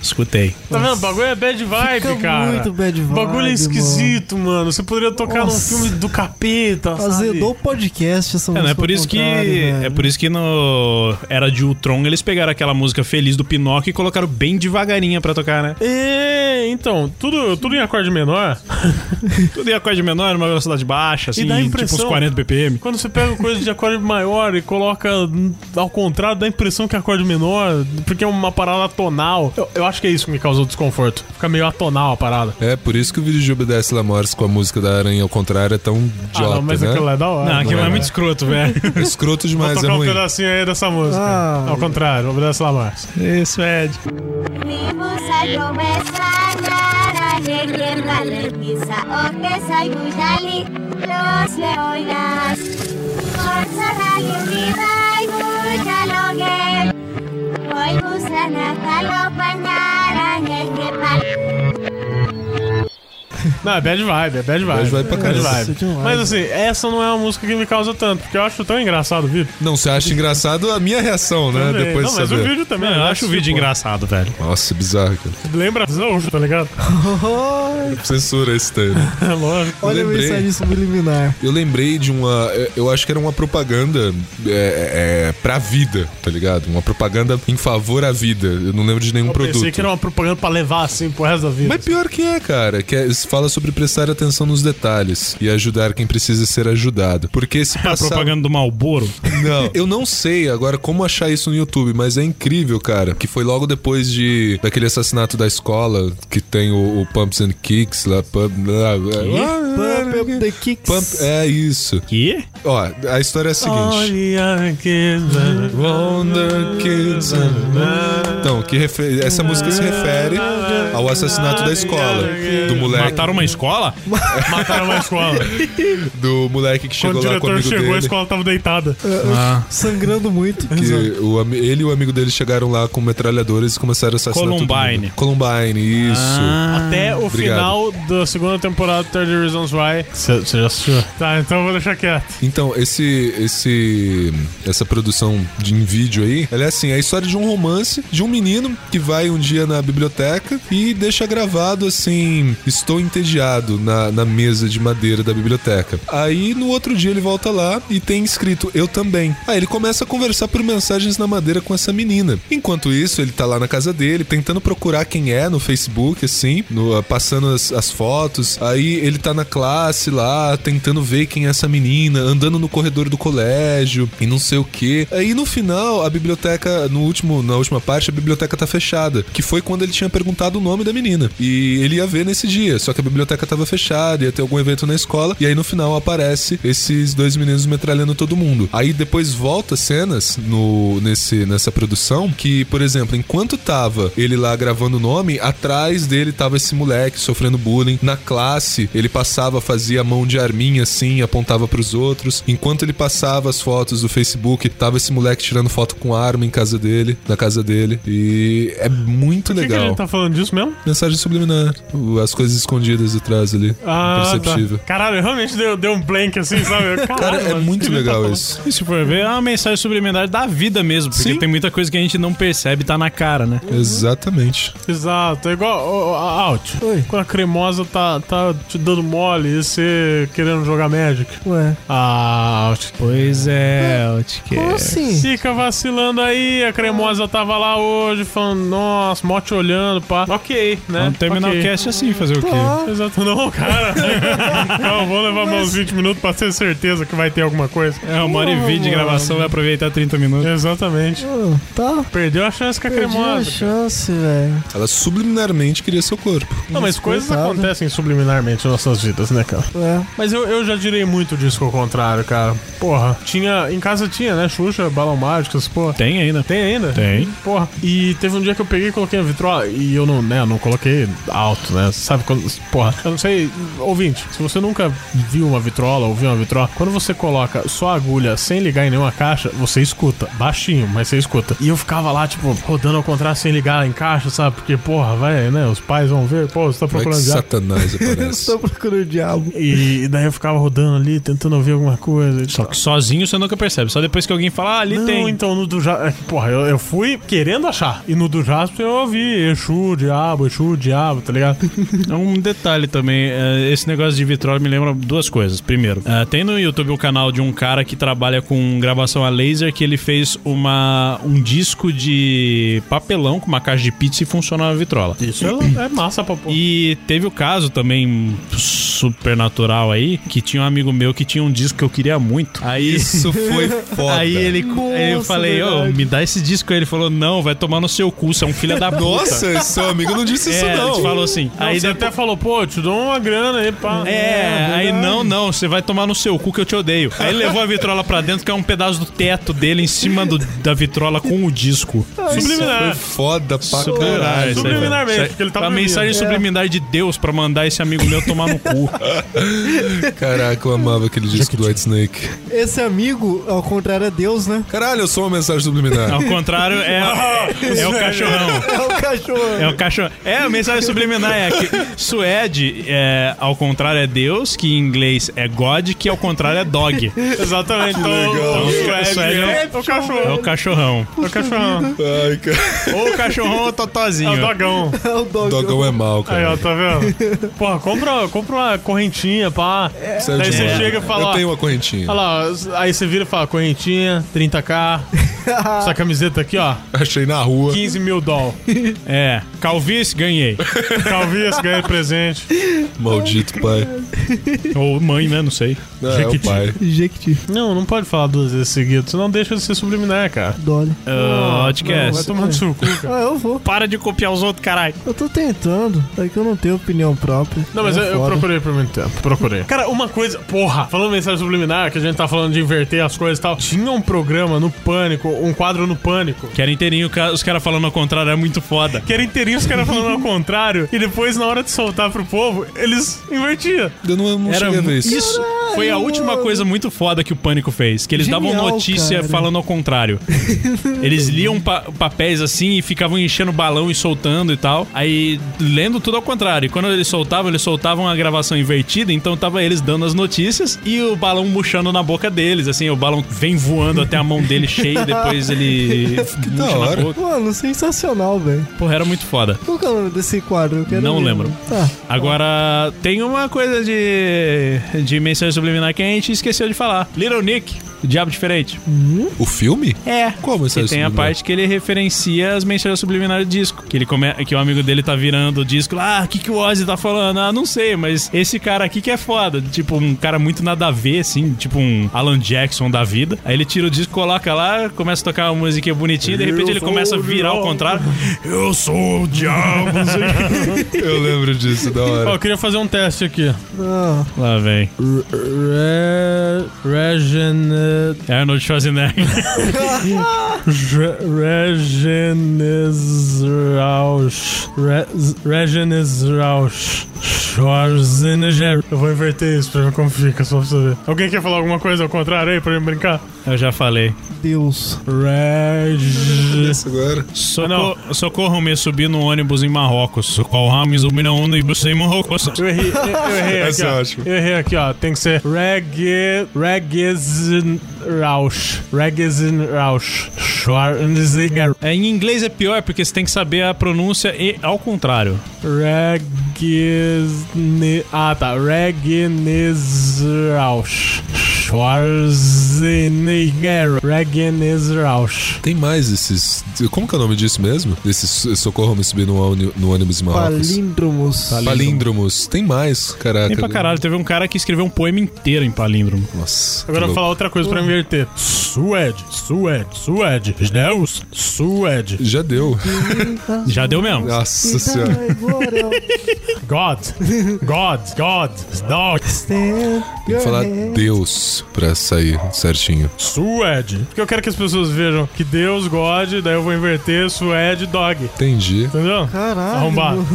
[SPEAKER 4] Escutei.
[SPEAKER 1] Tá vendo? O bagulho é bad vibe,
[SPEAKER 3] Fica
[SPEAKER 1] cara.
[SPEAKER 3] muito bad
[SPEAKER 1] O bagulho é
[SPEAKER 3] vibe,
[SPEAKER 1] esquisito, mano. Você poderia tocar
[SPEAKER 3] Nossa.
[SPEAKER 1] num filme do capeta, sabe?
[SPEAKER 3] Azedou o podcast
[SPEAKER 4] É,
[SPEAKER 3] essa música.
[SPEAKER 4] não, é por
[SPEAKER 3] ao
[SPEAKER 4] isso que
[SPEAKER 3] contrário, velho.
[SPEAKER 4] é por isso que no era de Ultron eles pegaram aquela música feliz do Pinóquio e colocaram bem devagarinha pra tocar, né?
[SPEAKER 1] É, então, tudo, tudo em acorde menor.
[SPEAKER 4] Tudo em acorde menor, numa velocidade baixa, assim,
[SPEAKER 1] dá a
[SPEAKER 4] tipo uns
[SPEAKER 1] impressão-
[SPEAKER 4] 40 BPM.
[SPEAKER 1] Quando você pega coisa de acorde maior e coloca ao contrário, dá a impressão que é acorde menor, porque é uma parada atonal. Eu, eu acho que é isso que me causou desconforto. Fica meio atonal a parada.
[SPEAKER 2] É, por isso que o vídeo de Obedece Lamors com a música da Aranha ao contrário é tão idiota,
[SPEAKER 1] ah, não, mas
[SPEAKER 2] né?
[SPEAKER 1] aquilo lá é da hora.
[SPEAKER 4] Não, aquilo
[SPEAKER 1] Vou
[SPEAKER 4] é muito escroto, velho.
[SPEAKER 2] É escroto demais, é
[SPEAKER 1] tocar um
[SPEAKER 2] ruim.
[SPEAKER 1] pedacinho aí dessa música.
[SPEAKER 3] Ah.
[SPEAKER 1] Ao contrário, obedece lá mais.
[SPEAKER 4] Isso, é.
[SPEAKER 8] Vimos a comenzar a leer la repisa o que sayunali los leonas. Forza radio viva y mucha logue. Hoy usan hasta lo pañara en el Nepal.
[SPEAKER 1] Não, é bad vibe, é bad vibe.
[SPEAKER 2] Bad vibe pra caramba.
[SPEAKER 3] Isso é demais.
[SPEAKER 1] Mas assim, essa não é uma música que me causa tanto, porque eu acho tão engraçado o vídeo.
[SPEAKER 2] Não, você acha engraçado a minha reação, né? Depois
[SPEAKER 1] não,
[SPEAKER 2] de
[SPEAKER 1] mas
[SPEAKER 2] saber.
[SPEAKER 1] o vídeo também.
[SPEAKER 4] eu
[SPEAKER 1] né?
[SPEAKER 4] acho o Um vídeo
[SPEAKER 1] Tipo,
[SPEAKER 4] engraçado, velho.
[SPEAKER 2] Nossa, bizarro, cara.
[SPEAKER 1] Lembra Zorro, tá ligado?
[SPEAKER 2] Censura esse tema.
[SPEAKER 1] É lógico.
[SPEAKER 3] Olha
[SPEAKER 2] lembrei.
[SPEAKER 3] a mensagem subliminar.
[SPEAKER 2] Eu lembrei de uma. eu- Eu acho que era uma propaganda é, é, pra vida, tá ligado? Uma propaganda em favor à vida. Eu não lembro de nenhum
[SPEAKER 1] Eu
[SPEAKER 2] produto.
[SPEAKER 1] pensei que era uma propaganda pra levar assim pro resto da vida.
[SPEAKER 2] Mas pior que é, cara, que é, se fala sobre prestar atenção nos detalhes e ajudar quem precisa ser ajudado. Porque se
[SPEAKER 4] A
[SPEAKER 2] passar...
[SPEAKER 4] propaganda do Malboro.
[SPEAKER 2] Não. Eu não sei agora como achar isso no YouTube, mas é incrível, cara. Que foi logo depois de daquele assassinato da escola que tem o, o Pumps and Kicks lá. Pump, lá, lá-
[SPEAKER 3] Pump up the kicks.
[SPEAKER 2] Pump- é isso.
[SPEAKER 4] Que?
[SPEAKER 2] Ó, a história é a seguinte.
[SPEAKER 1] Olha que...
[SPEAKER 2] Wonder Kids and- Então, que refe- essa música se refere ao assassinato da escola. Do moleque,
[SPEAKER 4] Mataram uma escola?
[SPEAKER 1] Mataram uma escola.
[SPEAKER 2] do moleque que
[SPEAKER 1] Quando
[SPEAKER 2] chegou
[SPEAKER 1] o
[SPEAKER 2] lá com
[SPEAKER 1] diretor
[SPEAKER 2] o amigo
[SPEAKER 1] chegou, a
[SPEAKER 2] dele.
[SPEAKER 1] escola tava deitada.
[SPEAKER 9] Ah,
[SPEAKER 3] Sangrando muito.
[SPEAKER 2] Que o, ami- ele e o amigo dele chegaram lá com metralhadores e começaram a assassinar todo
[SPEAKER 4] Columbine.
[SPEAKER 2] mundo. Columbine, isso.
[SPEAKER 4] Ah.
[SPEAKER 1] Até o
[SPEAKER 2] Obrigado.
[SPEAKER 1] final da segunda temporada do 30 Reasons Why. Você você já assistiu? Tá, então eu vou deixar quieto.
[SPEAKER 2] Então, esse, esse, essa produção de em vídeo aí, ela é assim, é a história de um romance de um menino que vai um dia na biblioteca e deixa gravado assim, estou entediado na, na mesa de madeira da biblioteca. Aí, no outro dia, ele volta lá e tem escrito, eu também. Aí ele começa a conversar por mensagens na madeira com essa menina. Enquanto isso, ele tá lá na casa dele, tentando procurar quem é no Facebook, assim, no- ah, passando as, as fotos. Aí ele tá na classe lá, tentando ver quem é essa menina, andando no corredor do colégio e não sei o quê. Aí no final, a biblioteca, no último, na última parte, a biblioteca tá fechada, que foi quando ele tinha perguntado o nome da menina. E ele ia ver nesse dia, só que a biblioteca tava fechada, ia ter algum evento na escola, e aí no final aparece esses dois meninos metralhando todo mundo. Aí depois volta cenas no nesse nessa produção que, por exemplo, enquanto tava ele lá gravando o nome, atrás dele tava esse moleque sofrendo bullying na classe, ele passava, fazia a mão de arminha assim, apontava pros outros. Enquanto ele passava as fotos do Facebook, tava esse moleque tirando foto com arma em casa dele, na casa dele. E é muito
[SPEAKER 1] Por que, que a
[SPEAKER 2] legal.
[SPEAKER 1] gente tá falando disso mesmo?
[SPEAKER 2] Mensagem subliminar, o- as coisas escondidas atrás ali,
[SPEAKER 1] tá.
[SPEAKER 2] perceptível.
[SPEAKER 1] Caralho, realmente deu, deu um blank assim, sabe? Caralho,
[SPEAKER 2] Cara, é
[SPEAKER 1] mano,
[SPEAKER 2] muito
[SPEAKER 1] o que ele tá
[SPEAKER 2] legal
[SPEAKER 1] falando?
[SPEAKER 2] isso.
[SPEAKER 4] Se for ver, é uma mensagem subliminar da vida mesmo, porque
[SPEAKER 2] Sim.
[SPEAKER 4] tem muita coisa que a gente não percebe, tá na cara, né?
[SPEAKER 2] Exatamente.
[SPEAKER 1] Exato, é igual ó, ó, a Out.
[SPEAKER 3] Oi.
[SPEAKER 1] Quando a cremosa tá, tá te dando mole e você querendo jogar Magic.
[SPEAKER 3] Ué.
[SPEAKER 1] Ah, Out.
[SPEAKER 4] Pois é, eu te
[SPEAKER 3] Como
[SPEAKER 4] quero.
[SPEAKER 3] assim?
[SPEAKER 1] Fica vacilando aí, a cremosa tava lá hoje falando, nossa, mó te olhando, pá. Ok, né?
[SPEAKER 4] Vamos terminar
[SPEAKER 1] Ok.
[SPEAKER 4] o cast assim, fazer o quê?
[SPEAKER 3] Tá.
[SPEAKER 1] Exato, não, cara. Calma, vamos levar mais uns 20 minutos pra ter certeza que vai ter alguma coisa.
[SPEAKER 4] É, uma hora e vinte de gravação, vai aproveitar 30 minutos.
[SPEAKER 1] Exatamente.
[SPEAKER 3] Pô, Tá.
[SPEAKER 1] Perdeu a chance com a
[SPEAKER 3] Perdi a
[SPEAKER 1] cremosa.
[SPEAKER 3] chance, velho.
[SPEAKER 2] Ela subliminarmente queria seu corpo.
[SPEAKER 1] Não, mas coisas
[SPEAKER 3] Coitado.
[SPEAKER 1] acontecem subliminarmente nas nossas vidas, né, cara?
[SPEAKER 3] É.
[SPEAKER 1] Mas eu, eu já direi muito disso ao contrário, cara. Porra, tinha. Em casa tinha, né? Xuxa, balão mágicas, porra.
[SPEAKER 4] Tem ainda.
[SPEAKER 1] Tem ainda?
[SPEAKER 4] Tem.
[SPEAKER 1] Porra. E teve um dia que eu peguei e coloquei a vitrola e eu não, né, eu não coloquei alto, né? Sabe quando. Porra, eu não sei. Ouvinte, se você nunca viu uma vitrola, ouviu uma vitrola, quando você coloca só a agulha sem ligar em nenhuma caixa, você escuta. Baixinho, mas você escuta. E eu ficava lá, tipo, rodando ao contrário sem ligar em caixa, sabe? Porque, porra, vai, né? Os pais vão ver, pô, você tá
[SPEAKER 2] Como é que
[SPEAKER 1] procurando já.
[SPEAKER 2] Satanás aparece?
[SPEAKER 3] Estou procurando o diabo.
[SPEAKER 1] E daí eu ficava rodando ali, tentando ouvir alguma coisa. e
[SPEAKER 4] Só que sozinho você nunca percebe. Só depois que alguém fala, ah, ali
[SPEAKER 1] Não,
[SPEAKER 4] tem.
[SPEAKER 1] então no do Jasper. Porra, eu, eu fui querendo achar. E no do Jasper eu ouvi Exu, Diabo, Exu, Diabo, tá ligado?
[SPEAKER 4] Um detalhe também, é, esse negócio de vitrola me lembra duas coisas. Primeiro, é, tem no YouTube o canal de um cara que trabalha com gravação a laser que ele fez uma, um disco de papelão com uma caixa de pizza e funciona a vitrola.
[SPEAKER 1] Isso é, é massa pra porra.
[SPEAKER 4] E teve o caso também supernatural aí, que tinha um amigo meu que tinha um disco que eu queria muito. Aí
[SPEAKER 2] Isso foi foda.
[SPEAKER 4] Aí ele, aí eu
[SPEAKER 3] Nossa,
[SPEAKER 4] falei, ô,
[SPEAKER 3] verdade.
[SPEAKER 4] me dá esse disco aí. Ele falou, não, vai tomar no seu cu, você é um filho da puta.
[SPEAKER 2] Nossa, seu amigo não disse isso
[SPEAKER 4] é,
[SPEAKER 2] não.
[SPEAKER 4] ele falou assim.
[SPEAKER 1] Aí
[SPEAKER 4] aí
[SPEAKER 1] você é um
[SPEAKER 4] depois-
[SPEAKER 1] até falou, pô, eu te dou uma grana aí, pá.
[SPEAKER 4] É, aí não, não, você vai tomar no seu cu que eu te odeio. Aí ele levou a vitrola pra dentro, que é um pedaço do teto dele em cima do- da vitrola com o disco.
[SPEAKER 3] Tá
[SPEAKER 1] Subliminar.
[SPEAKER 2] Foi foda pra
[SPEAKER 4] Subliminar,
[SPEAKER 2] caralho.
[SPEAKER 4] isso aí,
[SPEAKER 1] Subliminarmente,
[SPEAKER 4] velho.
[SPEAKER 1] porque ele tava
[SPEAKER 4] A
[SPEAKER 1] dormindo.
[SPEAKER 3] É.
[SPEAKER 4] mensagem subliminar de Deus pra mandar esse amigo meu tomar no cu.
[SPEAKER 2] Caraca, eu amava aquele disco do White Snake.
[SPEAKER 3] Esse amigo, ao contrário, é Deus, né?
[SPEAKER 2] Caralho, eu sou uma mensagem subliminar.
[SPEAKER 4] Ao contrário, é,
[SPEAKER 1] Ah,
[SPEAKER 4] é o cachorrão.
[SPEAKER 3] É o cachorro.
[SPEAKER 4] É o cachorro. É, a mensagem subliminar é que Suede, é, ao contrário, é Deus, que em inglês é God, que ao contrário é dog.
[SPEAKER 1] Exatamente. Então,
[SPEAKER 2] legal.
[SPEAKER 1] então,
[SPEAKER 4] Isso aí
[SPEAKER 1] é, o
[SPEAKER 4] É o
[SPEAKER 1] cachorro.
[SPEAKER 4] cachorrão.
[SPEAKER 1] É o cachorrão.
[SPEAKER 2] Ai, cara.
[SPEAKER 4] Ou o cachorrão ou o
[SPEAKER 1] É o
[SPEAKER 4] totozinho.
[SPEAKER 1] dogão.
[SPEAKER 3] É o dogão.
[SPEAKER 2] Dogão é mal,
[SPEAKER 1] Aí, ó,
[SPEAKER 2] cara.
[SPEAKER 1] tá vendo? Porra, compra, compra uma correntinha, pá.
[SPEAKER 2] Saiu
[SPEAKER 1] Daí
[SPEAKER 2] de
[SPEAKER 1] você
[SPEAKER 2] moda.
[SPEAKER 1] chega e fala, ó,
[SPEAKER 2] é Eu tenho uma correntinha.
[SPEAKER 1] Olha lá, ó, aí você vira e fala, correntinha, 30k, essa camiseta aqui, ó,
[SPEAKER 2] Achei na rua.
[SPEAKER 1] 15 mil dólar.
[SPEAKER 4] É. Calvície, ganhei.
[SPEAKER 1] Talvez ganhe presente.
[SPEAKER 2] Maldito pai.
[SPEAKER 4] Ou mãe, né? Não sei.
[SPEAKER 2] Ah, é o
[SPEAKER 1] Jequiti.
[SPEAKER 2] pai.
[SPEAKER 3] Jequiti.
[SPEAKER 1] Não, não pode falar duas vezes seguido, senão deixa de ser subliminar, cara.
[SPEAKER 3] Dolly.
[SPEAKER 4] Ah, Podcast.
[SPEAKER 1] Vai tomar no seu cu, cara.
[SPEAKER 3] Ah, eu vou.
[SPEAKER 4] Para de copiar os outros, caralho.
[SPEAKER 3] Eu tô tentando. É que eu não tenho opinião própria.
[SPEAKER 1] Não, mas
[SPEAKER 3] É
[SPEAKER 1] eu, eu
[SPEAKER 3] foda.
[SPEAKER 1] procurei por muito tempo. Procurei. Cara, uma coisa. Porra, falando mensagem subliminar, que a gente tá falando de inverter as coisas e tal. Tinha um programa no Pânico, um quadro no Pânico.
[SPEAKER 4] Que era inteirinho, ca- os caras falando ao contrário, é muito foda.
[SPEAKER 1] Que era inteirinho os caras falando ao contrário. E depois, na hora de soltar pro povo, eles invertiam.
[SPEAKER 2] Eu não, eu não
[SPEAKER 4] Era
[SPEAKER 2] cheguei a ver isso.
[SPEAKER 4] isso. Foi a última coisa muito foda que o Pânico fez. Que eles davam
[SPEAKER 3] Genial,
[SPEAKER 4] notícia
[SPEAKER 3] cara.
[SPEAKER 4] falando ao contrário. eles liam pa- papéis assim e ficavam enchendo balão e soltando e tal. Aí lendo tudo ao contrário. E quando eles soltavam, eles soltavam a gravação invertida. Então tava eles dando as notícias e o balão murchando na boca deles. Assim, o balão vem voando até a mão dele cheia e depois ele
[SPEAKER 2] da
[SPEAKER 4] murcha na
[SPEAKER 2] hora.
[SPEAKER 4] boca.
[SPEAKER 3] Mano, sensacional, velho.
[SPEAKER 4] Porra, era muito foda.
[SPEAKER 3] Qual que é o nome desse quadro? Eu quero
[SPEAKER 4] Não
[SPEAKER 3] ver.
[SPEAKER 4] lembro.
[SPEAKER 3] Tá.
[SPEAKER 4] Agora, tem uma coisa de, de mensagem subliminar que a gente esqueceu de falar. Little Nick, o Diabo Diferente.
[SPEAKER 2] O filme?
[SPEAKER 4] É.
[SPEAKER 2] Como isso
[SPEAKER 4] Que tem a parte que ele referencia as mensagens subliminares do disco. Que, ele come... que o amigo dele tá virando o disco. lá, Ah, o que, que o Ozzy tá falando? Ah, não sei, mas esse cara aqui que é foda. Tipo, um cara muito nada a ver, assim. Tipo um Alan Jackson da vida. Aí ele tira o disco, coloca lá, começa a tocar uma musiquinha bonitinha. De repente ele começa a virar ao contrário. Eu sou o diabo. não sei o quê.
[SPEAKER 2] Eu lembro disso, da
[SPEAKER 1] Ó,
[SPEAKER 2] hora.
[SPEAKER 1] eu queria fazer um teste aqui.
[SPEAKER 3] Ah,
[SPEAKER 4] lá vem.
[SPEAKER 1] Re... Regene...
[SPEAKER 4] Arnold Schwarzenegger.
[SPEAKER 1] Regenesrausch. Regenesrausch. Schwarzenegger. Eu vou inverter isso pra ver como fica, só pra você ver. Alguém quer falar alguma coisa ao contrário aí pra gente brincar?
[SPEAKER 4] Eu já falei.
[SPEAKER 3] Deus.
[SPEAKER 1] Reg...
[SPEAKER 2] Isso agora.
[SPEAKER 4] Socorro, socorro-me subir no ônibus em Marrocos. Socorro-me subir no ônibus em Marrocos.
[SPEAKER 1] Eu errei, eu eu errei aqui,
[SPEAKER 2] Essa é
[SPEAKER 1] ó.
[SPEAKER 2] ótima.
[SPEAKER 1] Eu errei aqui, ó. Tem que ser Regge... Regesenrausch. Regesenrausch. Schwarzenegger.
[SPEAKER 4] É, em inglês é pior porque você tem que saber a pronúncia e ao contrário.
[SPEAKER 1] Regisne... Ah, tá. Reginesrausch. Schwarzenegger. Reginesrausch.
[SPEAKER 2] Tem mais esses. Como que é o nome disso mesmo? Desse so- socorro me subir no, ôni- no ônibus em Marrocos.
[SPEAKER 3] Palíndromos.
[SPEAKER 2] Palíndromos. Tem mais, caraca.
[SPEAKER 4] Nem pra caralho, teve um cara que escreveu um poema inteiro em palíndromo.
[SPEAKER 2] Nossa.
[SPEAKER 1] Agora eu
[SPEAKER 2] que
[SPEAKER 1] vou falar outra coisa pra inverter. Suede, suede, suede. Deus, suede.
[SPEAKER 2] louco. Já deu.
[SPEAKER 4] Já deu mesmo.
[SPEAKER 2] Nossa senhora.
[SPEAKER 3] Ai, glória.
[SPEAKER 1] God, God, God. Dog,
[SPEAKER 2] Tem que falar Deus pra sair certinho.
[SPEAKER 1] suede. Porque eu quero que as pessoas vejam que Deus, God, daí eu vou inverter suede, dog.
[SPEAKER 2] Entendi.
[SPEAKER 1] Entendeu?
[SPEAKER 3] Caralho.
[SPEAKER 1] Arrombado.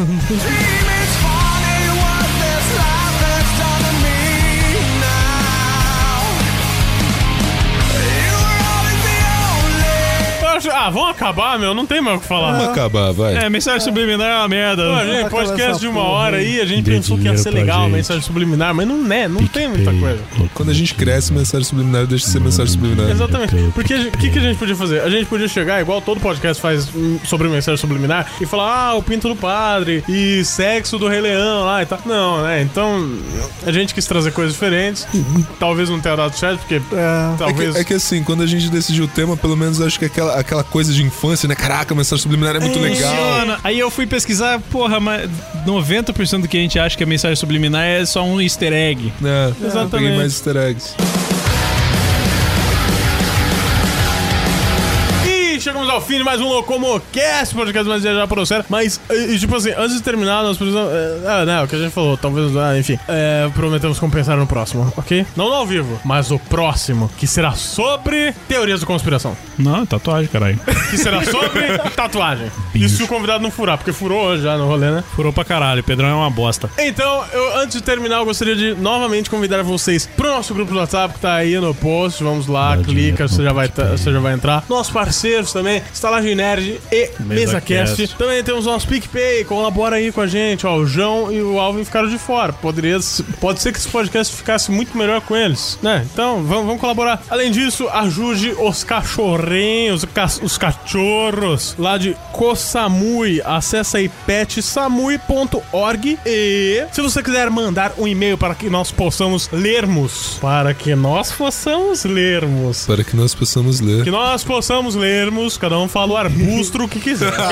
[SPEAKER 1] Eu acho- Ah, vamos acabar, meu. Não tem mais o que falar.
[SPEAKER 2] Vamos acabar, vai.
[SPEAKER 4] É, mensagem subliminar é uma merda.
[SPEAKER 1] Pô, gente, podcast
[SPEAKER 3] essa
[SPEAKER 1] de uma
[SPEAKER 3] porra,
[SPEAKER 1] hora aí, a gente
[SPEAKER 4] Dê
[SPEAKER 1] pensou que ia
[SPEAKER 4] dinheiro
[SPEAKER 1] ser
[SPEAKER 4] pra
[SPEAKER 1] legal,
[SPEAKER 4] gente.
[SPEAKER 1] mensagem subliminar, mas não é, não tem muita coisa.
[SPEAKER 2] Quando a gente cresce, mensagem subliminar deixa de ser mensagem subliminar.
[SPEAKER 1] Exatamente. Porque a gente- o que, que a gente podia fazer? A gente podia chegar, igual todo podcast faz hum, sobre mensagem subliminar, e falar, ah, o pinto do padre, e sexo do Rei Leão lá e tal. Não, né? Então, a gente quis trazer coisas diferentes. Talvez não tenha dado certo, porque
[SPEAKER 3] É.
[SPEAKER 2] É que,
[SPEAKER 1] talvez.
[SPEAKER 2] é que assim, quando a gente decidiu o tema, pelo menos acho que aquela, aquela coisa de infância, né? Caraca, mensagem subliminar é muito legal.
[SPEAKER 4] Funciona. Aí eu fui pesquisar, porra, mas 90% do que a gente acha que é mensagem subliminar é só um easter egg.
[SPEAKER 2] Né?
[SPEAKER 1] Exatamente.
[SPEAKER 2] Peguei mais easter eggs.
[SPEAKER 1] E chegamos ao fim de mais um Locomocast, podcast mais viajado para o céu. Mas, e, e, tipo assim, antes de terminar, nós precisamos. é, ah, né, o que a gente falou, talvez. Ah, enfim, é, prometemos compensar no próximo, ok? Não no ao vivo, mas o próximo, que será sobre teorias da conspiração.
[SPEAKER 4] Não, tatuagem, caralho.
[SPEAKER 1] Que será sobre tatuagem. E se o convidado não furar, porque furou hoje já no rolê, né?
[SPEAKER 4] Furou pra caralho, Pedrão é uma bosta.
[SPEAKER 1] Então, eu, antes de terminar, eu gostaria de novamente convidar vocês pro nosso grupo do WhatsApp que tá aí no post. Vamos lá, clica, você já, vai, tá- você já vai entrar. Nossos parceiros também, Estalagem Nerd e MesaCast.
[SPEAKER 4] Cast.
[SPEAKER 1] Também temos nosso PicPay, colabora aí com a gente. Ó, o João e o Alvin ficaram de fora. Poderia, pode ser que esse podcast ficasse muito melhor com eles, né? Então, vamos, vamos colaborar. Além disso, ajude os cachorrinhos, os ca- os cachorros lá de Kosamui. Acesse aí petsamui.org e se você quiser mandar um e-mail para que nós possamos lermos, para que nós possamos lermos
[SPEAKER 2] Para que nós possamos ler.
[SPEAKER 1] que nós possamos lermos, cada cada um fala o arbustro que quiser. ok?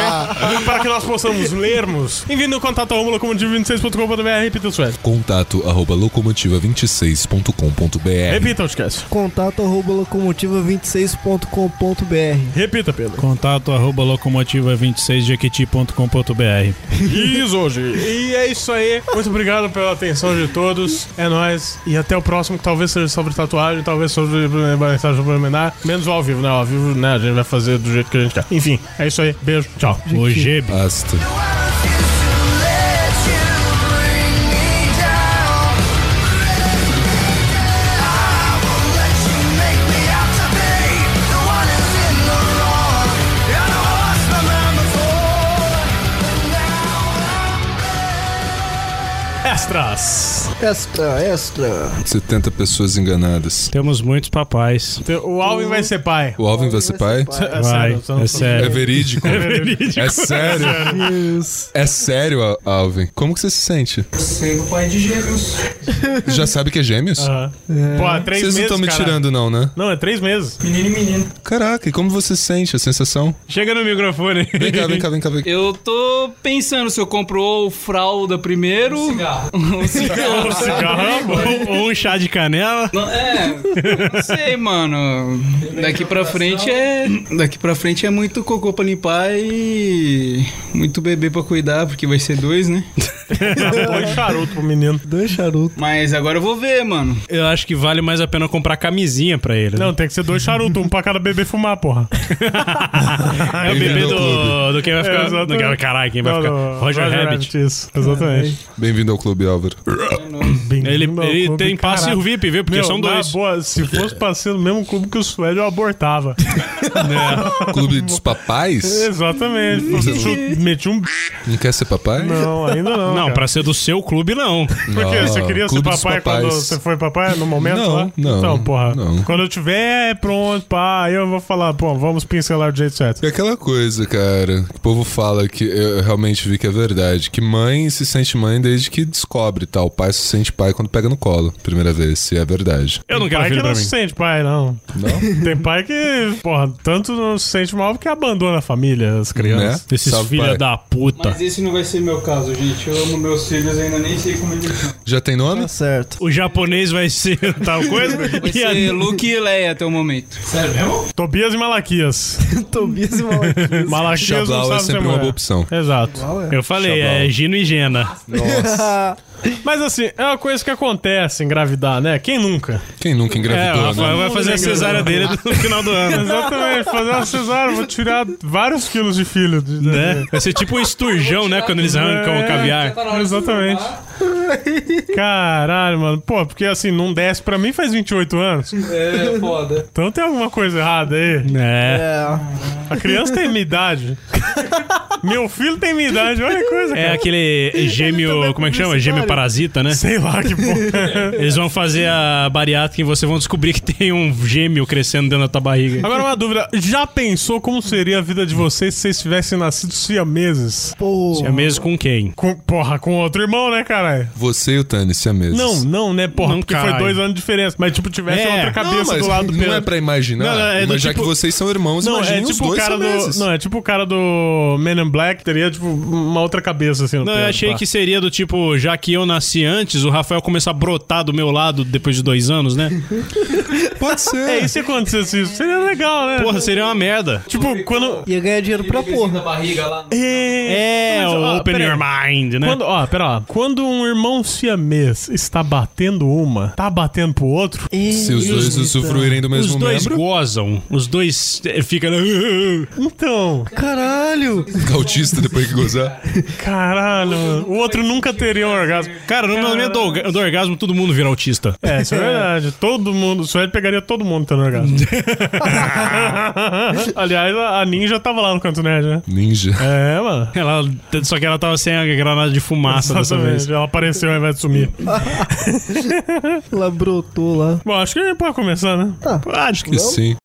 [SPEAKER 1] Para que nós possamos lermos, envie no contato arroba locomotivo26.com.br, repita o suéte.
[SPEAKER 2] Contato arroba locomotiva26.com.br.
[SPEAKER 1] Repita o esquece.
[SPEAKER 3] Contato arroba locomotiva26.com.br.
[SPEAKER 1] Repita, Pedro.
[SPEAKER 4] Contato arroba locomotiva26jequiti.com.br.
[SPEAKER 1] Isso hoje. E é isso aí. Muito obrigado pela atenção de todos. É nóis. E até o próximo, que talvez seja sobre tatuagem, talvez sobre mensagem suplementar. Menos ao vivo, né? Ao vivo, né? A gente vai fazer do jeito que a gente quer. Enfim, é isso aí. Beijo. Tchau.
[SPEAKER 4] O Gebe.
[SPEAKER 2] Basta.
[SPEAKER 1] Extras.
[SPEAKER 3] Extra, extra.
[SPEAKER 2] 70 pessoas enganadas.
[SPEAKER 4] Temos muitos papais.
[SPEAKER 1] O Alvin vai ser pai.
[SPEAKER 2] O Alvin vai ser pai?
[SPEAKER 1] É
[SPEAKER 4] Vai,
[SPEAKER 1] sério, eu não
[SPEAKER 4] é
[SPEAKER 1] tô-
[SPEAKER 2] É
[SPEAKER 4] sério.
[SPEAKER 2] verídico.
[SPEAKER 4] verídico.
[SPEAKER 2] É sério. É sério, Al- Alvin. Como que você se sente?
[SPEAKER 7] Sendo pai é de gêmeos.
[SPEAKER 2] Já sabe que é gêmeos?
[SPEAKER 1] Aham. Pô, há Ah, três
[SPEAKER 2] Vocês
[SPEAKER 1] meses.
[SPEAKER 2] não estão me
[SPEAKER 1] cara.
[SPEAKER 2] tirando, não, né?
[SPEAKER 1] Não, é três meses.
[SPEAKER 7] Menino e menino.
[SPEAKER 2] Caraca, e como você se sente a sensação?
[SPEAKER 4] Chega no microfone.
[SPEAKER 2] Vem cá, vem cá, vem cá. Vem cá.
[SPEAKER 9] Eu tô pensando se eu compro ou fralda primeiro.
[SPEAKER 7] Cigarro.
[SPEAKER 9] ou
[SPEAKER 1] um
[SPEAKER 9] cigarro.
[SPEAKER 4] Cigarro, ou- ou um chá de canela.
[SPEAKER 9] Não, é, não sei, mano. Daqui pra frente é. Daqui pra frente é muito cocô pra limpar e. Muito bebê pra cuidar, porque vai ser dois, né?
[SPEAKER 1] Põe charuto pro menino.
[SPEAKER 3] Dois charutos.
[SPEAKER 9] Mas agora eu vou ver, mano.
[SPEAKER 4] Eu acho que vale mais a pena comprar camisinha pra ele. né?
[SPEAKER 1] Não, tem que ser dois charutos, um pra cada bebê fumar, porra. tá,
[SPEAKER 4] é o bebê do, do quem vai
[SPEAKER 1] É,
[SPEAKER 4] ficar. Do,
[SPEAKER 1] exatamente.
[SPEAKER 4] caralho, quem vai ficar.
[SPEAKER 1] Não, não,
[SPEAKER 4] Roger, Rabbit.
[SPEAKER 1] Isso, exatamente.
[SPEAKER 2] Bem-vindo ao clube, Álvaro.
[SPEAKER 1] É.
[SPEAKER 4] Ele,
[SPEAKER 1] Bem-vindo ao
[SPEAKER 4] ele
[SPEAKER 1] clube,
[SPEAKER 4] tem passe
[SPEAKER 1] caralho.
[SPEAKER 4] VIP, viu? Porque
[SPEAKER 1] Meu,
[SPEAKER 4] são
[SPEAKER 1] na
[SPEAKER 4] dois.
[SPEAKER 1] boa, se fosse pra ser no mesmo clube que o Suélio, eu abortava.
[SPEAKER 2] Clube dos papais?
[SPEAKER 1] Exatamente. Você meti um.
[SPEAKER 2] Não quer ser papai?
[SPEAKER 1] Não, ainda não.
[SPEAKER 4] Não,
[SPEAKER 1] cara.
[SPEAKER 4] pra ser do seu clube, não.
[SPEAKER 1] Por quê? Você queria ser
[SPEAKER 2] Clube dos
[SPEAKER 1] papai quando
[SPEAKER 2] papais.
[SPEAKER 1] você foi papai no momento
[SPEAKER 2] Não,
[SPEAKER 1] lá?
[SPEAKER 2] não,
[SPEAKER 1] Então, porra.
[SPEAKER 2] não.
[SPEAKER 1] Quando eu tiver é pronto, pá, aí eu vou falar, pô, vamos pincelar do jeito certo.
[SPEAKER 2] É aquela coisa, cara, que o povo fala que eu realmente vi que é verdade, que mãe se sente mãe desde que descobre, tá? O pai se sente pai quando pega no colo, primeira vez, se é verdade.
[SPEAKER 4] Eu não quero
[SPEAKER 1] Um pai
[SPEAKER 4] filho
[SPEAKER 1] que
[SPEAKER 4] pra
[SPEAKER 1] não
[SPEAKER 4] mim.
[SPEAKER 1] se sente pai, não.
[SPEAKER 2] Não?
[SPEAKER 1] Tem pai que, porra, tanto não se sente mal porque abandona a família, as crianças.
[SPEAKER 2] Né?
[SPEAKER 4] Esses
[SPEAKER 2] Salve,
[SPEAKER 4] filha
[SPEAKER 2] pai.
[SPEAKER 4] da puta.
[SPEAKER 9] Mas esse não vai ser meu caso, gente. Eu amo meus filhos, ainda nem sei como eles são.
[SPEAKER 2] Já tem nome?
[SPEAKER 3] Tá certo.
[SPEAKER 4] O japonês vai ser Tá. tal coisa.
[SPEAKER 9] Vai
[SPEAKER 4] e a-
[SPEAKER 9] ser Luke e Leia até o momento.
[SPEAKER 7] Sério mesmo?
[SPEAKER 1] Tobias e Malaquias.
[SPEAKER 3] Tobias e Malaquias.
[SPEAKER 1] Malaquias não
[SPEAKER 2] Chablau é
[SPEAKER 1] sabe
[SPEAKER 2] sempre
[SPEAKER 1] ser
[SPEAKER 2] uma
[SPEAKER 1] mulher.
[SPEAKER 2] boa opção.
[SPEAKER 1] Exato.
[SPEAKER 4] Eu falei, é
[SPEAKER 2] Chablau.
[SPEAKER 4] Gino e Gena.
[SPEAKER 1] Mas assim, é uma coisa que acontece engravidar, né? Quem nunca?
[SPEAKER 2] Quem nunca
[SPEAKER 4] É, o
[SPEAKER 2] engravidou,
[SPEAKER 4] Rafael
[SPEAKER 2] né?
[SPEAKER 4] vai fazer a cesárea dele no final do ano.
[SPEAKER 1] Exatamente, fazer uma cesárea, vou tirar vários quilos de filho. de-
[SPEAKER 4] Né? Vai ser tipo um esturjão, né? Quando eles arrancam
[SPEAKER 9] É,
[SPEAKER 4] o caviar.
[SPEAKER 1] Exatamente. Caralho, mano. Pô, porque assim, não desce pra mim faz 28 anos.
[SPEAKER 9] É foda.
[SPEAKER 1] Então tem alguma coisa errada aí.
[SPEAKER 4] É.
[SPEAKER 1] A criança tem minha idade. Meu filho tem minha idade, olha que coisa,
[SPEAKER 4] É
[SPEAKER 1] cara.
[SPEAKER 4] aquele gêmeo. Como é que chama? Gêmeo parasita, né?
[SPEAKER 1] Sei lá que porra.
[SPEAKER 4] Eles vão fazer a bariátrica e vocês vão descobrir que tem um gêmeo crescendo dentro da tua barriga.
[SPEAKER 1] Agora uma dúvida, já pensou como seria a vida de vocês se vocês tivessem nascido siameses?
[SPEAKER 3] Pô,
[SPEAKER 4] É mesmo com quem?
[SPEAKER 1] Com, porra, com outro irmão, né, caralho?
[SPEAKER 2] Você e o Tani, se é mesmo.
[SPEAKER 1] Não, não, né, porra,
[SPEAKER 4] Não,
[SPEAKER 1] porque foi
[SPEAKER 4] caralho.
[SPEAKER 1] dois anos de diferença. Mas, tipo, tivesse
[SPEAKER 4] É.
[SPEAKER 1] outra
[SPEAKER 2] Não,
[SPEAKER 1] cabeça
[SPEAKER 2] mas
[SPEAKER 1] do lado do
[SPEAKER 2] não é pra imaginar,
[SPEAKER 1] Não, não, é do
[SPEAKER 2] mas já
[SPEAKER 1] tipo-
[SPEAKER 2] que vocês são irmãos,
[SPEAKER 1] Não,
[SPEAKER 2] imaginem
[SPEAKER 1] é
[SPEAKER 2] os
[SPEAKER 1] tipo o
[SPEAKER 2] dois
[SPEAKER 1] cara
[SPEAKER 2] são
[SPEAKER 1] do.
[SPEAKER 2] meses.
[SPEAKER 1] Não, é tipo o cara do Men in Black, teria, tipo, uma outra cabeça, assim. no
[SPEAKER 4] Não, eu
[SPEAKER 1] peito,
[SPEAKER 4] achei
[SPEAKER 1] pá.
[SPEAKER 4] que seria do tipo, já que eu nasci antes, o Rafael começar a brotar do meu lado depois de dois anos, né?
[SPEAKER 2] Pode ser.
[SPEAKER 1] É, e se acontecesse isso? Seria legal, né?
[SPEAKER 4] Porra, seria uma merda.
[SPEAKER 1] tipo, quando.
[SPEAKER 3] ia ganhar dinheiro pra porra.
[SPEAKER 7] Da barriga lá.
[SPEAKER 1] É,
[SPEAKER 4] É,
[SPEAKER 1] mas, ó,
[SPEAKER 4] o Open
[SPEAKER 1] peraí.
[SPEAKER 4] Your Mind, né?
[SPEAKER 1] Quando, ó, pera lá. Quando um irmão siamês está batendo uma, tá batendo pro outro,
[SPEAKER 2] Se os dois usufruírem do
[SPEAKER 4] Os
[SPEAKER 2] mesmo
[SPEAKER 4] dois
[SPEAKER 2] membro,
[SPEAKER 4] gozam, os dois eh, ficam.
[SPEAKER 1] então,
[SPEAKER 3] Caralho!
[SPEAKER 2] autista depois que gozar.
[SPEAKER 1] caralho, mano, o outro nunca teria um orgasmo.
[SPEAKER 4] Cara, no momento do, orga- do orgasmo, todo mundo vira autista.
[SPEAKER 1] É, isso é verdade. Todo mundo, o Suede pegaria todo mundo tendo orgasmo. Aliás, a a Ninja tava lá no canto nerd, né?
[SPEAKER 2] Ninja.
[SPEAKER 1] É, mano.
[SPEAKER 4] Ela, só que ela tava sem a granada de fumaça dessa
[SPEAKER 1] Exatamente.
[SPEAKER 4] vez.
[SPEAKER 1] Ela apareceu ao invés de sumir.
[SPEAKER 3] Ela brotou lá.
[SPEAKER 1] Bom, acho que pode começar, né?
[SPEAKER 4] Acho que
[SPEAKER 2] Sim.